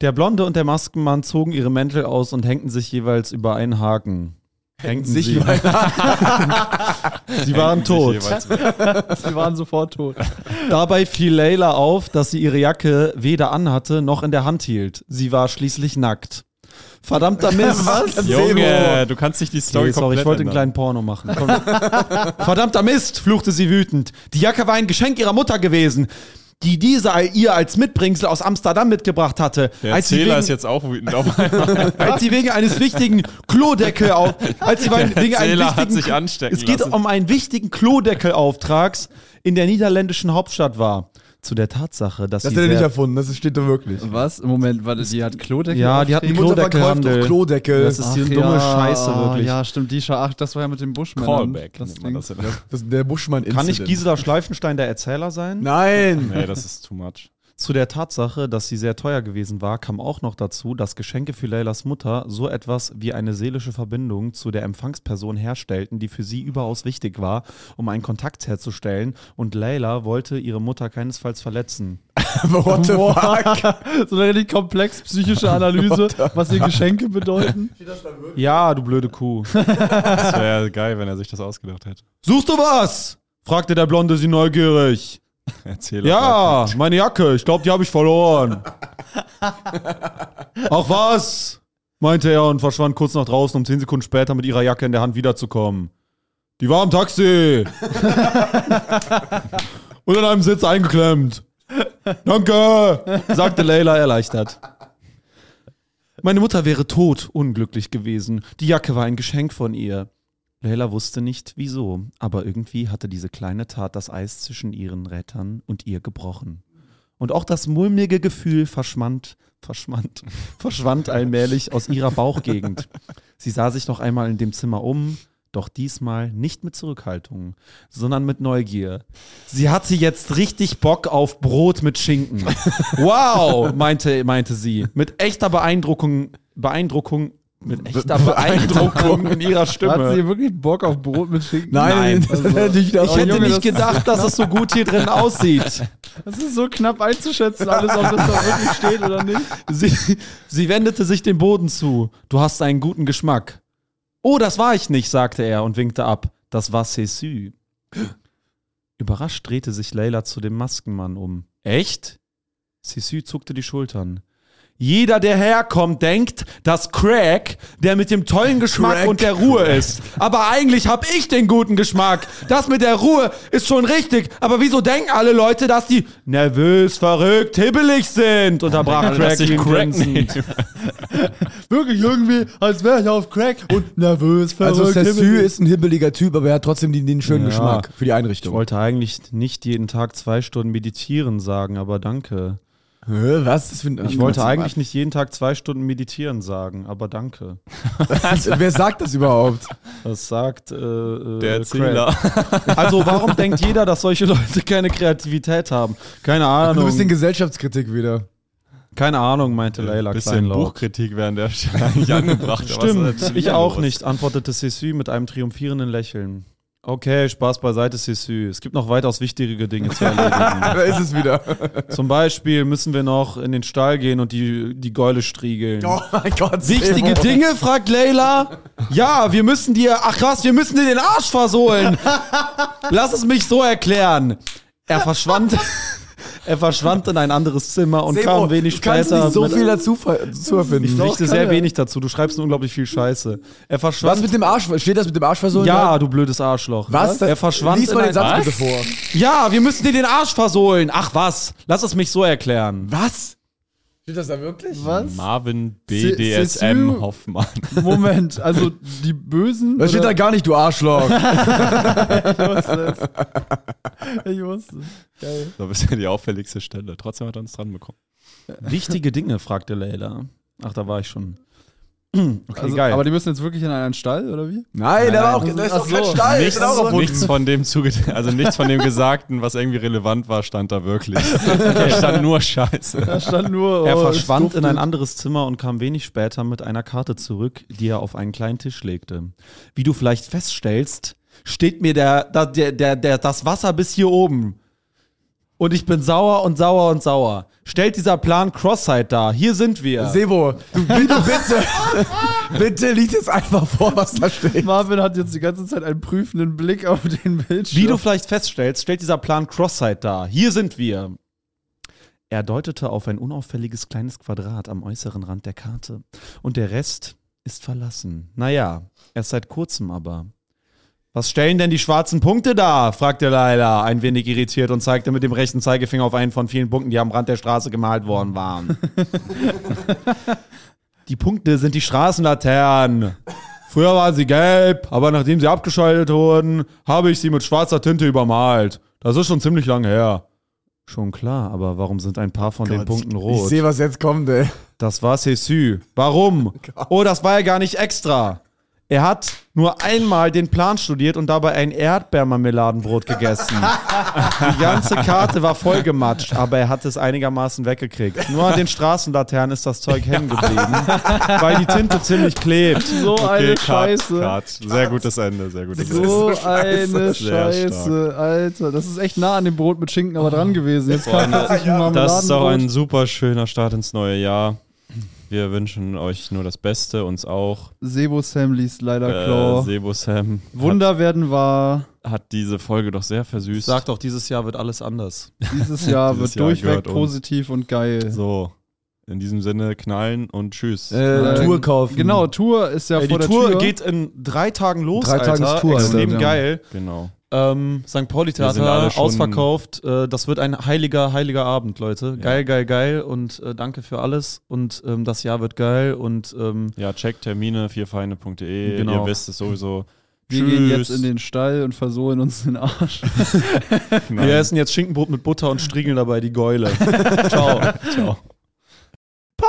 Speaker 3: Der Blonde und der Maskenmann zogen ihre Mäntel aus und hängten sich jeweils über einen Haken. Hängten
Speaker 1: Sich
Speaker 3: sie.
Speaker 1: über
Speaker 3: (laughs) Sie waren tot.
Speaker 2: Sie waren sofort tot.
Speaker 3: Dabei fiel Layla auf, dass sie ihre Jacke weder anhatte noch in der Hand hielt. Sie war schließlich nackt.
Speaker 4: (laughs)
Speaker 3: Verdammter Mist. Was?
Speaker 4: Junge, du kannst dich die Story
Speaker 3: Okay, sorry,
Speaker 4: komplett
Speaker 3: ich wollte einen
Speaker 4: ändern.
Speaker 3: kleinen Porno machen. Komm. (laughs) Verdammter Mist, fluchte sie wütend. Die Jacke war ein Geschenk ihrer Mutter gewesen, die diese all- ihr als Mitbringsel aus Amsterdam mitgebracht hatte.
Speaker 4: Der
Speaker 3: als, sie
Speaker 4: Erzähler ist
Speaker 3: wegen,
Speaker 4: jetzt auch wütend auf einmal.
Speaker 3: als sie wegen eines wichtigen
Speaker 4: (laughs)
Speaker 3: Klodeckel auf, als sie wegen wegen einem
Speaker 4: Erzähler hat
Speaker 3: wichtigen
Speaker 4: sich anstecken
Speaker 3: es geht
Speaker 4: lassen.
Speaker 3: um einen wichtigen Klodeckelauftrags in der niederländischen Hauptstadt war. Zu der Tatsache, dass
Speaker 1: Das
Speaker 3: sie
Speaker 1: hat er
Speaker 3: sehr-
Speaker 1: nicht erfunden, das steht da wirklich.
Speaker 2: Was? Moment, warte, die hat Klodeckel?
Speaker 3: ja,
Speaker 2: aufstehen?
Speaker 3: die hatten einen
Speaker 1: Die Mutter verkauft doch
Speaker 3: Klodeckelhandel.
Speaker 1: Klodeckel.
Speaker 3: Das ist
Speaker 2: Ach
Speaker 3: die dumme
Speaker 2: ja,
Speaker 3: Scheiße wirklich.
Speaker 2: Ja, stimmt, die Scha Ach, das war ja mit dem Buschmann.
Speaker 4: Callback.
Speaker 2: Das
Speaker 4: nennt man
Speaker 2: Ding.
Speaker 4: das ja.
Speaker 1: Das ist der buschmann
Speaker 3: Kann nicht
Speaker 1: Incident.
Speaker 3: Gisela Schleifenstein der Erzähler sein? (laughs)
Speaker 1: Nein!
Speaker 4: Nee, das ist too much.
Speaker 3: Zu der Tatsache, dass sie sehr teuer gewesen war, kam auch noch dazu, dass Geschenke für Leylas Mutter so etwas wie eine seelische Verbindung zu der Empfangsperson herstellten, die für sie überaus wichtig war, um einen Kontakt herzustellen. Und Leyla wollte ihre Mutter keinesfalls verletzen.
Speaker 1: What the fuck?
Speaker 2: So eine richtig komplex
Speaker 3: (laughs)
Speaker 2: psychische Analyse, was ihr Geschenke bedeuten.
Speaker 3: Ja, du blöde Kuh.
Speaker 4: Das wäre geil, wenn er sich das ausgedacht hätte.
Speaker 3: Suchst du was? fragte der Blonde sie neugierig.
Speaker 4: Erzähler.
Speaker 3: Ja, meine Jacke. Ich glaube, die habe ich verloren. Ach was, meinte er und verschwand kurz nach draußen, um zehn Sekunden später mit ihrer Jacke in der Hand wiederzukommen. Die war im Taxi. und in einem Sitz eingeklemmt. Danke, sagte Leila erleichtert. Meine Mutter wäre tot unglücklich gewesen. Die Jacke war ein Geschenk von ihr. Leila wusste nicht, wieso, aber irgendwie hatte diese kleine Tat das Eis zwischen ihren Rettern und ihr gebrochen. Und auch das mulmige Gefühl verschwand, verschwand, (laughs) verschwand allmählich aus ihrer Bauchgegend. Sie sah sich noch einmal in dem Zimmer um, doch diesmal nicht mit Zurückhaltung, sondern mit Neugier. Sie hatte jetzt richtig Bock auf Brot mit
Speaker 2: (laughs)
Speaker 3: Schinken. Wow, meinte, meinte sie, mit echter Beeindruckung, Beeindruckung, mit echter Beeindruckung in ihrer Stimme.
Speaker 2: Hat sie wirklich Bock auf Brot mit Schinken?
Speaker 1: Nein, das hätte ich
Speaker 3: also- Ich
Speaker 1: gedacht.
Speaker 3: hätte
Speaker 2: Junge,
Speaker 3: nicht
Speaker 2: das-
Speaker 3: gedacht, dass es so gut hier
Speaker 2: (laughs)
Speaker 3: drin aussieht.
Speaker 2: Das ist so knapp einzuschätzen, alles, ob das da wirklich steht oder nicht.
Speaker 3: Sie, sie wendete sich dem Boden zu. Du hast einen guten Geschmack. Oh, das war ich nicht, sagte er und winkte ab. Das war Cessu. Überrascht drehte sich Leila zu dem Maskenmann um. Echt? Cessu zuckte die Schultern. Jeder, der herkommt, denkt, dass Craig der mit dem tollen Geschmack
Speaker 1: Craig.
Speaker 3: und der Ruhe ist. Aber eigentlich hab ich den guten Geschmack. Das mit der Ruhe ist schon richtig. Aber wieso denken alle Leute, dass die nervös, verrückt, hibbelig sind? Unterbrach
Speaker 4: Dass
Speaker 3: Craig
Speaker 4: ich
Speaker 3: ihn
Speaker 4: Craig
Speaker 3: grinsend.
Speaker 2: Wirklich irgendwie, als wäre ich auf Crack und nervös, verrückt.
Speaker 1: Also Sassy
Speaker 2: hibbelig.
Speaker 1: ist ein hibbeliger Typ, aber er hat trotzdem den, den schönen
Speaker 3: Ja.
Speaker 1: Geschmack für die
Speaker 3: Ich
Speaker 1: Einrichtung.
Speaker 3: wollte eigentlich nicht jeden Tag zwei Stunden meditieren sagen, aber danke.
Speaker 1: Hä, was? Das find-
Speaker 3: Ich wollte eigentlich nicht jeden Tag zwei Stunden meditieren sagen, aber danke.
Speaker 1: Was? Wer sagt das überhaupt?
Speaker 3: Das sagt äh, äh,
Speaker 4: Der Erzähler.
Speaker 3: Craig. Also
Speaker 4: (laughs)
Speaker 3: warum denkt jeder, dass solche Leute keine Kreativität haben? Keine
Speaker 1: Ein bisschen
Speaker 3: Ahnung.
Speaker 1: Gesellschaftskritik wieder.
Speaker 3: Keine Ahnung, meinte Leila
Speaker 4: bisschen
Speaker 3: Kleinlaut.
Speaker 4: Buchkritik wäre an der Stelle eigentlich angebracht. aber es ist
Speaker 3: Stimmt,
Speaker 4: natürlich
Speaker 3: ich auch
Speaker 4: anders.
Speaker 3: nicht, antwortete Sissi mit einem triumphierenden Lächeln. Okay, Spaß beiseite, Sissi. Es gibt noch weitaus wichtigere Dinge zu
Speaker 4: (laughs)
Speaker 3: erledigen.
Speaker 1: Da ist es
Speaker 3: (laughs)
Speaker 1: wieder.
Speaker 3: Zum Beispiel müssen wir noch in den Stall gehen und die, die Gäule striegeln.
Speaker 1: Oh mein Gott.
Speaker 3: Wichtige Dinge, fragt Layla. Ja, wir müssen dir, ach was, wir müssen dir den Arsch versohlen. Lass es mich so erklären. Er verschwand, (laughs) er verschwand in ein anderes Zimmer und kam
Speaker 1: du
Speaker 3: wenig
Speaker 1: kannst
Speaker 3: später.
Speaker 1: nicht so
Speaker 3: mit-
Speaker 1: viel dazu ver- zu erfinden.
Speaker 3: ich
Speaker 1: Doch,
Speaker 3: richte
Speaker 1: kann
Speaker 3: sehr
Speaker 1: er.
Speaker 3: wenig dazu. Du schreibst nur unglaublich viel Scheiße. Er
Speaker 1: Was
Speaker 3: verschwand.
Speaker 1: mit dem Arsch? Steht das mit dem Arsch versohlen?
Speaker 3: ja, du blödes Arschloch. ne?
Speaker 1: Was?
Speaker 3: Er verschwand.
Speaker 1: Lies mal den
Speaker 3: in
Speaker 1: Satz
Speaker 3: ein,
Speaker 1: bitte vor.
Speaker 3: ja, wir müssen dir den Arsch versohlen. Ach was, lass es mich so erklären.
Speaker 1: Was? Steht das da wirklich?
Speaker 2: Was?
Speaker 4: Marvin
Speaker 2: Se-
Speaker 4: BDSM
Speaker 1: (laughs)
Speaker 2: Sessu-
Speaker 4: Hoffmann.
Speaker 2: Moment, also die Bösen.
Speaker 1: Das steht da
Speaker 2: oder-
Speaker 1: gar nicht, du (laughs) Arschloch.
Speaker 2: Ich wusste es. Ich wusste es. Geil.
Speaker 4: Da bist ja die auffälligste Stelle. Trotzdem hat er uns dran bekommen.
Speaker 3: Wichtige Dinge, fragte Layla. Ach, da war ich schon.
Speaker 5: Okay,
Speaker 2: Also,
Speaker 5: geil.
Speaker 2: Aber die müssen jetzt wirklich in einen Stall, oder
Speaker 3: (laughs)
Speaker 2: wie?
Speaker 1: Nein,
Speaker 2: Nein,
Speaker 1: da war
Speaker 2: nein,
Speaker 1: auch,
Speaker 2: das
Speaker 1: da
Speaker 2: ist-
Speaker 1: ist doch
Speaker 2: ach
Speaker 1: kein
Speaker 2: so.
Speaker 1: Stall.
Speaker 4: nichts,
Speaker 1: da war auch
Speaker 4: nichts von dem zuge also nichts von dem Gesagten, was irgendwie relevant war, stand da wirklich. Da stand nur Scheiße.
Speaker 2: Da stand nur.
Speaker 3: Er
Speaker 2: oh, es
Speaker 3: verschwand in
Speaker 2: duftet.
Speaker 3: ein anderes Zimmer und kam wenig später mit einer Karte zurück, die er auf einen kleinen Tisch legte. Wie du vielleicht feststellst, steht mir der, da- der, der, der, das Wasser bis hier oben. Und ich bin sauer und sauer und sauer. Stellt dieser Plan Cross-Site dar. Hier sind wir.
Speaker 1: Sebo, du, bitte, (laughs) bitte, bitte lies jetzt einfach vor, was da steht.
Speaker 2: Marvin hat jetzt die ganze Zeit einen prüfenden Blick auf den Bildschirm.
Speaker 3: Wie du vielleicht feststellst, stellt dieser Plan Cross-Site dar. Hier sind wir. Er deutete auf ein unauffälliges kleines Quadrat am äußeren Rand der Karte. Und der Rest ist verlassen. Naja, erst seit kurzem aber. Was stellen denn die schwarzen Punkte dar? fragte Leila, ein wenig irritiert und zeigte mit dem rechten Zeigefinger auf einen von vielen Punkten, die am Rand der Straße gemalt worden waren. die Punkte sind die Straßenlaternen. Früher waren sie gelb, aber nachdem sie abgeschaltet wurden, habe ich sie mit schwarzer Tinte übermalt. Das ist schon ziemlich lange her. Schon klar, aber warum sind ein paar von den Punkten
Speaker 1: Ich
Speaker 3: rot?
Speaker 1: sehe, was jetzt kommt, ey.
Speaker 3: Das war Sessu. Warum? Oh, das war ja gar nicht extra. Er hat nur einmal den Plan studiert und dabei ein Erdbeermarmeladenbrot gegessen. Die ganze Karte war vollgematscht, aber er hat es einigermaßen weggekriegt. Nur an den Straßenlaternen ist das Zeug hängen geblieben, weil die Tinte ziemlich klebt.
Speaker 2: so eine Scheiße.
Speaker 4: Cut. Sehr gutes Ende, sehr gutes Ende.
Speaker 2: So eine
Speaker 4: Sehr
Speaker 2: Scheiße, Alter. Das ist echt nah an dem Brot mit Schinken aber
Speaker 3: Oh.
Speaker 2: dran gewesen. Jetzt kann
Speaker 4: Freunde,
Speaker 2: plötzlich ein
Speaker 4: Das ist auch
Speaker 2: Marmeladenbrot.
Speaker 4: ein super schöner Start ins neue Jahr. Wir wünschen euch nur das Beste, uns auch.
Speaker 2: Sebo Sam liest leider
Speaker 4: Äh,
Speaker 2: Claw.
Speaker 4: Sebo Sam
Speaker 2: Wunder werden wahr.
Speaker 4: hat, hat diese Folge doch sehr versüßt.
Speaker 3: Sag doch, dieses Jahr wird alles anders.
Speaker 2: Dieses Jahr
Speaker 4: Dieses
Speaker 2: wird
Speaker 4: Jahr
Speaker 2: durchweg
Speaker 4: gehört uns.
Speaker 2: positiv und geil.
Speaker 4: So, in diesem Sinne knallen und
Speaker 6: Äh,
Speaker 4: tschüss.
Speaker 2: Ähm,
Speaker 1: Äh, Tour kaufen.
Speaker 2: Genau, Tour ist ja
Speaker 3: Ey, die
Speaker 2: vor der
Speaker 3: Tour
Speaker 2: Tür.
Speaker 3: geht in drei Tagen los.
Speaker 1: Drei
Speaker 3: Alter.
Speaker 1: Tagen ist Tour,
Speaker 3: Extrem
Speaker 1: Alter.
Speaker 3: geil.
Speaker 4: Genau.
Speaker 3: Ähm, St. Pauli
Speaker 4: Wir sind alle
Speaker 3: Theater
Speaker 4: schon-
Speaker 3: ausverkauft. Äh, das wird ein heiliger, heiliger Abend, Leute. Geil, geil, geil. Und äh, danke für alles. Und ähm, das Jahr wird geil. Und ähm,
Speaker 4: Ja, checkt Termine, vierfeinde.de.
Speaker 3: Genau.
Speaker 4: Ihr wisst es sowieso.
Speaker 2: Wir gehen jetzt in den Stall und versohlen uns den Arsch.
Speaker 4: Knallen.
Speaker 3: wir essen jetzt Schinkenbrot mit Butter und striegeln dabei die Geule.
Speaker 4: (laughs)
Speaker 3: Ciao. Ciao.